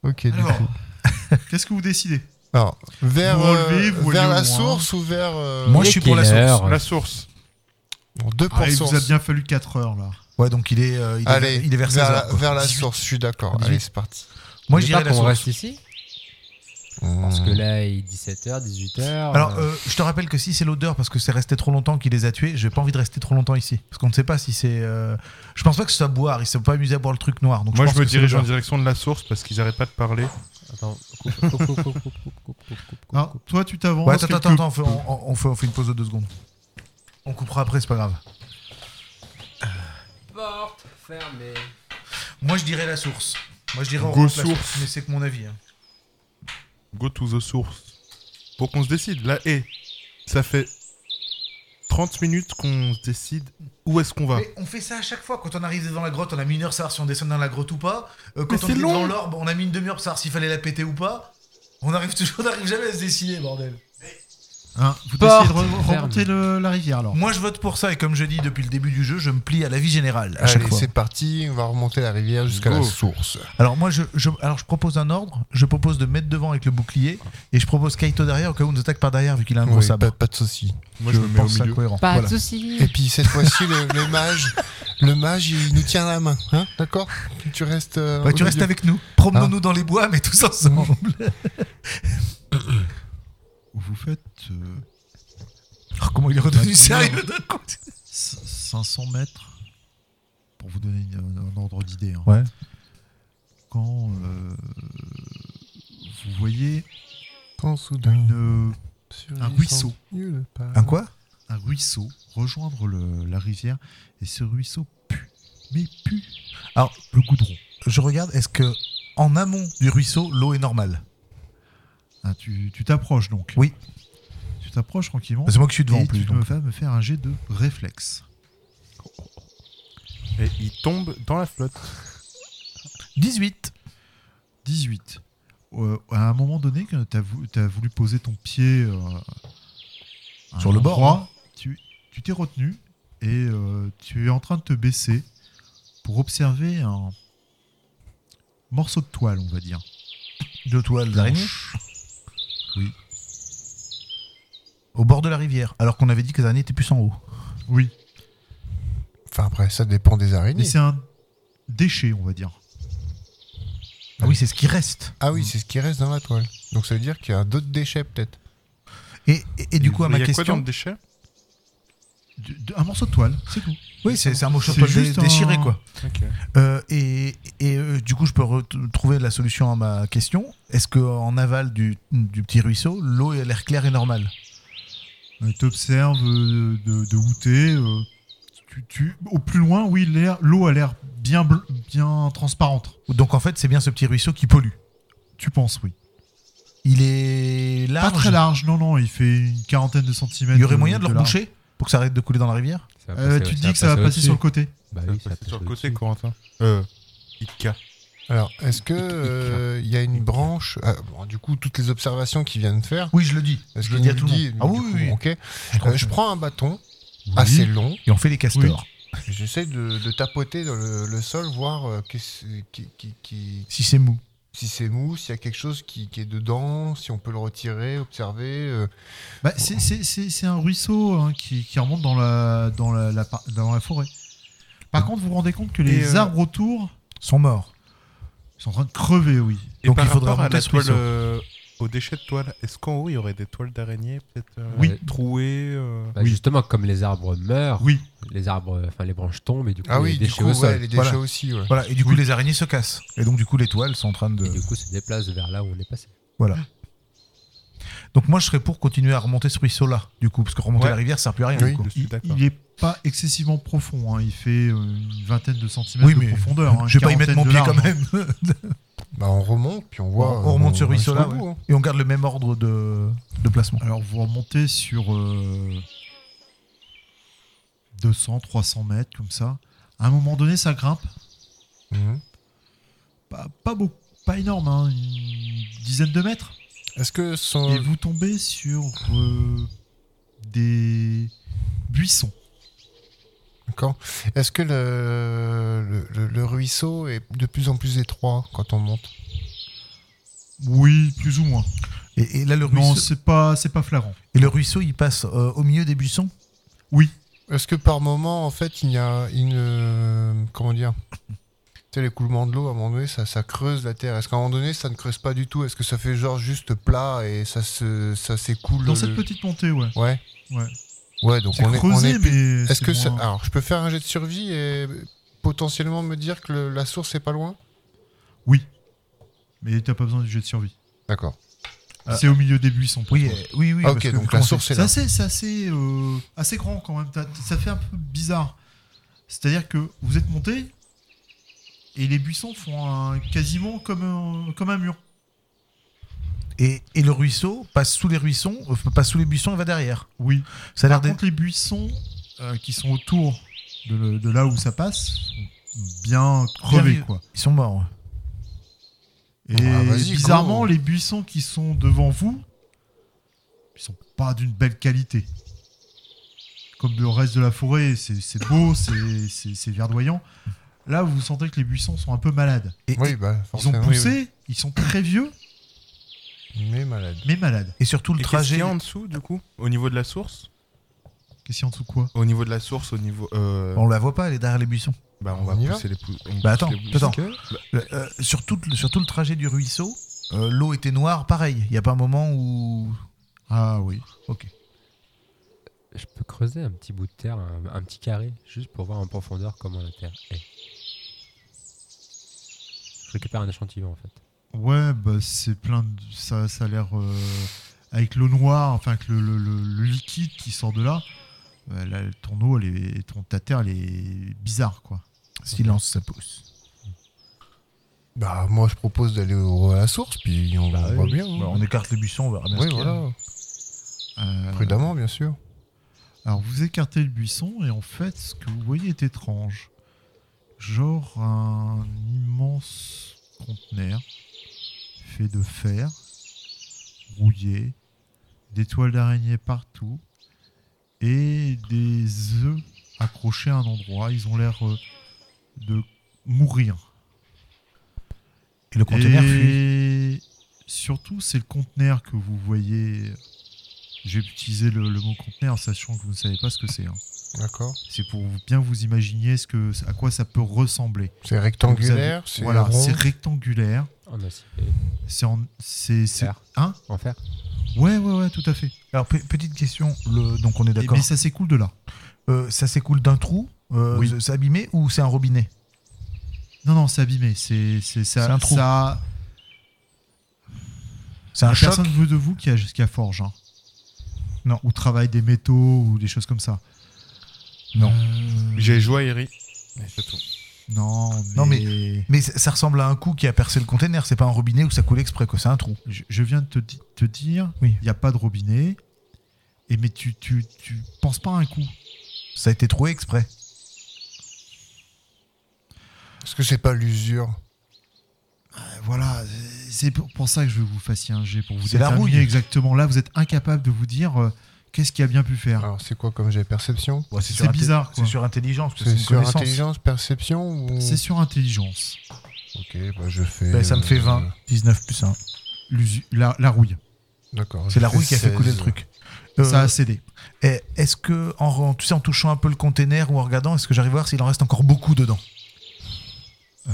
[SPEAKER 4] Ok, du
[SPEAKER 1] Alors,
[SPEAKER 4] coup.
[SPEAKER 1] qu'est-ce que vous décidez
[SPEAKER 4] Alors, vers,
[SPEAKER 1] Vous relevez,
[SPEAKER 4] euh,
[SPEAKER 1] vous
[SPEAKER 4] vers
[SPEAKER 1] allez
[SPEAKER 4] la
[SPEAKER 1] au moins.
[SPEAKER 4] source ou vers. euh,
[SPEAKER 2] Moi, je
[SPEAKER 5] Il
[SPEAKER 2] suis
[SPEAKER 5] est
[SPEAKER 2] pour la
[SPEAKER 5] quelle
[SPEAKER 2] source.
[SPEAKER 5] heure
[SPEAKER 3] La source.
[SPEAKER 4] bon, 2%.
[SPEAKER 1] Ah, Il vous a bien fallu 4 heures là.
[SPEAKER 2] Ouais, donc il est, euh, il est,
[SPEAKER 4] Allez,
[SPEAKER 2] il est vers 16
[SPEAKER 4] vers, la,
[SPEAKER 2] heures, quoi.
[SPEAKER 4] vers la
[SPEAKER 2] 18.
[SPEAKER 4] source, je suis d'accord.
[SPEAKER 2] 18.
[SPEAKER 4] Allez, c'est parti.
[SPEAKER 2] Moi,
[SPEAKER 5] Je sais
[SPEAKER 2] j'irais
[SPEAKER 5] pas
[SPEAKER 2] la
[SPEAKER 5] qu'on
[SPEAKER 2] source.
[SPEAKER 5] reste ici Parce que là, il est 17h, 18h.
[SPEAKER 2] Alors, euh, je te rappelle que si c'est l'odeur parce que c'est resté trop longtemps qu'il les a tués, j'ai pas envie de rester trop longtemps ici. Parce qu'on ne sait pas si c'est. euh, Je pense pas que ce soit boire, ils se sont pas amusés à boire le truc noir. Donc
[SPEAKER 3] Moi,
[SPEAKER 2] je,
[SPEAKER 3] je
[SPEAKER 2] pense
[SPEAKER 3] me
[SPEAKER 2] que c'est
[SPEAKER 3] dirige en
[SPEAKER 2] l'odeur.
[SPEAKER 3] direction de la source parce qu'ils arrêtent pas de parler.
[SPEAKER 5] Euh, Attends, coupe, coupe, coupe, coupe, coupe, coupe, coupe, coupe, coupe,
[SPEAKER 1] Alors,
[SPEAKER 5] coupe.
[SPEAKER 1] Ah, toi, tu t'avances.
[SPEAKER 2] Ouais, attends,
[SPEAKER 1] quelques-
[SPEAKER 2] attends, attends, on fait, on- on fait- on fait une pause de deux secondes. On coupera après, c'est pas grave.
[SPEAKER 5] Porte fermée.
[SPEAKER 2] Moi, je dirais la source. Moi, je dirais on
[SPEAKER 3] Go
[SPEAKER 2] rentre la
[SPEAKER 3] source.
[SPEAKER 2] source, Mais c'est que mon avis. hein.
[SPEAKER 3] Go to the source. Pour qu'on se décide. Là, hé, ça fait 30 minutes qu'on se décide où est-ce qu'on va.
[SPEAKER 2] Mais on fait ça à chaque fois. Quand on arrive devant la grotte, on a mis une heure pour savoir si on descend dans la grotte ou pas. Euh, quand
[SPEAKER 3] Mais
[SPEAKER 2] on
[SPEAKER 3] c'est
[SPEAKER 2] est devant
[SPEAKER 3] long.
[SPEAKER 2] l'orbe, on a mis une demi-heure pour savoir s'il fallait la péter ou pas. On arrive toujours, on n'arrive jamais à se décider, bordel.
[SPEAKER 1] Hein, vous
[SPEAKER 5] Porte
[SPEAKER 1] décidez de re-
[SPEAKER 5] ferme.
[SPEAKER 1] remonter le- la rivière alors.
[SPEAKER 2] Moi, je vote pour ça, et comme je dis depuis le début du jeu, je me plie à l'avis général à chaque
[SPEAKER 4] Allez,
[SPEAKER 2] fois.
[SPEAKER 4] c'est parti. On va remonter la rivière jusqu'à la
[SPEAKER 3] Go.
[SPEAKER 4] source.
[SPEAKER 2] Alors, moi, je, je- alors, je propose un ordre. Je propose de mettre devant avec le bouclier, et je propose Kaito derrière, au cas où on nous attaque par derrière, vu qu'il a un gros
[SPEAKER 4] Oui,
[SPEAKER 2] sabre.
[SPEAKER 4] pas, pas de soucis.
[SPEAKER 3] Moi, je, me mets au
[SPEAKER 2] pense ça
[SPEAKER 3] milieu.
[SPEAKER 2] cohérent.
[SPEAKER 6] Pas
[SPEAKER 2] Voilà.
[SPEAKER 6] de soucis.
[SPEAKER 4] Et puis cette fois-ci, le, le mage, le mage, il nous tient la main, hein D'accord Tu restes. euh,
[SPEAKER 2] Bah, tu
[SPEAKER 4] au
[SPEAKER 2] restes
[SPEAKER 4] milieu.
[SPEAKER 2] avec nous. Promenons-nous
[SPEAKER 3] Ah.
[SPEAKER 2] dans les bois, mais tous ensemble.
[SPEAKER 1] Vous faites euh,
[SPEAKER 2] Alors, comment il est redevenu
[SPEAKER 1] Bah,
[SPEAKER 2] sérieux d'un coup
[SPEAKER 1] 500 mètres pour vous donner une- un, un ordre d'idée. hein.
[SPEAKER 2] Ouais.
[SPEAKER 1] Quand euh, vous voyez
[SPEAKER 4] Quand soudain,
[SPEAKER 1] une-
[SPEAKER 4] surgit
[SPEAKER 1] un ruisseau,
[SPEAKER 4] sans nulle part.
[SPEAKER 2] Un quoi
[SPEAKER 1] un ruisseau rejoindre le- la rivière et ce ruisseau pue, mais pue
[SPEAKER 2] Alors,
[SPEAKER 1] le goudron.
[SPEAKER 2] je regarde, est-ce que en amont du ruisseau, l'eau est normale
[SPEAKER 1] Hein, tu tu t'approches donc.
[SPEAKER 2] Oui.
[SPEAKER 1] Tu t'approches tranquillement.
[SPEAKER 2] C'est moi que je suis devant en
[SPEAKER 1] Et
[SPEAKER 2] plus.
[SPEAKER 1] tu
[SPEAKER 2] donc.
[SPEAKER 1] me vas me faire un jet de réflexe.
[SPEAKER 3] Et il tombe dans la flotte.
[SPEAKER 2] 18.
[SPEAKER 1] 18. Euh, à un moment donné, quand tu as, voulu poser ton pied euh, à un
[SPEAKER 2] Sur le bord, hein.
[SPEAKER 1] endroit, tu tu t'es retenu et euh, tu es en train de te baisser pour observer un morceau de toile, on va dire.
[SPEAKER 2] Deux toiles d'araignée
[SPEAKER 1] Oui.
[SPEAKER 2] Au bord de la rivière, alors qu'on avait dit que les araignées étaient plus en haut.
[SPEAKER 1] Oui.
[SPEAKER 4] Enfin après, ça dépend des
[SPEAKER 1] Mais
[SPEAKER 4] araignées.
[SPEAKER 1] c'est un déchet, on va dire.
[SPEAKER 2] Ah oui, c'est ce qui reste.
[SPEAKER 4] Ah oui, c'est ce qui reste dans la toile. Donc ça veut dire qu'il y a d'autres déchets peut-être.
[SPEAKER 2] Et, et- et du coup, à
[SPEAKER 3] Mais
[SPEAKER 2] ma
[SPEAKER 3] il y a quoi
[SPEAKER 2] question.
[SPEAKER 3] dans le déchet
[SPEAKER 1] Du- de- un morceau de toile, c'est tout.
[SPEAKER 2] oui, c'est c'est un morceau de
[SPEAKER 1] C'est
[SPEAKER 2] toile dé-
[SPEAKER 1] juste un-
[SPEAKER 2] déchiré, quoi.
[SPEAKER 3] Ok.
[SPEAKER 2] Euh, et et, euh, du coup, je peux retrouver la solution à ma question. Est-ce qu'en aval du, du petit ruisseau, l'eau et l'air clair est normale
[SPEAKER 1] Tu observes Euh, de, de où t'es, euh, tu, tu- au plus loin, oui, l'air- l'eau a l'air bien, bleu- bien transparente.
[SPEAKER 2] Donc en fait, c'est bien ce petit ruisseau qui pollue.
[SPEAKER 1] Tu penses, oui.
[SPEAKER 2] Il est large.
[SPEAKER 1] Pas très large, non, non, il fait une quarantaine de centimètres.
[SPEAKER 2] Il y aurait moyen de, le
[SPEAKER 1] large.
[SPEAKER 2] reboucher pour que ça arrête de couler dans la rivière
[SPEAKER 5] Ça va
[SPEAKER 1] Euh,
[SPEAKER 5] passer-
[SPEAKER 1] tu te dis que ça va passer
[SPEAKER 5] au-dessus.
[SPEAKER 1] sur le côté.
[SPEAKER 5] Bah
[SPEAKER 3] Ça
[SPEAKER 5] oui,
[SPEAKER 3] va passer
[SPEAKER 5] ça va
[SPEAKER 3] Euh, sur le
[SPEAKER 5] passer
[SPEAKER 3] côté,
[SPEAKER 5] au-dessus.
[SPEAKER 3] Corentin. Euh, Itka.
[SPEAKER 4] Alors, est-ce que euh, il y a une branche ah, bon, Du coup, toutes les observations qu'il vient de faire.
[SPEAKER 2] Oui, je le dis.
[SPEAKER 4] Parce
[SPEAKER 2] Je
[SPEAKER 4] que
[SPEAKER 2] le dis à
[SPEAKER 4] nous
[SPEAKER 2] tout le
[SPEAKER 4] dit-
[SPEAKER 2] monde. Ah
[SPEAKER 4] du
[SPEAKER 2] oui,
[SPEAKER 4] coup, Euh,
[SPEAKER 2] oui, oui.
[SPEAKER 4] ok. Euh, je prends un bâton assez long.
[SPEAKER 2] Et on fait les castors.
[SPEAKER 4] J'essaie de, de tapoter dans le, le sol, voir euh, qu'est-ce- qui- qui- qui-
[SPEAKER 1] Si c'est mou.
[SPEAKER 4] si c'est mou, s'il y a quelque chose qui, qui est dedans, si on peut le retirer, observer. euh.
[SPEAKER 1] Bah, c'est- c'est c'est- c'est un ruisseau hein, qui, qui remonte dans la, dans, la, la par- dans la forêt. Par contre, vous vous rendez compte que les
[SPEAKER 3] Et, euh,
[SPEAKER 1] arbres autour
[SPEAKER 2] Ils sont morts.
[SPEAKER 1] sont en train de crever, oui.
[SPEAKER 3] Et
[SPEAKER 2] Donc
[SPEAKER 3] par
[SPEAKER 2] il faudra
[SPEAKER 3] rapport à
[SPEAKER 2] monter
[SPEAKER 3] la
[SPEAKER 2] ce
[SPEAKER 3] toile,
[SPEAKER 2] ruisseau.
[SPEAKER 3] euh, aux déchets de toile, est-ce qu'en haut il y aurait des toiles d'araignée peut-être euh,
[SPEAKER 1] Oui.
[SPEAKER 3] trouées euh,
[SPEAKER 5] Bah, Justement, comme les arbres meurent,
[SPEAKER 1] Oui.
[SPEAKER 5] les arbres, enfin les branches tombent et du coup
[SPEAKER 4] Ah
[SPEAKER 5] les
[SPEAKER 4] oui, du
[SPEAKER 5] déchets
[SPEAKER 4] coup,
[SPEAKER 5] au
[SPEAKER 4] ouais,
[SPEAKER 5] sol.
[SPEAKER 4] les déchets
[SPEAKER 2] Voilà.
[SPEAKER 4] aussi. ouais.
[SPEAKER 2] Voilà, et du coup,
[SPEAKER 1] Oui.
[SPEAKER 2] les araignées se cassent. Et donc, du coup, les toiles sont en train de.
[SPEAKER 5] Et du coup se déplacent vers là où on est passé.
[SPEAKER 2] Donc, moi, je serais pour continuer à remonter ce ruisseau-là, du coup, parce que remonter
[SPEAKER 3] Ouais.
[SPEAKER 2] la rivière, ça sert plus à rien.
[SPEAKER 4] Oui.
[SPEAKER 2] du coup.
[SPEAKER 3] Je suis
[SPEAKER 1] Il,
[SPEAKER 3] d'accord.
[SPEAKER 1] il est pas excessivement profond. hein. Il fait euh, une vingtaine de centimètres
[SPEAKER 2] Oui,
[SPEAKER 1] de
[SPEAKER 2] mais
[SPEAKER 1] profondeur. hein,
[SPEAKER 2] je vais pas y mettre
[SPEAKER 1] quarantaine
[SPEAKER 2] mon
[SPEAKER 1] de
[SPEAKER 2] pied
[SPEAKER 1] large,
[SPEAKER 2] quand
[SPEAKER 1] hein.
[SPEAKER 2] même.
[SPEAKER 4] Bah, on remonte, puis on voit.
[SPEAKER 2] On-
[SPEAKER 4] euh,
[SPEAKER 2] on remonte ce
[SPEAKER 4] reste
[SPEAKER 2] ruisseau-là,
[SPEAKER 4] au bout, hein.
[SPEAKER 2] et on garde le même ordre de, de placement.
[SPEAKER 1] Alors vous remontez sur euh, 200, 300 mètres comme ça. À un moment donné, ça grimpe.
[SPEAKER 4] Mhm.
[SPEAKER 1] Pas, pas beaucoup, pas énorme, hein, une dizaine de mètres.
[SPEAKER 4] Est-ce que son.
[SPEAKER 1] Et vous tombez sur euh, des buissons.
[SPEAKER 4] D'accord. Est-ce que le, le- le- le ruisseau est de plus en plus étroit quand on monte
[SPEAKER 1] Oui, plus ou moins.
[SPEAKER 2] Et, et là, le
[SPEAKER 1] Non,
[SPEAKER 2] ruisseau,
[SPEAKER 1] c'est pas, c'est pas flagrant.
[SPEAKER 2] et le ruisseau, il passe euh, au milieu des buissons.
[SPEAKER 1] Oui,
[SPEAKER 4] Est-ce que par moment, en fait, il y a une. euh, comment dire Tu sais, l'écoulement de l'eau, à un moment donné, ça, ça creuse la terre. Est-ce qu'à un moment donné, ça ne creuse pas du tout Est-ce que ça fait genre juste plat et ça se, ça s'écoule
[SPEAKER 1] dans
[SPEAKER 4] le-
[SPEAKER 1] cette petite montée, ouais.
[SPEAKER 4] Ouais.
[SPEAKER 1] Ouais.
[SPEAKER 4] Ouais, donc
[SPEAKER 1] C'est
[SPEAKER 4] on est, on
[SPEAKER 1] creusé,
[SPEAKER 4] est-
[SPEAKER 1] mais.
[SPEAKER 4] Est-ce
[SPEAKER 1] c'est
[SPEAKER 4] que ça... ah.
[SPEAKER 1] moins-
[SPEAKER 4] Alors, je peux faire un jet de survie et potentiellement me dire que le- la source est pas loin
[SPEAKER 1] Mais t'as pas besoin du jet de survie.
[SPEAKER 4] D'accord.
[SPEAKER 2] Ah.
[SPEAKER 1] C'est au milieu des buissons. pour
[SPEAKER 2] Oui,
[SPEAKER 1] toi.
[SPEAKER 2] euh, oui, oui.
[SPEAKER 4] Ah,
[SPEAKER 2] parce
[SPEAKER 4] ok,
[SPEAKER 2] que
[SPEAKER 4] donc la
[SPEAKER 2] comment
[SPEAKER 4] source est
[SPEAKER 1] C'est
[SPEAKER 4] là.
[SPEAKER 1] assez, c'est assez, euh, assez grand quand même. T'as- Ça fait un peu bizarre. C'est-à-dire que vous êtes monté et les buissons font un, quasiment comme un, comme un mur.
[SPEAKER 2] Et, et le ruisseau passe sous les ruissons, euh, passe sous les buissons et va derrière.
[SPEAKER 1] Oui.
[SPEAKER 2] Ça a l'air
[SPEAKER 1] Par
[SPEAKER 2] d'être.
[SPEAKER 1] contre, les buissons euh, qui sont autour de, le- de là où ça passe sont bien crevés,
[SPEAKER 2] Bien-
[SPEAKER 1] quoi.
[SPEAKER 2] Ils sont morts.
[SPEAKER 1] Et
[SPEAKER 4] Ah, vas-y,
[SPEAKER 1] bizarrement,
[SPEAKER 4] go.
[SPEAKER 1] les buissons qui sont devant vous, ils sont pas d'une belle qualité. Comme le reste de la forêt, c'est c'est beau, c'est- c'est c'est verdoyant. Là, vous sentez que les buissons sont un peu malades.
[SPEAKER 2] Et,
[SPEAKER 4] Oui, bah,
[SPEAKER 1] Ils ont
[SPEAKER 4] forcément.
[SPEAKER 1] poussé, ils sont très vieux,
[SPEAKER 4] Mais malade.
[SPEAKER 1] mais malades.
[SPEAKER 2] et surtout le
[SPEAKER 3] Et qu'est-ce
[SPEAKER 2] trajet.
[SPEAKER 3] qu'il y a
[SPEAKER 1] euh,
[SPEAKER 3] en dessous du coup Au niveau de la source
[SPEAKER 1] Qu'est-ce qu'il y a en dessous de quoi
[SPEAKER 3] Au niveau de la source, au niveau. euh,
[SPEAKER 2] On la voit pas, elle est derrière les buissons.
[SPEAKER 3] bah, on,
[SPEAKER 4] on
[SPEAKER 3] va
[SPEAKER 4] y va
[SPEAKER 3] pousser les pou- on pousse
[SPEAKER 2] Bah attends,
[SPEAKER 3] les bouchons.
[SPEAKER 2] attends. Euh, euh, sur, tout le, sur tout le trajet du ruisseau, euh, l'eau était noire, pareil. Il n'y a pas un moment où.
[SPEAKER 1] Ah oui.
[SPEAKER 2] Ok.
[SPEAKER 5] Je peux creuser un petit bout de terre, un, un petit carré, juste pour voir en profondeur comment la terre est. Je récupère un échantillon en fait.
[SPEAKER 1] Ouais, bah, c'est plein de. Ça, ça a l'air. euh, avec l'eau noire, enfin, avec le, le- le- le liquide qui sort de là, euh, là, ton eau, elle est, ton, ta terre, elle est bizarre, quoi.
[SPEAKER 2] Silence, ça pousse.
[SPEAKER 4] Bah, moi, je propose d'aller au- à la source, puis on
[SPEAKER 5] Bah,
[SPEAKER 4] voit
[SPEAKER 5] oui.
[SPEAKER 4] bien. hein.
[SPEAKER 2] Bah, on écarte les buissons, on verra bien
[SPEAKER 4] oui,
[SPEAKER 2] ce qu'il y a.
[SPEAKER 4] voilà.
[SPEAKER 1] Euh,
[SPEAKER 4] Prudemment, bien sûr.
[SPEAKER 1] Alors vous écartez le buisson et en fait ce que vous voyez est étrange. Genre un immense conteneur fait de fer, rouillé, des toiles d'araignée partout et des œufs accrochés à un endroit. Ils ont l'air euh, de mourir.
[SPEAKER 2] Et le conteneur fuit.
[SPEAKER 1] Et surtout, c'est le conteneur que vous voyez. J'ai utilisé le, le mot conteneur, sachant que vous ne savez pas ce que c'est. hein.
[SPEAKER 4] D'accord.
[SPEAKER 1] C'est pour vous- bien vous imaginer ce que, à quoi ça peut ressembler.
[SPEAKER 4] C'est rectangulaire, c'est
[SPEAKER 1] Voilà,
[SPEAKER 4] rond.
[SPEAKER 1] c'est rectangulaire.
[SPEAKER 5] En acier.
[SPEAKER 1] C'est en, c'est, c'est-
[SPEAKER 5] Fer.
[SPEAKER 1] hein
[SPEAKER 5] En fer
[SPEAKER 1] Ouais, ouais, ouais, tout à fait.
[SPEAKER 2] Alors, pe- petite question, le- donc on est
[SPEAKER 1] Et-
[SPEAKER 2] d'accord.
[SPEAKER 1] mais ça s'écoule de là.
[SPEAKER 2] Euh, ça s'écoule d'un trou, euh,
[SPEAKER 1] Oui.
[SPEAKER 2] c'est- c'est abîmé ou c'est un robinet
[SPEAKER 1] Non, non, c'est abîmé. C'est, c'est ça.
[SPEAKER 2] C'est un trou.
[SPEAKER 1] ça-
[SPEAKER 2] C'est un
[SPEAKER 1] la
[SPEAKER 2] choc
[SPEAKER 1] personne veut de vous qui a, qui a forge. hein.
[SPEAKER 2] Non.
[SPEAKER 1] Ou travaille des métaux ou des choses comme ça.
[SPEAKER 2] Non.
[SPEAKER 1] Euh,
[SPEAKER 3] J'ai joaillerie. Et c'est tout.
[SPEAKER 1] non,
[SPEAKER 2] Non, mais-
[SPEAKER 1] mais...
[SPEAKER 2] Mais ça ça ressemble à un coup qui a percé le conteneur, c'est pas un robinet où ça coule exprès, quoi, c'est un trou.
[SPEAKER 1] je, je viens de te, di- te dire, il
[SPEAKER 2] Oui.
[SPEAKER 1] n'y a pas de robinet. Et mais tu, tu, tu penses pas à un coup.
[SPEAKER 2] Ça a été troué exprès.
[SPEAKER 4] Est-ce que c'est pas l'usure
[SPEAKER 1] Euh, Voilà, c'est pour pour ça que je veux que vous fassiez un jet, pour vous
[SPEAKER 2] C'est la
[SPEAKER 1] déterminer
[SPEAKER 2] rouille.
[SPEAKER 1] exactement. Là, vous êtes incapable de vous dire euh, Qu'est-ce qu'il a bien pu faire
[SPEAKER 4] Alors, c'est quoi comme j'ai Perception
[SPEAKER 2] Ouais,
[SPEAKER 1] C'est
[SPEAKER 2] sur inté-
[SPEAKER 1] bizarre, quoi.
[SPEAKER 2] C'est sur intelligence, parce que c'est
[SPEAKER 4] C'est
[SPEAKER 2] une
[SPEAKER 4] sur
[SPEAKER 2] connaissance.
[SPEAKER 4] intelligence, perception
[SPEAKER 2] Ah.
[SPEAKER 4] ou...
[SPEAKER 1] C'est sur intelligence.
[SPEAKER 4] Ok, bah je fais.
[SPEAKER 2] Ben, ça me
[SPEAKER 4] euh,
[SPEAKER 2] fait 20. 19 plus 1.
[SPEAKER 1] L'usu- La, la rouille.
[SPEAKER 4] D'accord.
[SPEAKER 2] C'est
[SPEAKER 4] je
[SPEAKER 2] la
[SPEAKER 4] fais
[SPEAKER 2] rouille qui a fait
[SPEAKER 4] 16.
[SPEAKER 2] couler le truc. Euh,
[SPEAKER 1] Ça a cédé.
[SPEAKER 2] et est-ce que, en, re- tu sais, en touchant un peu le container ou en regardant, est-ce que j'arrive à voir s'il en reste encore beaucoup dedans
[SPEAKER 1] Euh,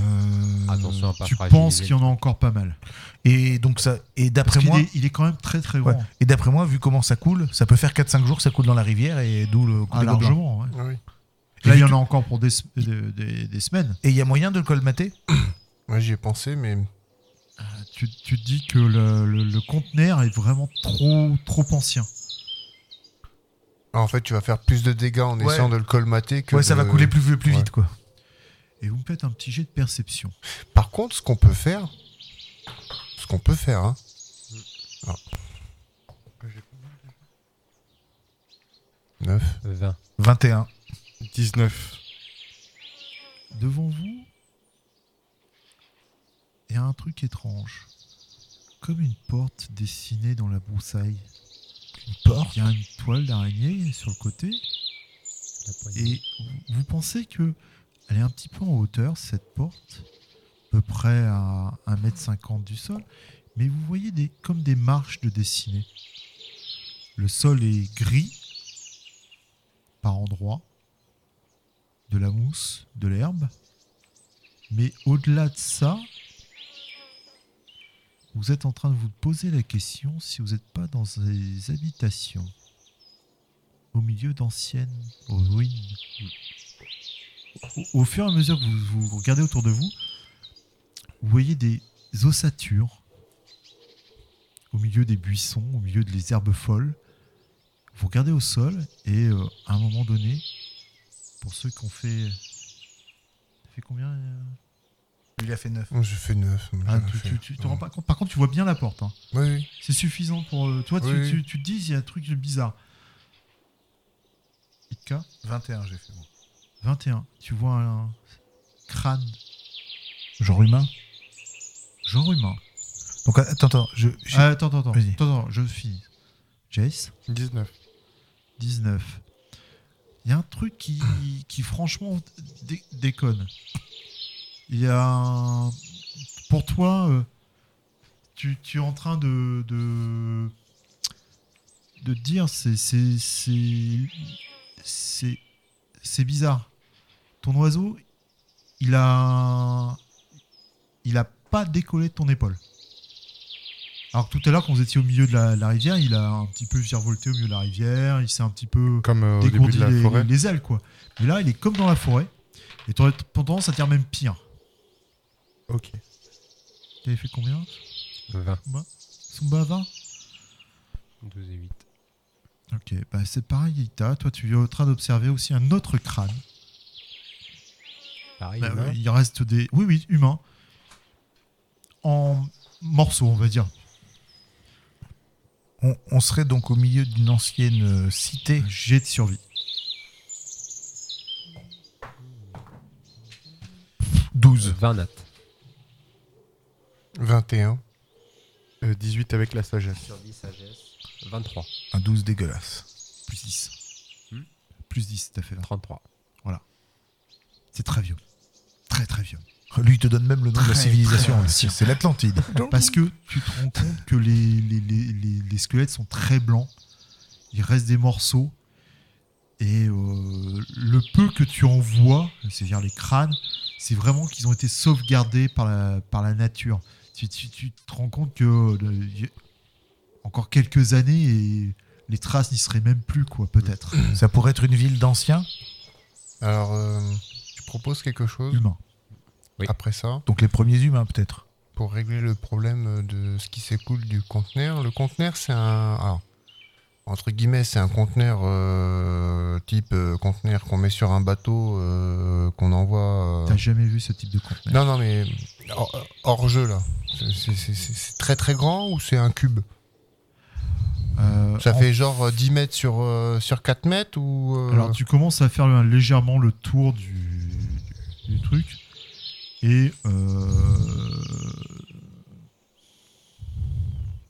[SPEAKER 5] Attention à pas
[SPEAKER 1] tu
[SPEAKER 5] fragiliser.
[SPEAKER 1] penses qu'il y en a encore pas mal.
[SPEAKER 2] Et donc ça, et
[SPEAKER 1] Parce
[SPEAKER 2] d'après
[SPEAKER 1] qu'il
[SPEAKER 2] moi,
[SPEAKER 1] est, il est quand même très très
[SPEAKER 2] ouais.
[SPEAKER 1] grand.
[SPEAKER 2] et d'après moi, vu comment ça coule, ça peut faire 4-5 jours, ça coule dans la rivière et d'où le coup
[SPEAKER 1] Ah,
[SPEAKER 2] des gobelins.
[SPEAKER 1] largement. ouais.
[SPEAKER 4] Ah oui.
[SPEAKER 2] J'ai
[SPEAKER 1] Là, il
[SPEAKER 2] vu
[SPEAKER 1] y en a
[SPEAKER 2] tout-
[SPEAKER 1] encore pour des, s- de- des- des semaines.
[SPEAKER 2] Et il y a moyen de le colmater
[SPEAKER 4] Moi j'y ai pensé, mais
[SPEAKER 1] Tu, tu te dis que le, le- le conteneur est vraiment trop, trop ancien.
[SPEAKER 4] Ah, en fait tu vas faire plus de dégâts en
[SPEAKER 2] Ouais.
[SPEAKER 4] essayant de le colmater que.
[SPEAKER 2] Ouais, ça
[SPEAKER 4] de-
[SPEAKER 2] va couler plus, plus
[SPEAKER 4] Ouais.
[SPEAKER 2] vite, quoi.
[SPEAKER 1] Et vous me faites un petit jet de perception.
[SPEAKER 4] Par contre, ce qu'on peut faire, ce qu'on peut faire, hein. Ah. 9.
[SPEAKER 5] 20.
[SPEAKER 2] 21.
[SPEAKER 3] 19.
[SPEAKER 1] Devant vous, il y a un truc étrange. Comme une porte dessinée dans la broussaille. Une porte Il y a une toile d'araignée sur le côté.
[SPEAKER 5] La poignée.
[SPEAKER 1] Et vous- vous pensez que elle est un petit peu en hauteur, cette porte, à peu près à 1m50 du sol, mais vous voyez des, comme des marches de dessinées. Le sol est gris, par endroits, de la mousse, de l'herbe, mais au-delà de ça, vous êtes en train de vous poser la question si vous n'êtes pas dans des habitations, au milieu d'anciennes ruines au, au fur et à mesure que vous, vous regardez autour de vous, vous voyez des ossatures au milieu des buissons, au milieu des herbes folles. Vous regardez au sol et euh, à un moment donné, pour ceux qui ont fait. Ça fait combien euh
[SPEAKER 2] Il a fait 9.
[SPEAKER 4] Je fais 9.
[SPEAKER 1] Ah, tu, tu- tu te rends pas compte. Par contre, tu vois bien la porte. hein.
[SPEAKER 4] Oui, oui.
[SPEAKER 1] C'est suffisant pour. euh, toi, tu,
[SPEAKER 4] Oui, oui.
[SPEAKER 1] tu- tu te dis, il y a un truc de bizarre. Itka
[SPEAKER 2] 21, j'ai fait.
[SPEAKER 1] 21. Tu vois un crâne,
[SPEAKER 2] Genre humain
[SPEAKER 1] genre humain.
[SPEAKER 2] Donc attends, attends, je, j'ai-
[SPEAKER 1] Ah, attends, attends, attends,
[SPEAKER 2] Vas-y.
[SPEAKER 1] attends, attends, je finis. Jace,
[SPEAKER 3] 19.
[SPEAKER 1] 19. Il y a un truc qui, qui franchement, dé- déconne. Il y a un- Pour toi, euh, tu, tu es en train de... de de te dire c'est c'est c'est c'est c'est bizarre ton oiseau il a il a pas décollé de ton épaule alors que tout à l'heure quand vous étiez au milieu de la, la rivière il a un petit peu virevolté au milieu de la rivière il s'est un petit peu
[SPEAKER 3] Comme euh, au début
[SPEAKER 1] dégourdi
[SPEAKER 3] de la
[SPEAKER 1] les,
[SPEAKER 3] forêt.
[SPEAKER 1] les ailes quoi mais là il est comme dans la forêt et t'aurais t- tendance à dire même pire
[SPEAKER 3] Ok.
[SPEAKER 1] t'avais fait combien
[SPEAKER 5] 20.
[SPEAKER 1] Sumba 20
[SPEAKER 5] 12 et 8.
[SPEAKER 1] Ok, bah c'est pareil, Ita. Toi, tu es en train d'observer aussi un autre crâne.
[SPEAKER 5] Pareil.
[SPEAKER 1] Bah,
[SPEAKER 5] humain.
[SPEAKER 1] euh, il reste des. Oui, oui, humains. En morceaux, on va dire.
[SPEAKER 2] on, on serait donc au milieu d'une ancienne euh, cité.
[SPEAKER 1] Jet de survie.
[SPEAKER 2] 12.
[SPEAKER 5] 20 nat.
[SPEAKER 4] 21.
[SPEAKER 3] Euh, 18 avec la sagesse.
[SPEAKER 5] Survie, sagesse. 23.
[SPEAKER 2] Un 12 dégueulasse.
[SPEAKER 1] Plus 10.
[SPEAKER 5] Hmm
[SPEAKER 1] Plus 10, tout à fait.
[SPEAKER 5] 33.
[SPEAKER 1] C'est très vieux. Très, très vieux.
[SPEAKER 2] Lui, il te donne même le nom de la
[SPEAKER 1] Très,
[SPEAKER 2] civilisation.
[SPEAKER 1] très
[SPEAKER 2] hein. C'est c'est l'Atlantide.
[SPEAKER 1] Parce que tu te rends compte que les, les, les- les- les squelettes sont très blancs. Il reste des morceaux. Et euh, le peu que tu en vois, c'est-à-dire les crânes, c'est vraiment qu'ils ont été sauvegardés par la, par la nature. Tu, tu- tu te rends compte que euh, il y a encore quelques années et les traces n'y seraient même plus, quoi, peut-être.
[SPEAKER 2] Ça pourrait être une ville d'anciens.
[SPEAKER 4] Alors, euh, je propose quelque chose
[SPEAKER 1] Humain.
[SPEAKER 5] Oui.
[SPEAKER 4] après ça
[SPEAKER 2] Donc les premiers humains, peut-être.
[SPEAKER 4] pour régler le problème de ce qui s'écoule du conteneur. Le conteneur, c'est un. alors, entre guillemets, c'est un conteneur euh, type euh, conteneur qu'on met sur un bateau, euh, qu'on envoie. euh,
[SPEAKER 1] T'as jamais vu ce type de conteneur
[SPEAKER 4] Non, non, mais hors, hors jeu, là. C'est- c'est- C'est c'est très très grand ou c'est un cube
[SPEAKER 1] Euh,
[SPEAKER 4] Ça
[SPEAKER 1] en-
[SPEAKER 4] fait genre euh, 10 mètres sur, euh, sur 4 mètres ou. euh,
[SPEAKER 1] Alors tu commences à faire euh, légèrement le tour du, du truc et euh...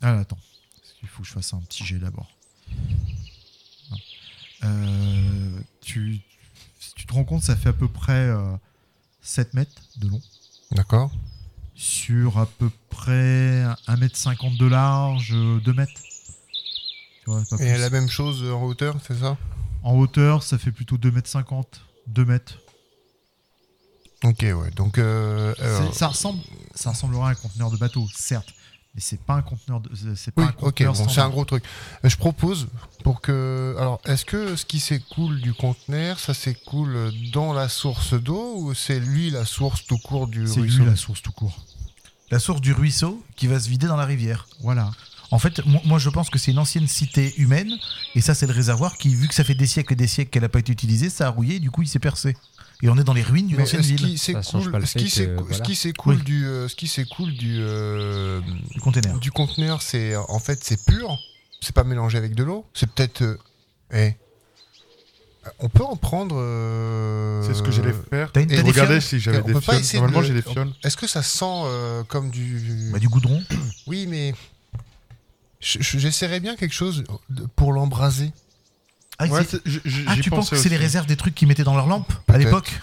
[SPEAKER 1] ah attends, il faut que je fasse un petit jet d'abord. Euh, tu, si tu te rends compte, ça fait à peu près euh, 7 mètres de long,
[SPEAKER 4] D'accord.
[SPEAKER 1] sur à peu près 1 mètre 50 de large, euh, 2 mètres. Tu vois, pas
[SPEAKER 4] Et
[SPEAKER 1] plus.
[SPEAKER 4] la même chose en hauteur, c'est ça
[SPEAKER 1] En hauteur, ça fait plutôt 2 mètres 50, 2 mètres.
[SPEAKER 4] Ok, ouais. Donc, euh,
[SPEAKER 1] C'est-
[SPEAKER 4] alors-
[SPEAKER 1] Ça ressemble, ça ressemblera à un conteneur de bateau, certes, mais c'est pas un conteneur de, c'est- c'est pas
[SPEAKER 4] oui,
[SPEAKER 1] un
[SPEAKER 4] ok,
[SPEAKER 1] conteneur
[SPEAKER 4] bon, c'est
[SPEAKER 1] standard.
[SPEAKER 4] un gros truc. Euh, Je propose pour que. Alors, est-ce que ce qui s'écoule du conteneur, ça s'écoule dans la source d'eau ou c'est lui la source tout court du
[SPEAKER 1] C'est
[SPEAKER 4] ruisseau
[SPEAKER 1] lui la source tout court.
[SPEAKER 2] La source du ruisseau qui va se vider dans la rivière.
[SPEAKER 1] Voilà.
[SPEAKER 2] En fait, moi, moi, je pense que c'est une ancienne cité humaine, et ça c'est le réservoir qui, vu que ça fait des siècles et des siècles qu'elle n'a pas été utilisée, ça a rouillé, du coup il s'est percé. Et on est dans les ruines d'une
[SPEAKER 4] Mais
[SPEAKER 2] ancienne
[SPEAKER 4] ce
[SPEAKER 2] ville,
[SPEAKER 4] qui
[SPEAKER 5] Ça change
[SPEAKER 4] s'écoule,
[SPEAKER 5] pas le
[SPEAKER 4] ce qui
[SPEAKER 5] fait que,
[SPEAKER 4] s'écoule- ce
[SPEAKER 5] voilà.
[SPEAKER 4] qui s'écoule
[SPEAKER 2] Oui.
[SPEAKER 4] du, euh, ce qui s'écoule du, euh,
[SPEAKER 2] du conteneur.
[SPEAKER 4] du conteneur, c'est en fait c'est pur, c'est pas mélangé avec de l'eau, c'est peut-être. euh, eh, on peut en prendre. euh,
[SPEAKER 3] C'est ce que j'allais faire.
[SPEAKER 2] T'as une-
[SPEAKER 3] Et
[SPEAKER 2] t'as des
[SPEAKER 3] regardez
[SPEAKER 2] fioles
[SPEAKER 3] si j'avais
[SPEAKER 4] On
[SPEAKER 3] des
[SPEAKER 4] peut pas
[SPEAKER 3] fioles.
[SPEAKER 4] essayer de
[SPEAKER 3] Normalement,
[SPEAKER 4] le-
[SPEAKER 3] j'ai des fioles.
[SPEAKER 4] Est-ce que ça sent euh, comme du.
[SPEAKER 2] Bah, du goudron.
[SPEAKER 4] Oui, mais je- je- j'essaierais bien quelque chose de- pour l'embraser.
[SPEAKER 2] Ah,
[SPEAKER 3] Ouais,
[SPEAKER 2] c'est-
[SPEAKER 3] c'est- j- j-
[SPEAKER 2] ah,
[SPEAKER 3] j'y
[SPEAKER 2] tu penses que
[SPEAKER 3] pensais
[SPEAKER 2] c'est les
[SPEAKER 3] aussi.
[SPEAKER 2] réserves des trucs qu'ils mettaient dans leurs lampes à
[SPEAKER 4] Peut-être.
[SPEAKER 2] l'époque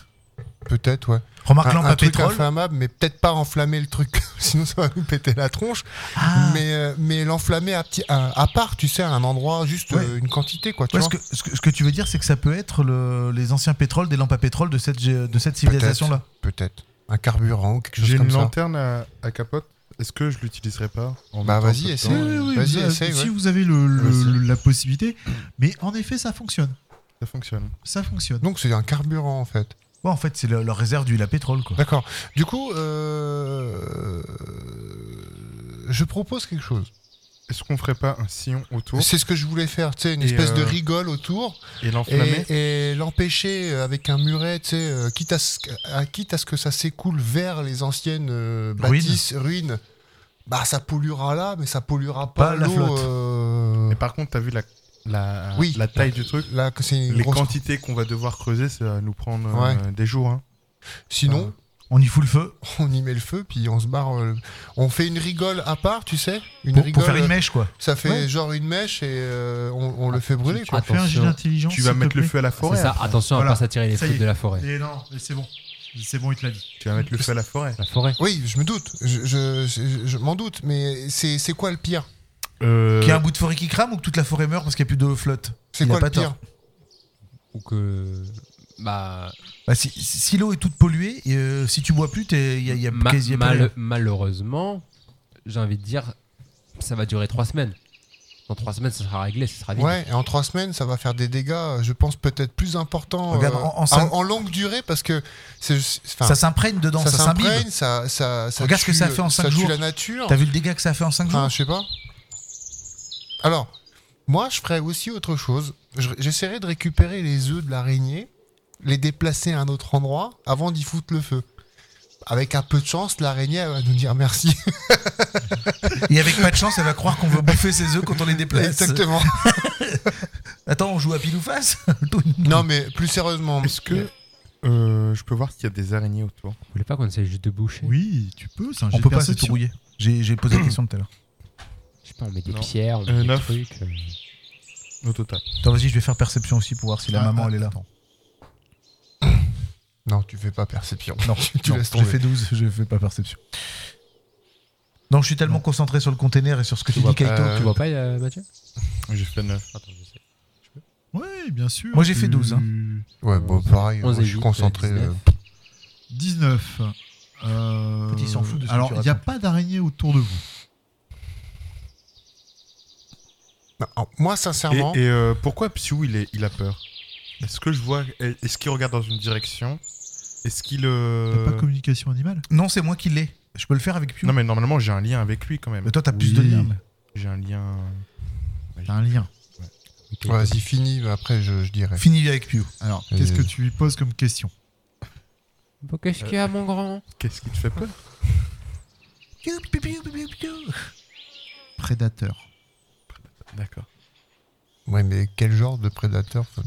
[SPEAKER 4] Peut-être, ouais.
[SPEAKER 2] Remarque
[SPEAKER 4] un
[SPEAKER 2] lampe
[SPEAKER 4] un
[SPEAKER 2] à
[SPEAKER 4] truc
[SPEAKER 2] pétrole.
[SPEAKER 4] inflammable, mais peut-être pas enflammer le truc, sinon ça va nous péter la tronche.
[SPEAKER 2] Ah.
[SPEAKER 4] Mais, euh, mais l'enflammer à, petit, à, à part, tu sais, à un endroit, juste
[SPEAKER 2] Ouais.
[SPEAKER 4] euh, une quantité, quoi. Tu
[SPEAKER 2] Ouais, ce,
[SPEAKER 4] vois
[SPEAKER 2] que, ce, que, ce que tu veux dire, c'est que ça peut être le- les anciens pétroles des lampes à pétrole de cette, gé- de cette civilisation-là.
[SPEAKER 4] Peut-être. Un carburant ou quelque chose
[SPEAKER 3] J'ai
[SPEAKER 4] comme
[SPEAKER 3] une
[SPEAKER 4] ça.
[SPEAKER 3] lanterne à, à capote. Est-ce que je l'utiliserai pas en
[SPEAKER 4] Bah,
[SPEAKER 3] mettant
[SPEAKER 4] vas-y,
[SPEAKER 3] un peu de
[SPEAKER 4] essaie.
[SPEAKER 3] temps
[SPEAKER 1] Oui, oui, oui,
[SPEAKER 4] Vas-y,
[SPEAKER 2] bah,
[SPEAKER 1] vous avez-
[SPEAKER 4] essaye,
[SPEAKER 1] si
[SPEAKER 4] ouais.
[SPEAKER 1] vous avez le- le-
[SPEAKER 3] Vas-y.
[SPEAKER 1] le- la possibilité. Mais en effet, ça fonctionne.
[SPEAKER 3] Ça fonctionne.
[SPEAKER 1] Ça fonctionne.
[SPEAKER 4] Donc c'est un carburant, en fait.
[SPEAKER 2] Ouais, en fait, c'est le- leur réserve d'huile à pétrole. Quoi.
[SPEAKER 4] D'accord. Du coup, euh, je propose quelque chose.
[SPEAKER 3] Est-ce qu'on ferait pas un sillon autour
[SPEAKER 4] C'est ce que je voulais faire, tu sais, une
[SPEAKER 3] Et,
[SPEAKER 4] espèce de
[SPEAKER 3] euh,
[SPEAKER 4] rigole autour.
[SPEAKER 3] et l'enflammer
[SPEAKER 4] et, et l'empêcher euh, avec un muret, tu sais, euh, quitte, à ce, que- à- quitte à ce que ça s'écoule vers les anciennes euh,
[SPEAKER 2] Ruines.
[SPEAKER 4] bâtisses, ruines, bah ça polluera là, mais ça polluera
[SPEAKER 2] Pas
[SPEAKER 4] pas,
[SPEAKER 2] la
[SPEAKER 4] l'eau,
[SPEAKER 2] flotte.
[SPEAKER 4] euh,
[SPEAKER 3] Mais par contre, t'as vu la, la,
[SPEAKER 4] Oui.
[SPEAKER 3] la taille du truc
[SPEAKER 4] Là, que c'est une
[SPEAKER 3] Les
[SPEAKER 4] grosse-
[SPEAKER 3] quantités qu'on va devoir creuser, ça va nous prendre euh, des jours. hein.
[SPEAKER 4] Sinon,
[SPEAKER 2] On y fout le feu
[SPEAKER 4] on y met le feu, puis on se barre. euh, on fait une rigole à part, tu sais, une
[SPEAKER 2] pour, pour
[SPEAKER 4] rigole.
[SPEAKER 2] faire une mèche, quoi.
[SPEAKER 4] Ça fait
[SPEAKER 1] Ouais.
[SPEAKER 4] genre une mèche et euh, on, on le fait brûler. Quoi.
[SPEAKER 5] Ah,
[SPEAKER 1] Fais un jet
[SPEAKER 5] Attention.
[SPEAKER 1] d'intelligence.
[SPEAKER 3] Tu vas
[SPEAKER 1] s'il te
[SPEAKER 3] mettre le
[SPEAKER 1] plaît.
[SPEAKER 3] feu à la
[SPEAKER 5] C'est
[SPEAKER 3] forêt. hein.
[SPEAKER 5] ça,
[SPEAKER 3] après.
[SPEAKER 5] attention
[SPEAKER 1] Voilà.
[SPEAKER 5] à pas s'attirer les
[SPEAKER 1] Ça y
[SPEAKER 5] trucs
[SPEAKER 1] est.
[SPEAKER 5] de la forêt.
[SPEAKER 1] Et non, mais c'est bon. C'est bon, il te l'a dit.
[SPEAKER 3] Tu vas mettre le feu à la forêt.
[SPEAKER 5] La forêt.
[SPEAKER 4] Oui, je me doute, je, je- je- je m'en doute, mais c'est c'est quoi le pire
[SPEAKER 3] Euh,
[SPEAKER 2] Qu'il y a un bout de forêt qui crame ou que toute la forêt meurt parce qu'il n'y a plus de flotte
[SPEAKER 4] C'est
[SPEAKER 2] Il a
[SPEAKER 4] quoi le
[SPEAKER 2] pas tort.
[SPEAKER 4] pire
[SPEAKER 5] Ou que. Bah.
[SPEAKER 2] Bah, Si, si l'eau est toute polluée, et, euh, si tu bois plus, t'es- il y a, il y a
[SPEAKER 5] ma-
[SPEAKER 2] quasi- il y a plus
[SPEAKER 5] mal-
[SPEAKER 2] rien.
[SPEAKER 5] malheureusement, j'ai envie de dire, ça va durer trois semaines. Dans trois semaines, ça sera réglé, ça
[SPEAKER 2] Ah
[SPEAKER 5] sera vide.
[SPEAKER 4] Ouais, et en trois semaines, ça va faire des dégâts, je pense, peut-être plus importants
[SPEAKER 2] Regarde,
[SPEAKER 4] euh,
[SPEAKER 2] Eh en- en
[SPEAKER 4] en,
[SPEAKER 2] cinq-
[SPEAKER 4] en longue durée parce que c'est enfin,
[SPEAKER 2] Ça s'imprègne dedans, ça,
[SPEAKER 4] ça
[SPEAKER 2] s'imbibe.
[SPEAKER 4] s'imprègne, ça, ça, ça
[SPEAKER 2] Regarde ce que
[SPEAKER 4] tue-
[SPEAKER 2] ça fait en cinq
[SPEAKER 4] ça tue
[SPEAKER 2] jours.
[SPEAKER 4] la nature.
[SPEAKER 2] T'as vu le dégât que ça a fait en 5 jours
[SPEAKER 4] Enfin, je sais pas. Alors, moi, je ferais aussi autre chose. Je- J'essaierais de récupérer les œufs de l'araignée, les déplacer à un autre endroit avant d'y foutre le feu. Avec un peu de chance, l'araignée elle va nous dire merci.
[SPEAKER 2] Et avec pas de chance, elle va croire qu'on veut bouffer ses œufs quand on les déplace.
[SPEAKER 4] Exactement.
[SPEAKER 2] Attends, on joue à pile ou face
[SPEAKER 4] non, mais plus sérieusement,
[SPEAKER 3] Est-ce que euh, je peux voir s'il y a des araignées autour
[SPEAKER 5] Vous voulez pas qu'on essaye juste de boucher
[SPEAKER 1] Oui, tu peux. C'est un jet
[SPEAKER 2] On
[SPEAKER 1] de
[SPEAKER 2] peut pas, c'est
[SPEAKER 1] perception.
[SPEAKER 2] tout rouillé. J'ai j'ai posé la question tout à l'heure.
[SPEAKER 5] Je sais pas, on met des
[SPEAKER 3] Non.
[SPEAKER 5] pierres, on met
[SPEAKER 3] Euh,
[SPEAKER 5] des
[SPEAKER 3] neuf.
[SPEAKER 5] trucs. euh.
[SPEAKER 3] Au total.
[SPEAKER 2] Attends, vas-y, je vais faire perception aussi pour voir si la
[SPEAKER 1] Ah,
[SPEAKER 2] maman
[SPEAKER 1] ah,
[SPEAKER 2] elle est là.
[SPEAKER 1] attends.
[SPEAKER 4] non, tu fais pas perception.
[SPEAKER 2] Non,
[SPEAKER 4] Tu
[SPEAKER 2] non,
[SPEAKER 4] laisses
[SPEAKER 2] j'ai
[SPEAKER 4] tomber.
[SPEAKER 2] fait 12, je fais pas perception. Non, je suis tellement concentré sur le container et sur ce que tu dis, Kaito.
[SPEAKER 4] Euh,
[SPEAKER 5] Tu vois pas, euh, Mathieu
[SPEAKER 3] J'ai fait 9.
[SPEAKER 5] Attends, je sais.
[SPEAKER 1] Oui, bien sûr.
[SPEAKER 2] Moi, j'ai fait
[SPEAKER 1] tu-
[SPEAKER 2] 12, hein.
[SPEAKER 4] Ouais, bon, pareil,
[SPEAKER 5] Onze
[SPEAKER 4] moi,
[SPEAKER 5] et
[SPEAKER 4] je suis
[SPEAKER 5] huit, euh,
[SPEAKER 4] concentré. euh,
[SPEAKER 5] ouais, dix-neuf.
[SPEAKER 1] 19. Euh,
[SPEAKER 2] En fait, il s'en fout de ce que
[SPEAKER 1] Alors,
[SPEAKER 2] tu
[SPEAKER 1] il n'y a
[SPEAKER 2] racontes.
[SPEAKER 1] pas d'araignée autour de vous.
[SPEAKER 4] euh, non, Moi,
[SPEAKER 3] Et,
[SPEAKER 4] sincèrement,
[SPEAKER 3] et, euh, pourquoi Psyou il, est, il a peur Est-ce que je vois. Est-ce qu'il regarde dans une direction Est-ce qu'il. euh,
[SPEAKER 1] T'as pas communication animale
[SPEAKER 2] Non, c'est moi qui l'ai. Je peux le faire avec Pew.
[SPEAKER 3] Non mais normalement j'ai un lien avec lui quand même.
[SPEAKER 2] Mais toi, t'as plus
[SPEAKER 1] Oui.
[SPEAKER 2] de liens. là.
[SPEAKER 3] J'ai un lien.
[SPEAKER 4] bah,
[SPEAKER 1] T'as un lien.
[SPEAKER 5] Ok,
[SPEAKER 4] Ouais, vas-y, finis, bah, après, je, je dirai.
[SPEAKER 2] Fini avec Pew.
[SPEAKER 1] Alors,
[SPEAKER 4] Et-
[SPEAKER 1] qu'est-ce que tu lui poses comme question
[SPEAKER 5] Bon, qu'est-ce qu'il y a, mon grand
[SPEAKER 3] Qu'est-ce qui te fait peur
[SPEAKER 2] Pew, pew, pew, pew, pew.
[SPEAKER 1] Prédateur.
[SPEAKER 3] D'accord.
[SPEAKER 4] Ouais, mais quel genre de prédateur faut-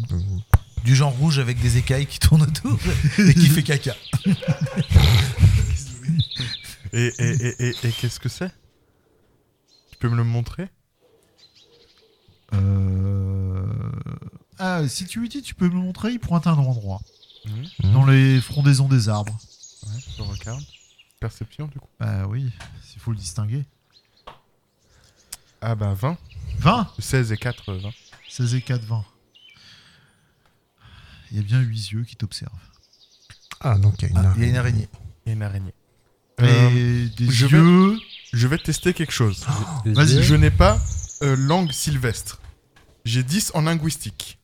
[SPEAKER 2] Du genre rouge avec des écailles qui tournent autour et qui fait caca.
[SPEAKER 3] Et, et, et, et- et qu'est-ce que c'est Tu peux me le montrer
[SPEAKER 1] Euh, Ah, si tu lui dis, tu peux me le montrer, il pointe à un endroit.
[SPEAKER 4] Mmh.
[SPEAKER 3] Mhm.
[SPEAKER 2] Mmh.
[SPEAKER 1] Dans les frondaisons des arbres.
[SPEAKER 3] Ouais, je regarde. Perception, du coup.
[SPEAKER 1] Bah oui, il faut le distinguer.
[SPEAKER 3] Ah bah 20.
[SPEAKER 1] 20
[SPEAKER 3] 16 et 4, euh, 20.
[SPEAKER 1] 16 et 4, 20. Il y a bien huit yeux qui t'observent.
[SPEAKER 4] Ah, donc il y a une
[SPEAKER 2] Ah,
[SPEAKER 4] araignée.
[SPEAKER 2] Il y a une araignée.
[SPEAKER 3] Et une araignée. Euh,
[SPEAKER 1] Et des
[SPEAKER 3] je vais-
[SPEAKER 1] yeux.
[SPEAKER 3] je vais tester quelque chose.
[SPEAKER 5] Des
[SPEAKER 1] Vas-y.
[SPEAKER 5] yeux.
[SPEAKER 3] Euh, Je n'ai pas euh, langue sylvestre. J'ai 10 en linguistique.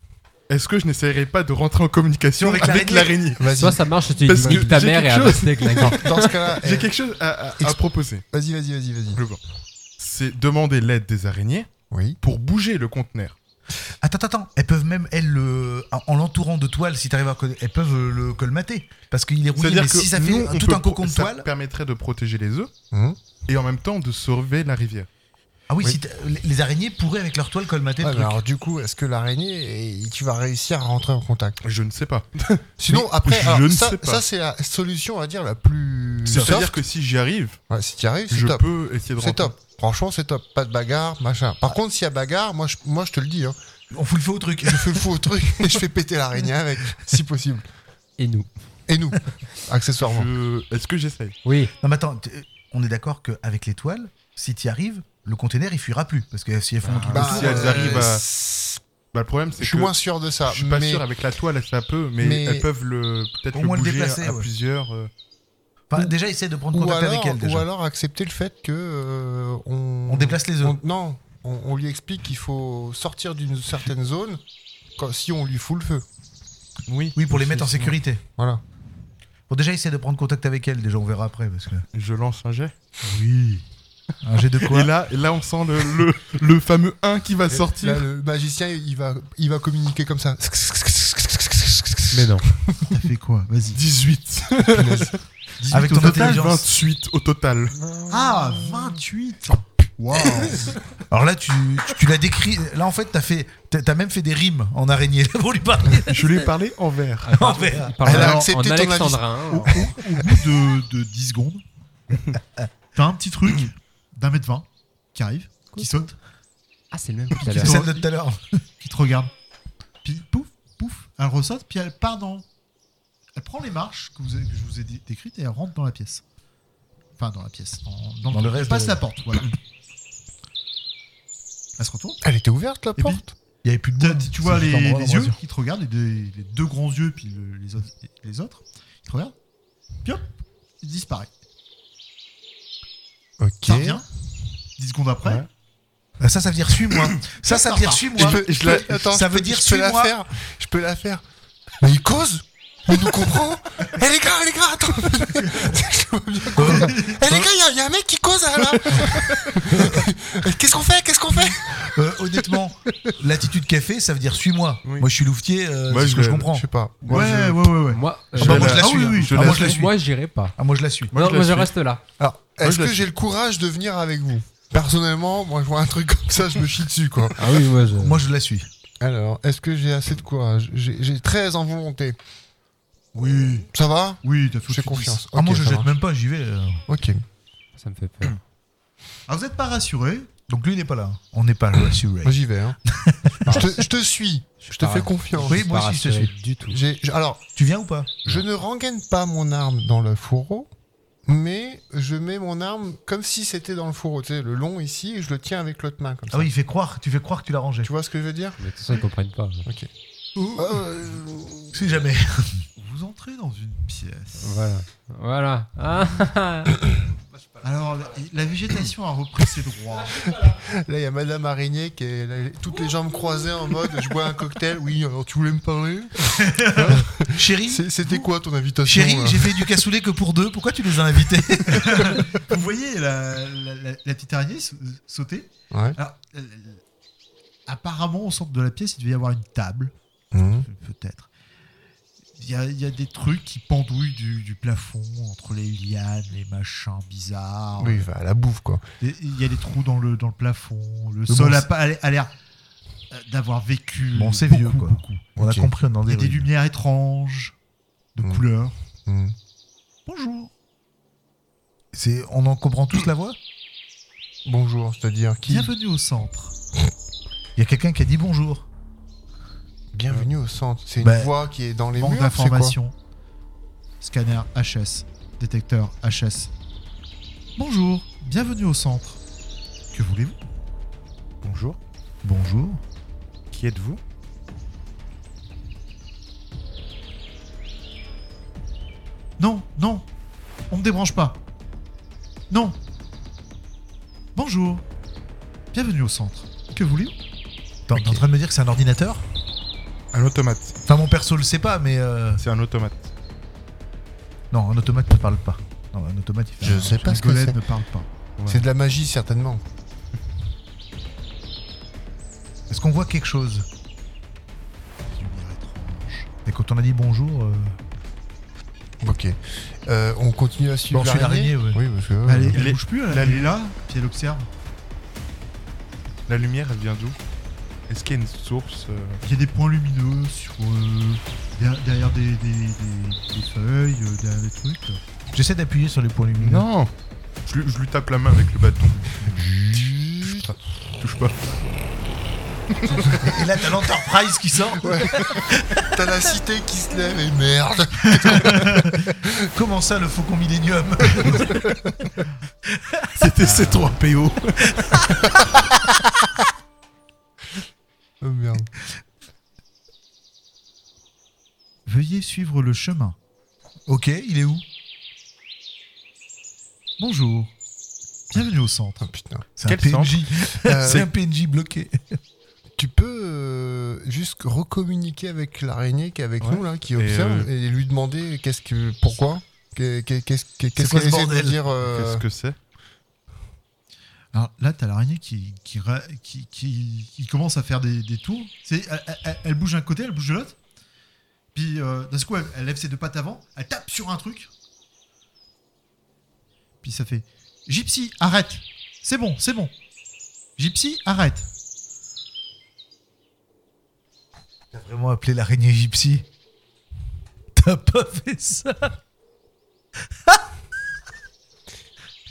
[SPEAKER 3] Est-ce que je n'essayerai pas de rentrer en communication
[SPEAKER 2] Avec
[SPEAKER 3] avec, l'araignée
[SPEAKER 4] Vas-y.
[SPEAKER 5] Soit ça marche, tu
[SPEAKER 3] Parce que
[SPEAKER 5] niques ta
[SPEAKER 3] j'ai
[SPEAKER 5] mère et
[SPEAKER 3] quelque
[SPEAKER 5] elle
[SPEAKER 3] chose.
[SPEAKER 5] reste avec la gueule.
[SPEAKER 4] Dans ce cas-là,
[SPEAKER 3] J'ai
[SPEAKER 4] eh,
[SPEAKER 3] quelque chose à, à- à
[SPEAKER 4] Exp-
[SPEAKER 3] proposer.
[SPEAKER 4] vas-y, vas-y, vas-y, vas-y.
[SPEAKER 3] Le vent. C'est demander l'aide des araignées
[SPEAKER 4] Oui.
[SPEAKER 3] pour bouger le conteneur.
[SPEAKER 2] Attends, attends, attends. Elles peuvent même, elles, le- en- en l'entourant de toile, si t'arrives à. co- Elles peuvent euh, le colmater. Parce qu'il est rouillé.
[SPEAKER 3] C'est-à-dire
[SPEAKER 2] Mais
[SPEAKER 3] que
[SPEAKER 2] si ça fait
[SPEAKER 3] nous, on
[SPEAKER 2] un- tout
[SPEAKER 3] peut
[SPEAKER 2] un
[SPEAKER 3] pro-
[SPEAKER 2] cocon de
[SPEAKER 3] ça
[SPEAKER 2] toile.
[SPEAKER 3] permettrait de protéger les œufs
[SPEAKER 4] Hum.
[SPEAKER 3] et en même temps de sauver la rivière.
[SPEAKER 2] Ah oui,
[SPEAKER 4] Oui.
[SPEAKER 2] si t'as- les- les araignées pourraient, avec leur toile, colmater
[SPEAKER 4] Ouais,
[SPEAKER 2] le
[SPEAKER 4] mais
[SPEAKER 2] truc.
[SPEAKER 4] alors du coup, est-ce que l'araignée, eh, tu vas réussir à rentrer en contact
[SPEAKER 3] Je ne sais pas.
[SPEAKER 4] Sinon, après,
[SPEAKER 3] je
[SPEAKER 4] alors,
[SPEAKER 3] ne
[SPEAKER 4] ça,
[SPEAKER 3] sais pas.
[SPEAKER 4] ça, c'est la solution, à dire, la plus
[SPEAKER 3] C'est-à-dire
[SPEAKER 4] soft.
[SPEAKER 3] que si j'y arrive,
[SPEAKER 4] Ouais, si tu arrives, c'est
[SPEAKER 3] je
[SPEAKER 4] top.
[SPEAKER 3] peux essayer de
[SPEAKER 4] C'est
[SPEAKER 3] rentrer.
[SPEAKER 4] top. Franchement, c'est top. Pas de bagarre, machin. Par contre, s'il y a bagarre, moi, je, moi, je te le dis, hein,
[SPEAKER 2] On fout le feu au truc.
[SPEAKER 4] je fais le fou au truc et je fais péter l'araignée avec, si possible.
[SPEAKER 5] Et nous.
[SPEAKER 4] Et nous, accessoirement.
[SPEAKER 3] Je- Est-ce que j'essaye
[SPEAKER 5] Oui.
[SPEAKER 2] Non, mais attends, t- euh, on est d'accord qu'avec les toiles, si t'y arrives, le container, il fuira plus. Parce que si elles font un truc
[SPEAKER 3] Bah,
[SPEAKER 2] autour,
[SPEAKER 3] si elles
[SPEAKER 2] euh,
[SPEAKER 3] arrivent à-
[SPEAKER 4] c-
[SPEAKER 3] bah, Le problème, c'est
[SPEAKER 4] Je
[SPEAKER 3] que
[SPEAKER 4] suis moins sûr de ça.
[SPEAKER 3] je suis pas
[SPEAKER 4] mais
[SPEAKER 3] sûr avec la toile, ça peut, mais,
[SPEAKER 4] mais-
[SPEAKER 3] elles peuvent le peut-être
[SPEAKER 2] Au
[SPEAKER 3] le
[SPEAKER 2] moins le
[SPEAKER 3] bouger
[SPEAKER 2] déplacer,
[SPEAKER 3] à
[SPEAKER 2] ouais.
[SPEAKER 3] plusieurs. euh,
[SPEAKER 2] enfin, déjà, essaie de prendre
[SPEAKER 4] ou
[SPEAKER 2] contact
[SPEAKER 4] alors,
[SPEAKER 2] avec elles.
[SPEAKER 4] ou
[SPEAKER 2] Déjà.
[SPEAKER 4] alors accepter le fait que euh, on,
[SPEAKER 2] On déplace les œufs.
[SPEAKER 4] on- non, on, on lui explique qu'il faut sortir d'une certaine zone quand, si on lui fout le feu.
[SPEAKER 3] Oui.
[SPEAKER 2] Oui, pour les mettre en
[SPEAKER 3] C'est-
[SPEAKER 2] sécurité.
[SPEAKER 4] Voilà.
[SPEAKER 2] Bon, déjà, essaie de prendre contact avec elles. Déjà, on verra après. Parce que...
[SPEAKER 3] Je lance un jet.
[SPEAKER 1] Oui.
[SPEAKER 2] Un jet de quoi
[SPEAKER 3] et là, et là, on sent le, le, le fameux 1 qui va sortir.
[SPEAKER 4] Là, le magicien, il va, il va communiquer comme ça.
[SPEAKER 5] Mais non.
[SPEAKER 1] T'as fait quoi Vas-y.
[SPEAKER 3] 18.
[SPEAKER 1] 18
[SPEAKER 2] Avec
[SPEAKER 1] au
[SPEAKER 2] ton
[SPEAKER 1] total.
[SPEAKER 2] intelligence.
[SPEAKER 3] 28 au total.
[SPEAKER 1] Ah, 28 Waouh
[SPEAKER 2] Alors là, tu, tu, tu l'as décrit. Là, en fait, t'as fait, t'as t'as même fait des rimes en araignée pour lui parler.
[SPEAKER 3] Je lui ai parlé en vert.
[SPEAKER 2] En vert.
[SPEAKER 5] Il parle
[SPEAKER 4] Elle a
[SPEAKER 5] en-
[SPEAKER 4] accepté
[SPEAKER 5] en
[SPEAKER 4] ton
[SPEAKER 1] Au, au-
[SPEAKER 5] alexandrin. Hein.
[SPEAKER 1] au bout de, de 10 secondes, t'as un petit truc d'un mètre 20 qui arrive, qui saute,
[SPEAKER 5] Ah, c'est le même que tout à
[SPEAKER 2] C'est
[SPEAKER 5] l'heure.
[SPEAKER 2] celle de tout à l'heure.
[SPEAKER 1] qui te regarde. Puis pouf, pouf, elle ressaute, puis elle part dans. Elle prend les marches que, vous avez- que je vous ai dé- décrites et elle rentre dans la pièce. Enfin, dans la pièce. Dans, dans
[SPEAKER 2] Dans le
[SPEAKER 1] truc.
[SPEAKER 2] reste
[SPEAKER 1] passe
[SPEAKER 2] de-
[SPEAKER 1] la porte, voilà. Elle se retourne.
[SPEAKER 4] Elle était ouverte la
[SPEAKER 1] Et puis,
[SPEAKER 4] porte.
[SPEAKER 2] Il y avait plus de
[SPEAKER 1] T'as-
[SPEAKER 2] monde.
[SPEAKER 1] tu vois
[SPEAKER 2] C'est
[SPEAKER 1] les,
[SPEAKER 2] juste l'endroit,
[SPEAKER 1] les
[SPEAKER 2] l'endroit
[SPEAKER 1] yeux
[SPEAKER 2] sûr.
[SPEAKER 1] qui te regardent, les deux, les deux grands yeux, puis le- les, autres, les autres, ils te regardent, puis hop, il disparaît.
[SPEAKER 4] Ok.
[SPEAKER 1] Ça revient, 10 secondes après,
[SPEAKER 3] Ouais.
[SPEAKER 2] Ah, Ça, ça veut dire suis-moi. Ça, ça veut dire
[SPEAKER 4] Je
[SPEAKER 2] suis-moi.
[SPEAKER 4] peux, je
[SPEAKER 2] la-
[SPEAKER 4] peux- attends,
[SPEAKER 2] ça
[SPEAKER 4] je
[SPEAKER 2] veut
[SPEAKER 4] peux-
[SPEAKER 2] dire
[SPEAKER 4] je peux la
[SPEAKER 2] suis-moi.
[SPEAKER 4] faire. Je peux la faire. Mais il cause. On nous comprend. Eh les gars, les gars, attends. Je vois bien qu'on- Eh les gars, il y a- il y, a un mec qui cause là. Qu'est-ce qu'on fait Qu'est-ce qu'on fait
[SPEAKER 2] Euh, honnêtement, l'attitude café, ça veut dire suis-moi.
[SPEAKER 3] Oui.
[SPEAKER 2] Moi, je suis louvetier, euh,
[SPEAKER 3] Moi,
[SPEAKER 2] c'est
[SPEAKER 3] je
[SPEAKER 2] ce que je
[SPEAKER 3] vais-
[SPEAKER 2] comprends.
[SPEAKER 4] pas.
[SPEAKER 1] ouais, ouais, ouais, ouais,
[SPEAKER 5] Moi,
[SPEAKER 2] Ah, bah,
[SPEAKER 5] euh,
[SPEAKER 2] moi, je la
[SPEAKER 1] Ah
[SPEAKER 2] suis.
[SPEAKER 1] oui,
[SPEAKER 2] hein.
[SPEAKER 1] oui,
[SPEAKER 3] je
[SPEAKER 2] Ah,
[SPEAKER 3] la
[SPEAKER 2] moi, je la suis.
[SPEAKER 5] moi, j'irai pas.
[SPEAKER 2] Ah, moi, je la suis.
[SPEAKER 3] Moi,
[SPEAKER 5] non,
[SPEAKER 3] je la
[SPEAKER 5] moi, je
[SPEAKER 3] suis.
[SPEAKER 5] reste là.
[SPEAKER 4] Alors, est-ce
[SPEAKER 3] je la
[SPEAKER 4] que j'ai
[SPEAKER 3] suis.
[SPEAKER 4] le courage de venir avec vous Personnellement, moi je vois un truc comme ça, je me chie dessus quoi.
[SPEAKER 5] Ah oui, moi, je.
[SPEAKER 2] Moi, je la suis.
[SPEAKER 4] Alors, est-ce que j'ai assez de courage J'ai j'ai 13 en volonté.
[SPEAKER 1] Oui,
[SPEAKER 4] Ça va
[SPEAKER 1] oui, t'as tout de
[SPEAKER 4] J'ai
[SPEAKER 1] suite
[SPEAKER 4] confiance.
[SPEAKER 2] ah, moi,
[SPEAKER 4] Ok,
[SPEAKER 2] je
[SPEAKER 4] ça
[SPEAKER 2] jette
[SPEAKER 4] marche.
[SPEAKER 2] même pas, j'y vais. euh.
[SPEAKER 4] Ok.
[SPEAKER 5] Ça me fait peur.
[SPEAKER 1] dit.
[SPEAKER 2] Ah,
[SPEAKER 1] Alors Ah, vous n'êtes pas rassuré,
[SPEAKER 2] Donc, lui, il n'est pas là. On n'est pas rassuré.
[SPEAKER 4] Moi j'y vais. Hein. je, te, je te suis. Je te
[SPEAKER 5] pas
[SPEAKER 4] fais
[SPEAKER 5] rassuré.
[SPEAKER 4] confiance.
[SPEAKER 2] Oui, moi
[SPEAKER 5] Pas
[SPEAKER 2] aussi, je te
[SPEAKER 5] rassuré
[SPEAKER 2] suis.
[SPEAKER 5] du tout.
[SPEAKER 4] J'ai- je- alors,
[SPEAKER 2] Tu viens ou pas
[SPEAKER 4] je ne rengaine pas mon arme dans le fourreau, mais je mets mon arme comme si c'était dans le fourreau. Tu sais, le long ici, et je le tiens avec l'autre main. Comme
[SPEAKER 2] Ah
[SPEAKER 4] ça.
[SPEAKER 2] oui, il fait croire, tu fais croire que tu l'as rangé.
[SPEAKER 4] Tu vois ce que je veux dire Oh,
[SPEAKER 5] Mais de toute façon, ils comprennent pas.
[SPEAKER 2] Si jamais.
[SPEAKER 1] vous entrez dans une pièce.
[SPEAKER 5] Voilà. Voilà. Ah, ah, ah.
[SPEAKER 1] Alors la, la végétation a repris ses droits.
[SPEAKER 4] Là, il y a Madame Araignée qui est là, toutes les jambes croisées en mode je bois un cocktail. Oui, alors tu voulais me parler
[SPEAKER 2] Chérie,
[SPEAKER 4] C'est- C'était quoi ton invitation
[SPEAKER 2] chérie,
[SPEAKER 1] euh.
[SPEAKER 4] là
[SPEAKER 2] j'ai fait du cassoulet que pour deux. Pourquoi tu les as invités
[SPEAKER 1] vous voyez la, la- la- la petite araignée s- euh, sauter.
[SPEAKER 4] Ouais.
[SPEAKER 1] Alors, euh, apparemment au centre de la pièce il devait y avoir une table,
[SPEAKER 4] Hmm.
[SPEAKER 1] peut-être. Il y, a, il y a des trucs qui pendouillent du, du plafond entre les lianes, les machins bizarres.
[SPEAKER 4] Oui, bah, la bouffe quoi.
[SPEAKER 1] Et Il y a des trous dans le, dans le plafond. Le sol a,
[SPEAKER 2] c'est-
[SPEAKER 1] pas- a l'air- a l'air euh, d'avoir vécu.
[SPEAKER 2] Bon, c'est
[SPEAKER 1] beaucoup,
[SPEAKER 2] vieux, quoi.
[SPEAKER 1] beaucoup.
[SPEAKER 2] On
[SPEAKER 4] Ok.
[SPEAKER 2] a compris, on en
[SPEAKER 1] Il y a des
[SPEAKER 2] dérive.
[SPEAKER 1] lumières étranges, de
[SPEAKER 4] Mm.
[SPEAKER 1] couleurs.
[SPEAKER 4] Hmm.
[SPEAKER 1] Bonjour.
[SPEAKER 2] C'est- On en comprend tous la voix
[SPEAKER 4] Bonjour, c'est-à-dire qui
[SPEAKER 1] Bienvenue au centre.
[SPEAKER 2] Il y a quelqu'un qui a dit bonjour.
[SPEAKER 4] Bienvenue au centre. C'est une
[SPEAKER 2] Bah,
[SPEAKER 4] voix qui est dans les
[SPEAKER 1] Banque
[SPEAKER 4] murs, c'est quoi
[SPEAKER 1] d'information. Scanner HS. Détecteur HS. Bonjour, bienvenue au centre. Que voulez-vous
[SPEAKER 3] Bonjour.
[SPEAKER 1] Bonjour.
[SPEAKER 3] Qui êtes-vous
[SPEAKER 1] Non, non, on me débranche pas. Non. Bonjour, bienvenue au centre. Que voulez-vous
[SPEAKER 2] Attends, T'es en train de me dire que c'est un ordinateur
[SPEAKER 3] Un automate.
[SPEAKER 2] Enfin, mon perso le sait pas, mais. euh,
[SPEAKER 3] C'est un automate.
[SPEAKER 2] Non, un automate ne parle pas. Non, un automate, il fait.
[SPEAKER 4] Je
[SPEAKER 2] un-
[SPEAKER 4] sais pas ce que
[SPEAKER 1] Nicolette
[SPEAKER 4] c'est.
[SPEAKER 1] ne parle pas.
[SPEAKER 4] C'est de la magie, certainement.
[SPEAKER 2] Est-ce qu'on voit quelque chose
[SPEAKER 1] Lumière étrange.
[SPEAKER 2] Et quand on a dit bonjour. euh,
[SPEAKER 4] Ok. Euh, on continue à suivre
[SPEAKER 2] Bon, je suis l'araignée, ouais.
[SPEAKER 4] Oui, parce que... euh,
[SPEAKER 1] Elle, est- elle
[SPEAKER 3] les-
[SPEAKER 1] bouge
[SPEAKER 2] hein.
[SPEAKER 1] plus, elle,
[SPEAKER 3] la-
[SPEAKER 1] elle est là, puis elle observe.
[SPEAKER 3] La lumière, elle vient d'où Est-ce qu'il y a une source euh,
[SPEAKER 1] Il y a des points lumineux sur, euh, derrière, derrière des, des- des- des feuilles, euh, derrière des trucs.
[SPEAKER 2] J'essaie d'appuyer sur les points lumineux.
[SPEAKER 3] Non je, lui- je lui tape la main avec le bâton. Touche pas.
[SPEAKER 2] Et là, Eh, t'as l'Enterprise qui sort.
[SPEAKER 4] T'as la cité qui se lève et merde
[SPEAKER 2] Comment ça, le faucon millénium
[SPEAKER 3] C'était C3PO.
[SPEAKER 4] Oh merde.
[SPEAKER 1] Veuillez suivre le chemin.
[SPEAKER 2] Ok, il est où
[SPEAKER 1] Bonjour. Bienvenue au centre.
[SPEAKER 4] Oh putain.
[SPEAKER 2] C'est un
[SPEAKER 3] Quel centre
[SPEAKER 2] PNJ.
[SPEAKER 4] Euh,
[SPEAKER 2] C'est un PNJ bloqué.
[SPEAKER 4] tu peux euh, juste recommuniquer avec l'araignée qui est avec
[SPEAKER 3] Ouais.
[SPEAKER 4] nous, là, qui
[SPEAKER 2] euh,
[SPEAKER 4] observe, et lui demander qu'est-ce que... Pourquoi Qu'est- qu'est- Qu'est-ce qu'est- qu'est-ce
[SPEAKER 2] quoi
[SPEAKER 4] qu'elle
[SPEAKER 2] ce
[SPEAKER 4] essaie de nous
[SPEAKER 2] bordel
[SPEAKER 4] dire euh,
[SPEAKER 3] Qu'est-ce que c'est
[SPEAKER 1] Alors là, t'as l'araignée qui, qui, ra- qui, qui- qui commence à faire des, des tours. C'est, elle, elle- elle- elle bouge d'un côté, elle bouge de l'autre. Puis euh, d'un coup, elle, elle lève ses deux pattes avant, elle tape sur un truc. Puis ça fait Gypsy, arrête C'est bon, c'est bon Gypsy, arrête
[SPEAKER 2] T'as vraiment appelé l'araignée gypsy T'as pas fait ça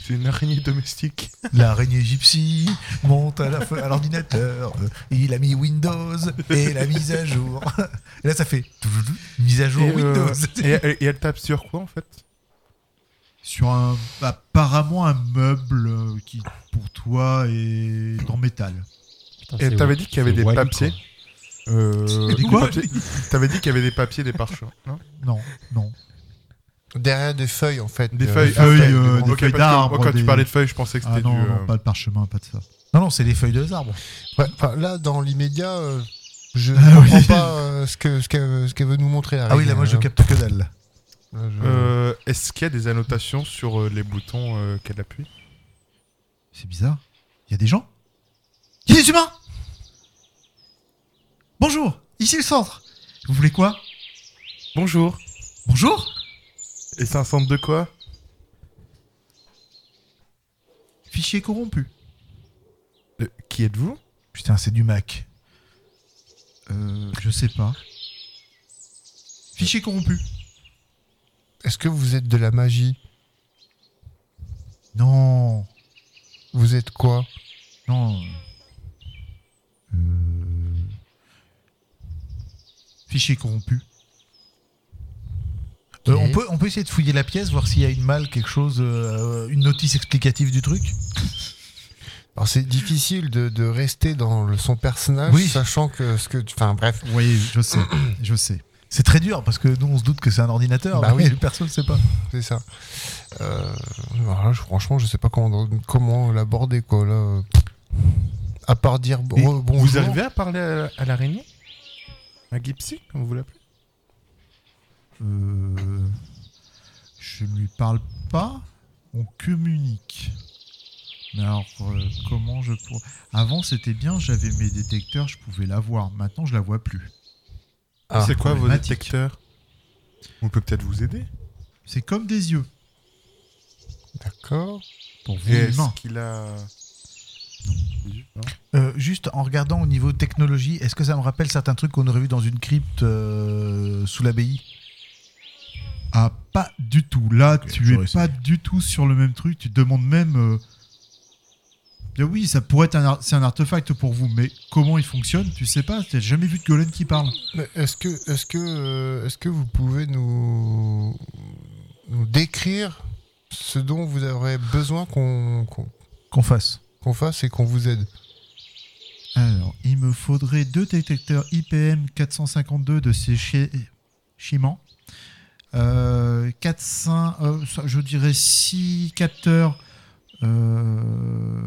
[SPEAKER 3] C'est une araignée domestique.
[SPEAKER 2] L'araignée gypsy monte à la fe- à l'ordinateur. Il a mis Windows et la mise à jour. Et là, ça fait mise à jour Windows.
[SPEAKER 3] euh, et- et- et elle tape sur quoi en fait
[SPEAKER 1] Sur un, apparemment un meuble euh, qui, pour toi, est en métal.
[SPEAKER 5] Putain,
[SPEAKER 3] Et
[SPEAKER 5] c'est
[SPEAKER 3] t'avais
[SPEAKER 5] Wall-
[SPEAKER 3] dit qu'il y avait
[SPEAKER 5] c'est
[SPEAKER 3] des
[SPEAKER 5] Wall-E,
[SPEAKER 3] papiers.
[SPEAKER 5] quoi.
[SPEAKER 3] Euh,
[SPEAKER 1] Des quoi
[SPEAKER 3] papiers- T'avais dit qu'il y avait des papiers, des parchemins. non
[SPEAKER 1] Non, non.
[SPEAKER 4] Derrière des feuilles, en fait.
[SPEAKER 3] Des
[SPEAKER 4] euh,
[SPEAKER 3] feuilles,
[SPEAKER 1] feuilles,
[SPEAKER 3] ah,
[SPEAKER 1] euh,
[SPEAKER 3] ok,
[SPEAKER 1] des
[SPEAKER 3] ok,
[SPEAKER 1] feuilles
[SPEAKER 3] parce que
[SPEAKER 1] d'arbres,
[SPEAKER 3] moi, quand
[SPEAKER 1] des-
[SPEAKER 3] tu parlais de feuilles, je pensais que c'était
[SPEAKER 1] Ah non,
[SPEAKER 3] du.
[SPEAKER 1] non,
[SPEAKER 3] euh,
[SPEAKER 1] pas de parchemin, pas de ça.
[SPEAKER 2] Non, non, c'est les feuilles de arbres.
[SPEAKER 4] Ouais, enfin, là, dans l'immédiat, euh, je ne
[SPEAKER 1] Ah oui.
[SPEAKER 4] comprends pas euh, ce qu'elle ce que, ce qu'elle veut nous montrer. hein.
[SPEAKER 2] Ah oui, là, moi, je capte que dalle. là.
[SPEAKER 3] euh, Est-ce qu'il y a des annotations sur euh, les boutons euh, qu'elle appuie
[SPEAKER 1] C'est bizarre. Il y a des gens Il y a des humains Bonjour, ici le centre. Vous voulez quoi
[SPEAKER 3] Bonjour.
[SPEAKER 1] Bonjour
[SPEAKER 3] Et c'est un centre de quoi
[SPEAKER 1] Fichier corrompu.
[SPEAKER 3] Euh, Qui êtes-vous
[SPEAKER 2] Putain, c'est du Mac.
[SPEAKER 1] Euh, je sais pas. Fichier corrompu.
[SPEAKER 4] Est-ce que vous êtes de la magie
[SPEAKER 1] Non,
[SPEAKER 4] Vous êtes quoi
[SPEAKER 1] non. Euh... Fichier corrompu.
[SPEAKER 2] Euh,
[SPEAKER 4] Ok.
[SPEAKER 2] on, peut, on peut essayer de fouiller la pièce, voir s'il y a une malle, quelque chose, euh, une notice explicative du truc.
[SPEAKER 4] Alors, c'est difficile de, de rester dans le- son personnage,
[SPEAKER 2] Oui.
[SPEAKER 4] sachant que ce que. tu- Enfin, bref.
[SPEAKER 1] Oui, je sais, je sais.
[SPEAKER 2] C'est très dur parce que nous on se doute que c'est un ordinateur,
[SPEAKER 4] Bah
[SPEAKER 2] mais
[SPEAKER 4] oui.
[SPEAKER 2] le perso ne sait pas.
[SPEAKER 4] C'est ça. Euh, alors là, je- franchement, je sais pas comment, comment l'aborder, quoi. Là, euh, à part dire
[SPEAKER 3] Et
[SPEAKER 4] bon bonjour.
[SPEAKER 3] Vous arrivez à parler à, à l'araignée À Gypsy, comme vous l'appelez
[SPEAKER 1] Euh... Je ne lui parle pas, on communique. Mais alors, euh, comment je pourrais... Avant, c'était bien, j'avais mes détecteurs, je pouvais la voir. Maintenant, je la vois plus.
[SPEAKER 4] Ah,
[SPEAKER 3] C'est quoi vos
[SPEAKER 1] problématique.
[SPEAKER 3] détecteurs On peut peut-être vous aider.
[SPEAKER 1] C'est comme des yeux,
[SPEAKER 4] D'accord.
[SPEAKER 1] pour vous,
[SPEAKER 3] Et Est-ce
[SPEAKER 1] humains.
[SPEAKER 3] qu'il a. Non.
[SPEAKER 2] Euh, juste en regardant au niveau technologie, est-ce que ça me rappelle certains trucs qu'on aurait vu dans une crypte euh, sous l'abbaye
[SPEAKER 1] Ah, pas du tout. Là,
[SPEAKER 2] Ok,
[SPEAKER 1] tu es
[SPEAKER 2] j'aurais
[SPEAKER 1] pas du tout sur le même truc. Tu te demandes même... euh, Et oui, ça pourrait être un, ar- c'est un artefact pour vous, mais comment il fonctionne, tu sais pas, t'as jamais vu de golem qui parle.
[SPEAKER 4] Mais Est-ce que, est-ce que, euh, est-ce que vous pouvez nous, nous décrire ce dont vous aurez besoin qu'on qu'on-
[SPEAKER 2] Qu'on fasse.
[SPEAKER 4] qu'on fasse et qu'on vous aide
[SPEAKER 1] Alors, il me faudrait deux détecteurs IPM 452 de ces chi- chimans. Euh, 400, euh, ça, je dirais 6 capteurs euh,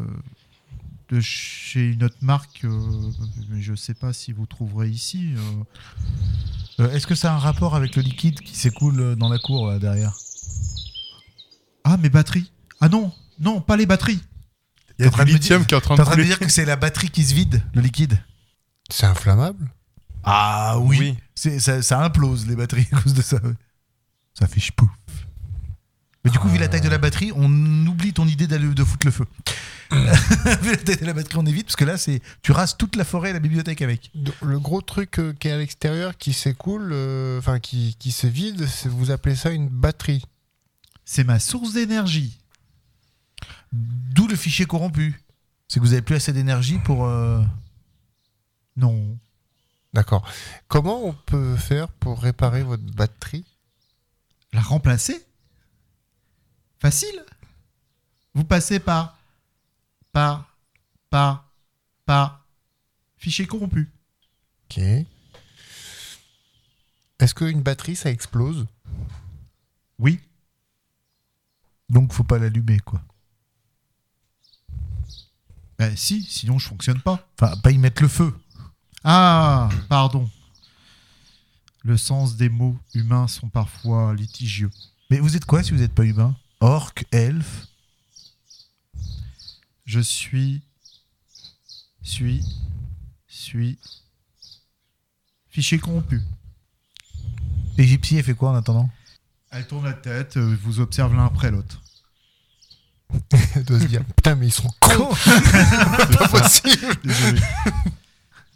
[SPEAKER 1] de chez une autre marque, euh, mais je sais pas si vous trouverez ici. euh.
[SPEAKER 2] Euh, Est-ce que ça a un rapport avec le liquide qui s'écoule euh, dans la cour là, derrière
[SPEAKER 1] Ah, mes batteries Ah non, non, pas les batteries
[SPEAKER 3] Il y a
[SPEAKER 2] en train
[SPEAKER 3] du
[SPEAKER 2] de me
[SPEAKER 3] lithium
[SPEAKER 2] dire-
[SPEAKER 3] qui est en train
[SPEAKER 2] T'es
[SPEAKER 3] de
[SPEAKER 2] en train de me
[SPEAKER 3] couler.
[SPEAKER 2] dire que c'est la batterie qui se vide, le liquide
[SPEAKER 4] C'est inflammable
[SPEAKER 2] Ah
[SPEAKER 3] Oui.
[SPEAKER 2] C'est- Ça, ça implose les batteries à cause de ça. ouais. Ça fait pouf. Mais du coup, vu la taille de la batterie, on oublie ton idée d'aller de foutre le feu. vu la taille de la batterie, on évite parce que là, c'est tu rases toute la forêt et la bibliothèque avec.
[SPEAKER 4] Donc, Le gros truc euh, qui est à l'extérieur, qui s'écoule, euh, enfin qui, qui se vide, c'est- vous appelez ça une batterie.
[SPEAKER 1] C'est ma source d'énergie.
[SPEAKER 2] D'où le fichier corrompu. C'est que vous avez plus assez d'énergie pour. euh,
[SPEAKER 1] Non.
[SPEAKER 4] D'accord. Comment on peut faire pour réparer votre batterie
[SPEAKER 1] La remplacer Facile. Vous passez par, par, par, par fichier corrompu.
[SPEAKER 4] Ok. Est-ce qu'une batterie, ça explose
[SPEAKER 1] Oui.
[SPEAKER 2] Donc, faut pas l'allumer, quoi.
[SPEAKER 1] Eh, si, sinon je fonctionne pas.
[SPEAKER 2] Enfin, pas y mettre le feu.
[SPEAKER 1] Ah, pardon. Le sens des mots humains sont parfois litigieux.
[SPEAKER 2] Mais vous êtes quoi si vous n'êtes pas humain Orc, elfe,
[SPEAKER 1] Je suis, suis, suis fichier corrompu.
[SPEAKER 2] égyptier, fait quoi en attendant
[SPEAKER 1] Elle tourne la tête, euh, vous observe l'un après l'autre.
[SPEAKER 4] Elle doit se dire Putain, mais ils sont cons Pas possible
[SPEAKER 1] Désolé.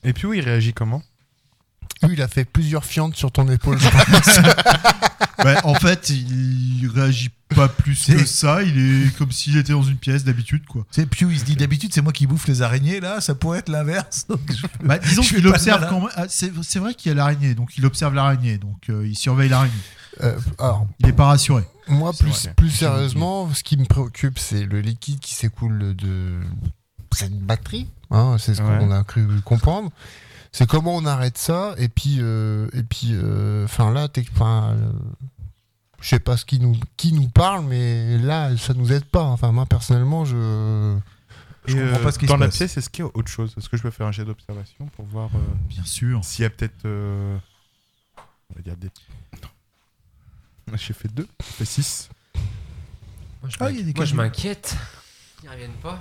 [SPEAKER 3] Et puis oui, il réagit comment
[SPEAKER 4] Lui, il a fait plusieurs fientes sur ton épaule.
[SPEAKER 1] Ouais, Bah, en fait, il réagit pas plus que
[SPEAKER 2] C'est-
[SPEAKER 1] ça. Il est comme s'il était dans une pièce d'habitude, quoi.
[SPEAKER 2] C'est Pew, il se dit d'habitude, c'est moi qui bouffe les araignées, là, ça pourrait être l'inverse. Donc, je-
[SPEAKER 1] Bah, disons
[SPEAKER 2] Je fais
[SPEAKER 1] qu'il
[SPEAKER 2] pas de
[SPEAKER 1] observe
[SPEAKER 2] malin.
[SPEAKER 1] quand même. ah, c'est c'est vrai qu'il y a l'araignée, donc il observe l'araignée, donc euh, il surveille l'araignée.
[SPEAKER 4] Euh, alors,
[SPEAKER 1] Il n'est pas rassuré.
[SPEAKER 4] Moi,
[SPEAKER 3] C'est
[SPEAKER 4] plus,
[SPEAKER 3] vrai.
[SPEAKER 4] plus sérieusement, ce qui me préoccupe, c'est le liquide qui s'écoule de cette batterie. hein, c'est ce
[SPEAKER 3] Ouais.
[SPEAKER 4] qu'on a cru comprendre. C'est comment on arrête ça. Et puis, euh, et puis, enfin là, t'es- 'fin, euh, je sais pas ce qui nous, qui nous parle, mais là, ça nous aide pas. Enfin, moi personnellement, je.
[SPEAKER 2] Je
[SPEAKER 3] Et, euh,
[SPEAKER 2] comprends pas ce qui
[SPEAKER 3] Dans
[SPEAKER 2] se
[SPEAKER 3] la
[SPEAKER 2] passe.
[SPEAKER 3] pièce, est-ce qu'il y a autre chose Est-ce que je peux faire un jet d'observation pour voir euh,
[SPEAKER 1] Bien sûr.
[SPEAKER 3] s'il y a peut-être. euh, On va dire des. Non. J'ai fait 2, j'ai fait 6.
[SPEAKER 5] Moi, je
[SPEAKER 2] Ah, il y a des
[SPEAKER 5] m'inquiète- moi, je
[SPEAKER 2] cabines.
[SPEAKER 5] m'inquiète. Ils reviennent pas.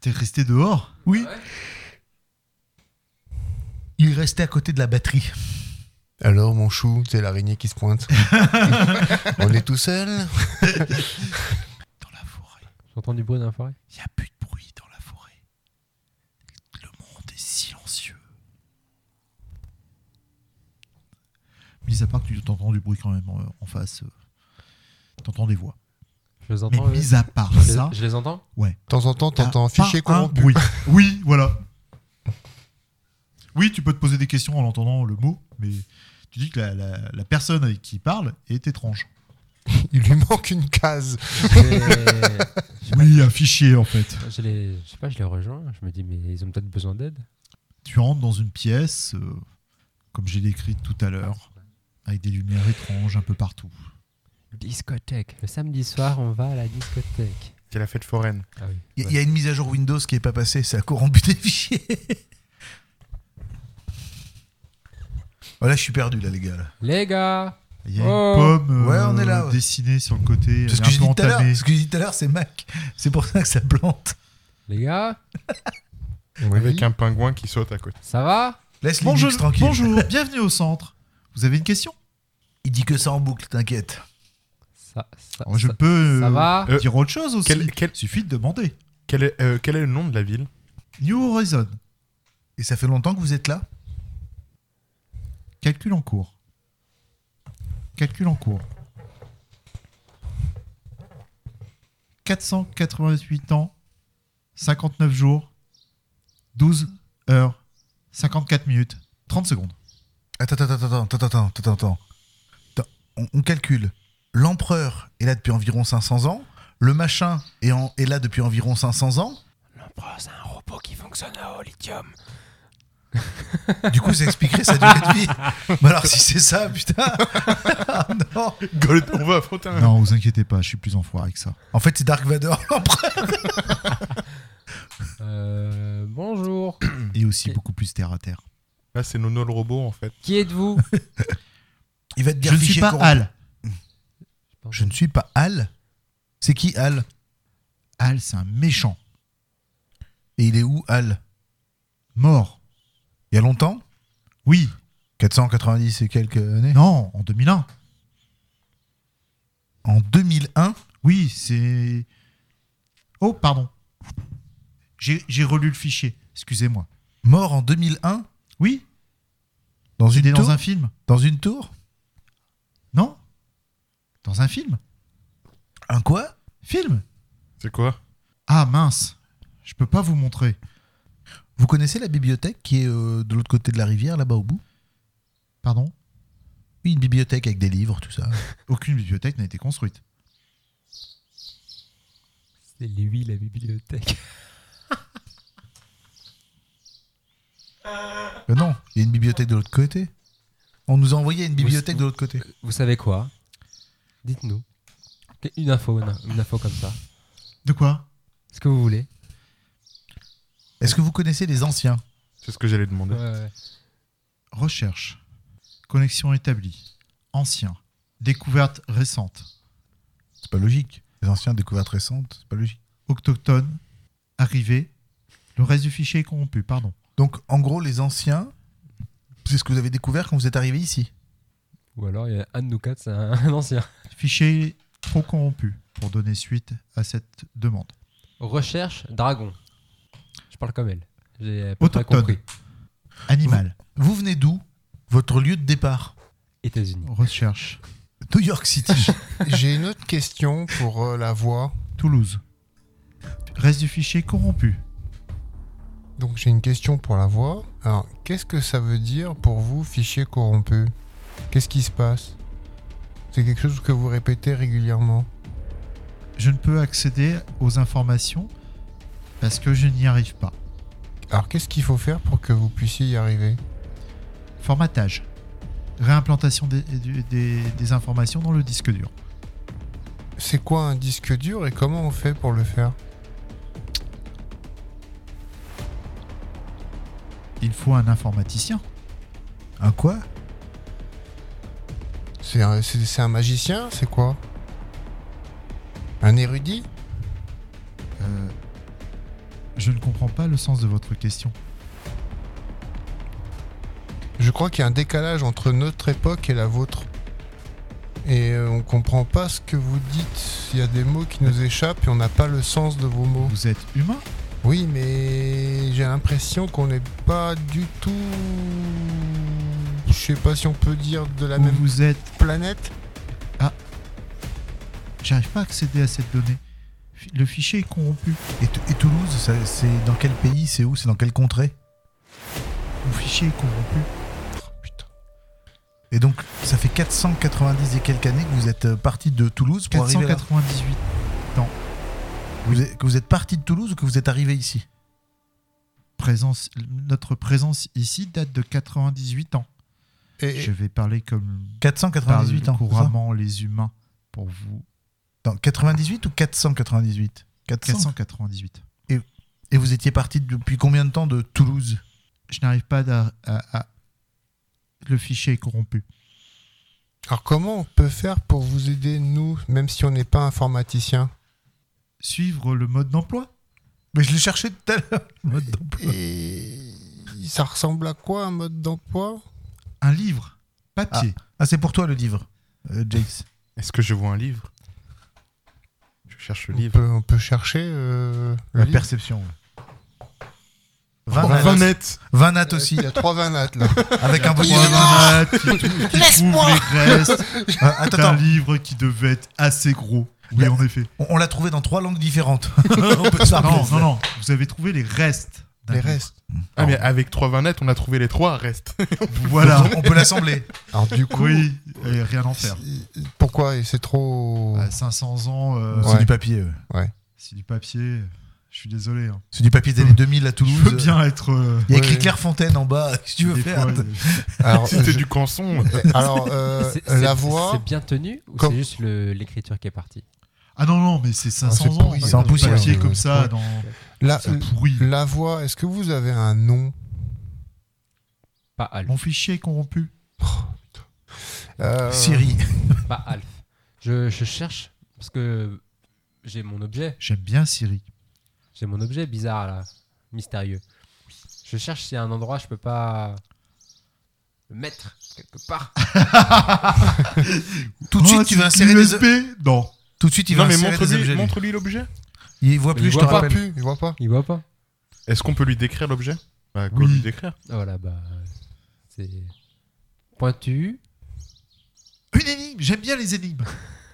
[SPEAKER 1] T'es resté dehors
[SPEAKER 2] Oui,
[SPEAKER 5] Ouais.
[SPEAKER 2] il restait à côté de la batterie.
[SPEAKER 4] Alors, mon chou, c'est l'araignée qui se pointe. on est tout seul.
[SPEAKER 1] Dans la forêt.
[SPEAKER 5] J'entends du bruit dans la forêt.
[SPEAKER 1] Il n'y a plus de bruit dans la forêt. Le monde est silencieux. Mis à part que tu t'entends du bruit quand même euh, en face. euh, T'entends des voix.
[SPEAKER 5] Je les
[SPEAKER 1] Mais
[SPEAKER 5] entends. eux.
[SPEAKER 1] mis à part
[SPEAKER 5] Oh, Je les-
[SPEAKER 1] ça.
[SPEAKER 5] je les entends
[SPEAKER 4] De temps en temps,
[SPEAKER 3] Ah,
[SPEAKER 4] t'entends
[SPEAKER 1] T'as
[SPEAKER 4] fichier
[SPEAKER 1] pas un
[SPEAKER 4] corrompu.
[SPEAKER 1] bruit. Oui, voilà. Oui, tu peux te poser des questions en entendant le mot, mais tu dis que la, la- la personne avec qui il parle est étrange.
[SPEAKER 4] Il lui manque une case.
[SPEAKER 5] Je les-
[SPEAKER 1] Oui, un fichier en fait.
[SPEAKER 5] je les- je sais pas, je les rejoins. Je me dis, mais ils ont peut-être besoin d'aide.
[SPEAKER 1] Tu entres dans une pièce, euh, comme j'ai décrit tout à l'heure, avec des lumières étranges un peu partout.
[SPEAKER 5] Discothèque. Le samedi soir, on va à la discothèque.
[SPEAKER 3] C'est la fête foraine.
[SPEAKER 5] Ah oui.
[SPEAKER 2] Il y, a- il y a une mise à jour Windows qui est pas passée, ça a corrompu des fichiers. Voilà, je suis perdu Oh, là, les gars. là.
[SPEAKER 5] Les gars
[SPEAKER 1] Il y a
[SPEAKER 5] Oh.
[SPEAKER 1] une pomme
[SPEAKER 2] Ouais,
[SPEAKER 1] euh,
[SPEAKER 2] on est là, ouais.
[SPEAKER 1] dessinée sur le côté,
[SPEAKER 2] C'est ce
[SPEAKER 1] elle
[SPEAKER 2] que
[SPEAKER 1] est
[SPEAKER 2] j'ai
[SPEAKER 1] un peu
[SPEAKER 2] dit tout à l'heure.
[SPEAKER 1] entamée.
[SPEAKER 2] Ce que j'ai dit tout à l'heure, c'est Mac. C'est pour ça que ça plante.
[SPEAKER 5] Les gars
[SPEAKER 3] Avec un pingouin qui saute à côté.
[SPEAKER 5] Ça va
[SPEAKER 2] Laisse Linux
[SPEAKER 1] Bonjour,
[SPEAKER 2] tranquille.
[SPEAKER 1] bonjour, bienvenue au centre. Vous avez une question
[SPEAKER 2] Il dit que ça en boucle, t'inquiète.
[SPEAKER 5] Ça, ça,
[SPEAKER 1] Alors, Je
[SPEAKER 5] ça-
[SPEAKER 1] peux
[SPEAKER 5] ça
[SPEAKER 1] euh,
[SPEAKER 5] va
[SPEAKER 3] Euh,
[SPEAKER 1] dire autre chose aussi.
[SPEAKER 3] quel- quel-
[SPEAKER 1] Suffit de demander.
[SPEAKER 3] Quel est, euh, quel est le nom de la ville
[SPEAKER 1] New Horizon.
[SPEAKER 2] Et ça fait longtemps que vous êtes là
[SPEAKER 1] Calcul en cours. Calcul en cours. 488 ans, 59 jours, 12 heures, 54 minutes, 30 secondes.
[SPEAKER 2] Attends, attends, attends, attends, attends, attends, attends. Attends, On, on calcule. L'empereur est là depuis environ 500 ans. Le machin est, en- est là depuis environ 500 ans.
[SPEAKER 5] L'empereur, Oh, c'est un robot qui fonctionne au lithium.
[SPEAKER 2] Du coup, ça expliquerait sa durée de vie. Mais alors, si c'est ça, putain. Ah, non.
[SPEAKER 3] Gold, on va affronter un.
[SPEAKER 1] Non, vous inquiétez pas, je suis plus enfoiré que ça.
[SPEAKER 2] En fait, c'est Dark Vador, l'empereur.
[SPEAKER 5] Euh, bonjour.
[SPEAKER 1] Et aussi beaucoup plus terre à terre.
[SPEAKER 3] Là, c'est Nono le robot, en fait.
[SPEAKER 5] Qui êtes-vous
[SPEAKER 2] Il va te dire
[SPEAKER 1] Je ne
[SPEAKER 2] fichier
[SPEAKER 1] suis pas
[SPEAKER 2] corrompu.
[SPEAKER 1] Al.
[SPEAKER 2] Je ne suis pas Al. C'est qui Al
[SPEAKER 1] Al, c'est un méchant.
[SPEAKER 2] Et il est où Al
[SPEAKER 1] Mort.
[SPEAKER 2] Il y a longtemps
[SPEAKER 1] Oui.
[SPEAKER 2] 490 et quelques années.
[SPEAKER 1] Non, en 2001.
[SPEAKER 2] En 2001
[SPEAKER 1] Oui, c'est. Oh, pardon. J'ai j'ai relu le fichier. Excusez-moi.
[SPEAKER 2] Mort en 2001
[SPEAKER 1] Oui,
[SPEAKER 2] Dans
[SPEAKER 1] il
[SPEAKER 2] une,
[SPEAKER 1] est
[SPEAKER 2] tour,
[SPEAKER 1] dans un film.
[SPEAKER 2] dans une tour
[SPEAKER 1] Non Dans un film
[SPEAKER 2] Un quoi
[SPEAKER 1] Film
[SPEAKER 3] C'est quoi
[SPEAKER 1] Ah mince, je peux pas vous montrer.
[SPEAKER 2] Vous connaissez la bibliothèque qui est euh, de l'autre côté de la rivière, là-bas au bout
[SPEAKER 1] Pardon
[SPEAKER 2] Oui, une bibliothèque avec des livres, tout ça.
[SPEAKER 1] Aucune bibliothèque n'a été construite.
[SPEAKER 5] C'est lui, la bibliothèque.
[SPEAKER 2] Mais non, il y a une bibliothèque de l'autre côté. On nous a envoyé une bibliothèque
[SPEAKER 5] c'est-
[SPEAKER 2] de l'autre côté.
[SPEAKER 5] Vous savez quoi Dites-nous. Une info, une, une info comme ça.
[SPEAKER 1] De quoi
[SPEAKER 5] Ce que vous voulez.
[SPEAKER 2] Est-ce que vous connaissez les anciens
[SPEAKER 3] C'est ce que j'allais demander.
[SPEAKER 1] Recherche. Connexion établie. Ancien. Découverte récente.
[SPEAKER 2] C'est pas logique. Les anciens, découvertes récentes, c'est pas logique.
[SPEAKER 1] Autochtone. Arrivée. Le reste du fichier est corrompu, pardon.
[SPEAKER 2] Donc, en gros, les anciens, c'est ce que vous avez découvert quand vous êtes arrivé ici.
[SPEAKER 5] Ou alors, il y a un de nous quatre, c'est un, un ancien.
[SPEAKER 1] Fichier trop corrompu pour donner suite à cette demande.
[SPEAKER 5] Recherche dragon. Je parle comme elle. J'ai à peu près
[SPEAKER 1] Autochtone.
[SPEAKER 5] compris.
[SPEAKER 1] Animal.
[SPEAKER 2] Vous venez d'où Votre lieu de départ
[SPEAKER 5] États-Unis.
[SPEAKER 1] Recherche.
[SPEAKER 2] New York City.
[SPEAKER 4] J'ai une autre question pour euh, la voix.
[SPEAKER 1] Toulouse. Reste du fichier corrompu.
[SPEAKER 4] Donc j'ai une question pour la voix. Alors, qu'est-ce que ça veut dire pour vous, fichier corrompu Qu'est-ce qui se passe C'est quelque chose que vous répétez régulièrement.
[SPEAKER 1] Je ne peux accéder aux informations parce que je n'y arrive pas.
[SPEAKER 4] Alors, qu'est-ce qu'il faut faire pour que vous puissiez y arriver
[SPEAKER 1] Formatage. Réimplantation des, du- des- des informations dans le disque dur.
[SPEAKER 4] C'est quoi un disque dur et comment on fait pour le faire
[SPEAKER 1] Il faut un informaticien.
[SPEAKER 2] Un quoi
[SPEAKER 4] C'est un, c'est- c'est un magicien C'est quoi Un érudit
[SPEAKER 1] Euh, je ne comprends pas le sens de votre question.
[SPEAKER 4] Je crois qu'il y a un décalage entre notre époque et la vôtre. Et euh, on comprend pas ce que vous dites. Il y a des mots qui nous échappent et on n'a pas le sens de vos mots.
[SPEAKER 1] Vous êtes humain
[SPEAKER 4] Oui, mais j'ai l'impression qu'on n'est pas du tout. Je sais pas si on peut dire de
[SPEAKER 2] Ah,
[SPEAKER 4] la
[SPEAKER 1] ou
[SPEAKER 4] même
[SPEAKER 1] vous êtes...
[SPEAKER 4] planète.
[SPEAKER 1] J'arrive pas à accéder à cette donnée. Fi- Le fichier est corrompu.
[SPEAKER 2] et, Tou- et Toulouse, ça- c'est dans quel pays C'est où C'est dans quelle contrée
[SPEAKER 1] Mon fichier est corrompu.
[SPEAKER 2] Et donc, ça fait 490 et quelques années que vous êtes euh, parti de Toulouse pour arriver là.
[SPEAKER 1] 498.
[SPEAKER 2] Vous êtes- que vous êtes parti de Toulouse ou que vous êtes arrivé ici
[SPEAKER 1] Présence, notre présence ici date de 98 ans.
[SPEAKER 4] Et,
[SPEAKER 1] Je vais parler comme
[SPEAKER 2] 498
[SPEAKER 1] parlent
[SPEAKER 2] ans. c'est ça
[SPEAKER 1] couramment les humains pour vous.
[SPEAKER 2] Dans 98 ou 498 400.
[SPEAKER 1] 498.
[SPEAKER 2] Et vous étiez parti depuis combien de temps de Toulouse
[SPEAKER 1] Je n'arrive pas à,
[SPEAKER 2] Ah,
[SPEAKER 1] à- à- Le fichier est corrompu.
[SPEAKER 4] alors comment on peut faire pour vous aider nous, même si on n'est pas informaticien
[SPEAKER 1] Suivre le mode d'emploi
[SPEAKER 2] Mais je l'ai cherché tout à l'heure. Mode d'emploi.
[SPEAKER 4] Et ça ressemble à quoi un mode d'emploi
[SPEAKER 1] Un livre, papier.
[SPEAKER 2] Ah, c'est pour toi le livre, euh, Jace.
[SPEAKER 3] Est-ce que je vois un livre Je cherche le
[SPEAKER 4] on
[SPEAKER 3] livre.
[SPEAKER 4] peut, on peut chercher euh, le
[SPEAKER 2] La
[SPEAKER 4] livre.
[SPEAKER 2] perception. ouais. 20
[SPEAKER 4] Oh,
[SPEAKER 2] nattes.
[SPEAKER 4] 20
[SPEAKER 3] Vanette
[SPEAKER 2] Vingt nattes
[SPEAKER 4] Il
[SPEAKER 2] aussi,
[SPEAKER 4] y a trois vanates là.
[SPEAKER 2] avec un bonus.
[SPEAKER 1] Trois nanas qui, qui trouvent les restes
[SPEAKER 2] Euh, attends,
[SPEAKER 1] d'un
[SPEAKER 2] attends.
[SPEAKER 1] livre qui devait être assez gros. Oui,
[SPEAKER 2] La-
[SPEAKER 1] en effet.
[SPEAKER 2] On, on l'a trouvé dans trois langues différentes. on peut se rappeler.
[SPEAKER 1] Non, non, non. Vous avez trouvé les restes. d'un
[SPEAKER 4] Les
[SPEAKER 1] livre.
[SPEAKER 4] restes.
[SPEAKER 3] Ah, mais avec 3 net, on a trouvé les trois restes.
[SPEAKER 1] Voilà.
[SPEAKER 2] On peut l'assembler.
[SPEAKER 4] Alors du coup,
[SPEAKER 1] oui, et rien en faire.
[SPEAKER 4] pourquoi Et c'est trop.
[SPEAKER 1] À 500 ans, euh,
[SPEAKER 4] Ouais.
[SPEAKER 2] C'est du papier. ouais.
[SPEAKER 1] c'est du papier. Je suis désolé. hein.
[SPEAKER 2] C'est du papier des années 2000 à
[SPEAKER 1] Je
[SPEAKER 2] Toulouse.
[SPEAKER 1] veux bien être. euh,
[SPEAKER 2] Il y a écrit
[SPEAKER 4] Ouais.
[SPEAKER 2] Claire Fontaine en bas. Qu'est-ce que tu veux
[SPEAKER 1] des
[SPEAKER 2] faire
[SPEAKER 1] fois, euh,
[SPEAKER 4] Alors,
[SPEAKER 3] C'était
[SPEAKER 4] je-
[SPEAKER 3] du canson.
[SPEAKER 4] alors, euh,
[SPEAKER 5] C'est- c'est-
[SPEAKER 4] la voix.
[SPEAKER 5] C'est bien tenu ou
[SPEAKER 4] Comme-
[SPEAKER 5] c'est juste le- l'écriture qui est partie
[SPEAKER 1] Ah non, non, mais c'est 500
[SPEAKER 4] c'est
[SPEAKER 1] ans.
[SPEAKER 4] pourri,
[SPEAKER 1] hein,
[SPEAKER 2] c'est en
[SPEAKER 1] du
[SPEAKER 2] poussière.
[SPEAKER 1] papier comme
[SPEAKER 4] Ouais.
[SPEAKER 1] ça,
[SPEAKER 4] Ouais.
[SPEAKER 1] dans...
[SPEAKER 4] La,
[SPEAKER 1] c'est pourri.
[SPEAKER 4] la voix. Est-ce que vous avez un nom
[SPEAKER 5] Pas Alf.
[SPEAKER 1] Mon fichier est corrompu.
[SPEAKER 4] Euh,
[SPEAKER 2] Siri.
[SPEAKER 5] Pas Alf. Je, je cherche parce que j'ai mon objet.
[SPEAKER 1] J'aime bien Siri.
[SPEAKER 5] J'ai mon objet bizarre là, mystérieux. Je cherche s'il y a un endroit je peux pas le mettre quelque part.
[SPEAKER 2] Tout de suite, tu vas insérer des.
[SPEAKER 1] USB Non.
[SPEAKER 2] Tout de suite, il va
[SPEAKER 3] non, mais
[SPEAKER 2] insérer des
[SPEAKER 3] montre-lui
[SPEAKER 2] objets. lui.
[SPEAKER 3] montre-lui l'objet.
[SPEAKER 2] Il voit plus,
[SPEAKER 5] Il
[SPEAKER 2] je te
[SPEAKER 5] voit pas.
[SPEAKER 2] rappelle.
[SPEAKER 4] plus, il voit pas.
[SPEAKER 5] Il voit pas
[SPEAKER 3] Est-ce qu'on peut lui décrire l'objet Bah, quoi
[SPEAKER 1] Oui.
[SPEAKER 3] lui décrire
[SPEAKER 5] Voilà, bah. C'est pointu,
[SPEAKER 1] Une énigme. J'aime bien les énigmes.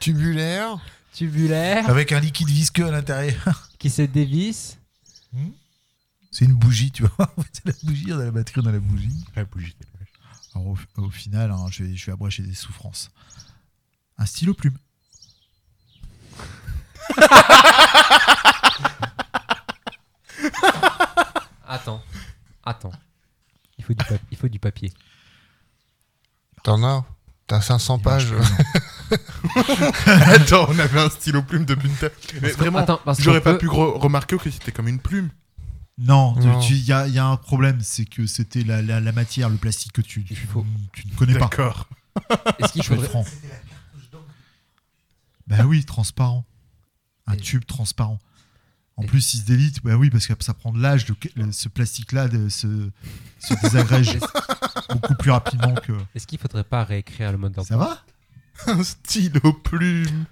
[SPEAKER 4] Tubulaire.
[SPEAKER 5] tubulaire,
[SPEAKER 2] Avec un liquide visqueux à l'intérieur.
[SPEAKER 5] qui se dévisse.
[SPEAKER 2] C'est une bougie, tu vois. C'est la bougie, on a la batterie, on a la bougie.
[SPEAKER 3] La bougie.
[SPEAKER 1] Alors, au, au final, hein, je, vais, je vais abréger des souffrances. Un stylo plume.
[SPEAKER 5] Attends, attends. Il faut du, pap- il faut du papier.
[SPEAKER 4] T'en as T'as 500 pages.
[SPEAKER 3] Attends, on avait un stylo plume de Bunta. Mais
[SPEAKER 5] Parce que-
[SPEAKER 3] vraiment,
[SPEAKER 5] attends, parce
[SPEAKER 3] j'aurais
[SPEAKER 5] qu'on
[SPEAKER 3] pas
[SPEAKER 5] peut-
[SPEAKER 3] pu re- remarquer que c'était comme une plume.
[SPEAKER 1] Non, tu-
[SPEAKER 4] Non.
[SPEAKER 1] tu- il y, a- il y a un problème, c'est que c'était la, la- la matière, le plastique que tu, tu,
[SPEAKER 5] faut-
[SPEAKER 1] tu ne connais pas.
[SPEAKER 3] D'accord.
[SPEAKER 5] Est-ce qu'il
[SPEAKER 1] Je vais être
[SPEAKER 5] faudrait.
[SPEAKER 1] franc. Bah oui, transparent. Un
[SPEAKER 5] Et-
[SPEAKER 1] tube transparent. En
[SPEAKER 5] Et-
[SPEAKER 1] plus, il se délite. Bah oui, parce que ça prend de l'âge. le- le- Ce plastique-là de- se, se désagrège beaucoup plus rapidement que.
[SPEAKER 5] Est-ce qu'il faudrait pas réécrire le mode
[SPEAKER 1] Ça
[SPEAKER 5] d'emploi
[SPEAKER 1] va
[SPEAKER 3] Un stylo plume.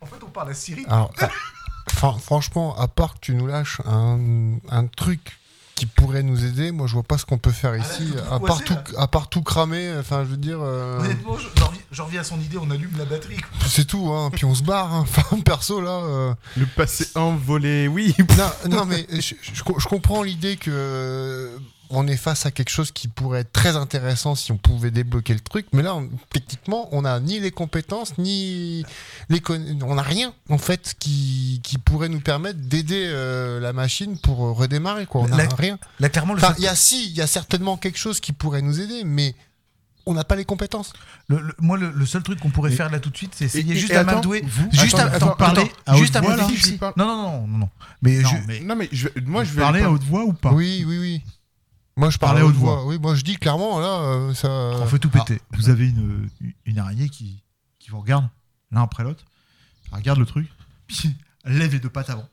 [SPEAKER 2] En fait, on parle à Siri.
[SPEAKER 4] Alors, euh, fran- franchement, à part que tu nous lâches un, un truc qui pourrait nous aider, moi je vois pas ce qu'on peut faire ici.
[SPEAKER 2] tout
[SPEAKER 4] à, part
[SPEAKER 2] coincé,
[SPEAKER 4] tout,
[SPEAKER 2] là.
[SPEAKER 4] à part tout cramer, enfin je veux dire, euh,
[SPEAKER 2] Honnêtement, je- j'en reviens- j'en reviens à son idée, on allume la batterie. quoi.
[SPEAKER 4] c'est tout, hein. puis on se barre. hein. Enfin, perso là. euh,
[SPEAKER 3] Le passé envolé, oui.
[SPEAKER 4] Non, non, mais je, je- je co- je comprends l'idée que euh, on est face à quelque chose qui pourrait être très intéressant si on pouvait débloquer le truc, mais là, on- techniquement, on n'a ni les compétences, ni les conna- on n'a rien en fait qui, qui pourrait nous permettre d'aider euh, la machine pour euh, redémarrer quoi. On n'a
[SPEAKER 2] La-
[SPEAKER 4] rien.
[SPEAKER 2] Là, clairement, le,
[SPEAKER 4] Enfin,
[SPEAKER 2] fait-
[SPEAKER 4] il y a si, il y a certainement quelque chose qui pourrait nous aider, mais on n'a pas les compétences.
[SPEAKER 2] le- le- moi, le, le seul truc qu'on pourrait
[SPEAKER 3] Et-
[SPEAKER 2] faire là tout de suite, c'est essayer
[SPEAKER 3] et-
[SPEAKER 2] juste
[SPEAKER 3] et
[SPEAKER 2] à
[SPEAKER 3] attends,
[SPEAKER 2] m'adouer.
[SPEAKER 1] Vous
[SPEAKER 2] Juste
[SPEAKER 4] Attends,
[SPEAKER 2] à
[SPEAKER 4] attends,
[SPEAKER 2] t'en parler.
[SPEAKER 1] attends.
[SPEAKER 2] Juste
[SPEAKER 1] À
[SPEAKER 2] à
[SPEAKER 1] haute voix,
[SPEAKER 2] m'adouer.
[SPEAKER 1] là,
[SPEAKER 3] je lui parle.
[SPEAKER 2] Non, non, non, non, non. Mais
[SPEAKER 1] Non,
[SPEAKER 2] je-
[SPEAKER 1] mais
[SPEAKER 3] Non, mais je vais- moi, je vais.
[SPEAKER 1] parler
[SPEAKER 3] pas-
[SPEAKER 1] à haute voix ou pas
[SPEAKER 4] Oui, oui, oui. Moi, je parle
[SPEAKER 1] Parlez
[SPEAKER 4] à haute
[SPEAKER 1] haute
[SPEAKER 4] voix. Oui, moi, je dis clairement là, euh, ça.
[SPEAKER 2] on fait tout
[SPEAKER 1] Ah.
[SPEAKER 2] péter.
[SPEAKER 1] Vous avez une, euh, une araignée qui, qui vous regarde l'un après l'autre. Elle regarde le truc, puis elle lève les deux pattes avant.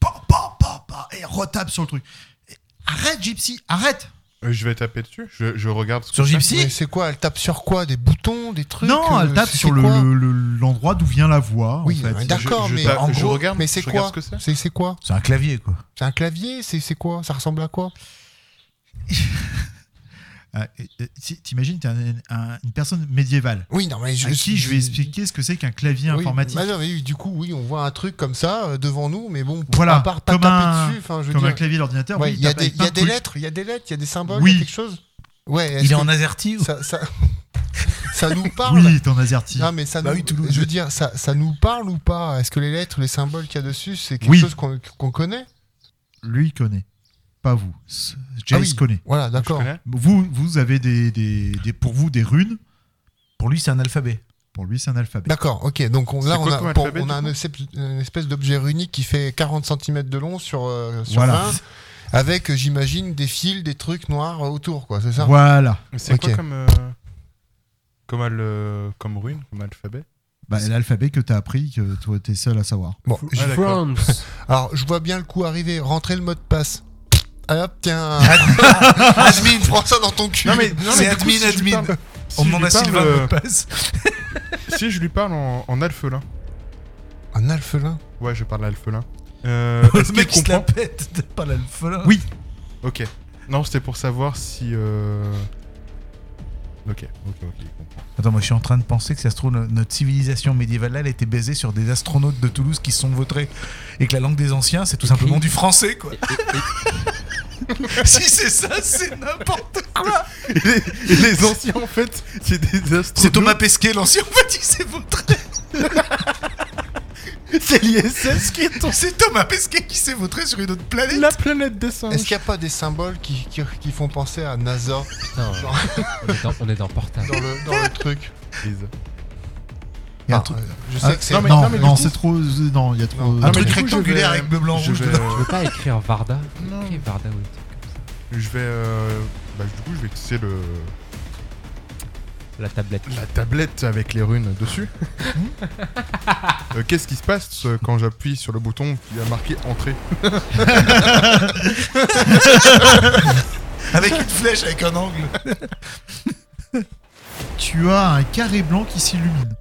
[SPEAKER 1] Pam, pam, pam, pam, et elle retape sur le truc. Et arrête, Gypsy, arrête
[SPEAKER 3] Euh, Je vais taper dessus. Je, je regarde. ce que
[SPEAKER 2] Sur
[SPEAKER 3] c'est.
[SPEAKER 4] Mais
[SPEAKER 2] Gypsy
[SPEAKER 4] c'est quoi Elle tape sur quoi Des boutons, des trucs
[SPEAKER 1] Non,
[SPEAKER 4] euh,
[SPEAKER 1] elle tape
[SPEAKER 4] c'est-
[SPEAKER 1] sur
[SPEAKER 4] c'est
[SPEAKER 1] le-
[SPEAKER 4] quoi
[SPEAKER 1] le- le- l'endroit d'où vient la voix.
[SPEAKER 4] Oui,
[SPEAKER 1] en fait.
[SPEAKER 4] ouais, d'accord,
[SPEAKER 3] je- je
[SPEAKER 4] mais
[SPEAKER 3] tape-
[SPEAKER 4] en
[SPEAKER 3] je
[SPEAKER 4] gros,
[SPEAKER 3] regarde-
[SPEAKER 4] mais c'est
[SPEAKER 3] je regarde
[SPEAKER 4] quoi
[SPEAKER 3] ce que c'est.
[SPEAKER 4] C'est c'est quoi
[SPEAKER 2] C'est un clavier, quoi.
[SPEAKER 4] C'est un clavier C'est c'est quoi Ça ressemble à quoi
[SPEAKER 1] Euh, et- et- si- T'imagines, t'es un- un- une personne médiévale.
[SPEAKER 4] Oui, non, mais Ah, je
[SPEAKER 1] À qui je vais expliquer ce que c'est qu'un clavier
[SPEAKER 4] Oui,
[SPEAKER 1] informatique.
[SPEAKER 4] bah non, mais oui, du coup, oui, on voit un truc comme ça euh, devant nous, mais bon,
[SPEAKER 1] Voilà,
[SPEAKER 4] à part pas
[SPEAKER 1] comme
[SPEAKER 4] taper
[SPEAKER 1] un-
[SPEAKER 4] dessus, enfin, je veux
[SPEAKER 1] Comme un
[SPEAKER 4] dire,
[SPEAKER 1] clavier d'ordinateur,
[SPEAKER 4] ouais,
[SPEAKER 1] oui,
[SPEAKER 4] il y a
[SPEAKER 1] tape
[SPEAKER 4] des,
[SPEAKER 1] avec
[SPEAKER 4] il y a
[SPEAKER 1] plein de
[SPEAKER 4] des
[SPEAKER 1] trucs.
[SPEAKER 4] lettres, il y a des lettres, il y a des symboles,
[SPEAKER 1] Oui.
[SPEAKER 4] il y a quelque chose. Ouais, est-ce
[SPEAKER 2] Il est
[SPEAKER 4] que
[SPEAKER 2] en azerty euh, ou
[SPEAKER 4] ça, ça, ça nous parle
[SPEAKER 1] Oui, t'en azertis.
[SPEAKER 4] Non, mais ça
[SPEAKER 2] Bah
[SPEAKER 4] nous,
[SPEAKER 2] oui, Toulouse.
[SPEAKER 4] je veux dire, ça, ça nous parle ou pas Est-ce que les lettres, les symboles qu'il y a dessus, c'est quelque
[SPEAKER 1] Oui.
[SPEAKER 4] chose qu'on qu'on connaît
[SPEAKER 1] Lui, il connaît. Pas vous. S- Jace
[SPEAKER 4] Ah oui.
[SPEAKER 1] connaît.
[SPEAKER 4] Voilà,
[SPEAKER 3] Je
[SPEAKER 4] d'accord.
[SPEAKER 3] connais.
[SPEAKER 1] Vous, vous avez des, des, des- pour vous des runes.
[SPEAKER 2] Pour lui, c'est un alphabet.
[SPEAKER 1] Pour lui, c'est un alphabet.
[SPEAKER 4] D'accord, ok. Donc on, là,
[SPEAKER 3] C'est quoi
[SPEAKER 4] on a,
[SPEAKER 3] comme
[SPEAKER 4] pour-
[SPEAKER 3] alphabet,
[SPEAKER 4] on
[SPEAKER 3] du
[SPEAKER 4] a un
[SPEAKER 3] coup
[SPEAKER 4] escep- une espèce d'objet runique qui fait 40 cm de long sur, euh, sur
[SPEAKER 1] Voilà.
[SPEAKER 4] 20, avec, euh, j'imagine, des fils, des trucs noirs euh, autour, quoi, c'est ça
[SPEAKER 1] Voilà.
[SPEAKER 3] Mais C'est quoi
[SPEAKER 4] Ok.
[SPEAKER 3] comme. euh, Comme, al- euh, comme rune, comme alphabet
[SPEAKER 1] Bah, l'alphabet que t'as appris, que toi, t'es seul à savoir.
[SPEAKER 4] Bon,
[SPEAKER 3] Ah, d'accord.
[SPEAKER 5] France.
[SPEAKER 4] alors je vois bien le coup arriver, rentrer le mot de passe. Ah, hop, tiens Admin, prends ça dans ton cul
[SPEAKER 3] Non, mais, non, mais
[SPEAKER 2] C'est
[SPEAKER 3] du coup,
[SPEAKER 2] admin,
[SPEAKER 3] si je lui
[SPEAKER 2] admin.
[SPEAKER 3] parle-
[SPEAKER 2] on
[SPEAKER 3] si je
[SPEAKER 2] demande
[SPEAKER 3] lui
[SPEAKER 2] à
[SPEAKER 3] parle,
[SPEAKER 2] Sylvain le
[SPEAKER 3] euh,
[SPEAKER 2] mot de passe.
[SPEAKER 3] Si je lui parle en, en alphelin.
[SPEAKER 4] Un alphelin
[SPEAKER 3] Ouais, je parle alphelin. Euh, est-ce
[SPEAKER 2] Le mec,
[SPEAKER 3] qu'il
[SPEAKER 2] il se la
[SPEAKER 3] comprend
[SPEAKER 2] pète. T'es pas l'alphelin.
[SPEAKER 1] Oui.
[SPEAKER 3] Ok. Non, c'était pour savoir si. euh, Ok, ok, ok. je comprends.
[SPEAKER 2] Attends, moi je suis en train de penser que ça se trouve, no- notre civilisation médiévale là, elle a été basée sur des astronautes de Toulouse qui se sont vautrés. Et que la langue des anciens, c'est tout simplement du français, quoi. si c'est ça, c'est n'importe quoi.
[SPEAKER 3] Et les anciens, en fait, c'est des astronautes.
[SPEAKER 2] C'est Thomas Pesquet, l'ancien, on va dire, c'est vautré.
[SPEAKER 3] C'est l'ISS qui est
[SPEAKER 2] C'est Thomas Pesquet qui s'est vautré sur une autre planète.
[SPEAKER 3] la planète des singes.
[SPEAKER 4] Est-ce qu'il n'y a pas des symboles qui, qui, qui font penser à NASA
[SPEAKER 5] Putain,
[SPEAKER 4] Genre.
[SPEAKER 5] on est dans, on est dans Portal.
[SPEAKER 4] dans le, dans le truc
[SPEAKER 2] Il y a un
[SPEAKER 4] Enfin,
[SPEAKER 2] truc-
[SPEAKER 4] euh, Je sais
[SPEAKER 1] Ah,
[SPEAKER 4] que c'est.
[SPEAKER 3] non, mais-
[SPEAKER 1] non,
[SPEAKER 3] du
[SPEAKER 1] non,
[SPEAKER 3] coup-
[SPEAKER 1] c'est trop. c'est- Non, il y a trop.
[SPEAKER 4] Non.
[SPEAKER 2] un
[SPEAKER 3] mais
[SPEAKER 2] truc
[SPEAKER 3] du coup, je vais-
[SPEAKER 2] rectangulaire avec bleu, blanc,
[SPEAKER 3] je
[SPEAKER 2] rouge.
[SPEAKER 3] vais-
[SPEAKER 2] dedans.
[SPEAKER 5] Tu veux pas écrire Varda
[SPEAKER 3] Non.
[SPEAKER 5] Écris Varda ou un truc comme ça.
[SPEAKER 3] Je vais. euh, Bah, du coup, je vais tisser le...
[SPEAKER 5] La tablette.
[SPEAKER 3] la tablette avec les runes dessus. Euh, Qu'est-ce qui se passe euh, quand j'appuie sur le bouton qui a marqué entrée
[SPEAKER 2] Avec une flèche, avec un angle.
[SPEAKER 1] Tu as un carré blanc qui s'illumine.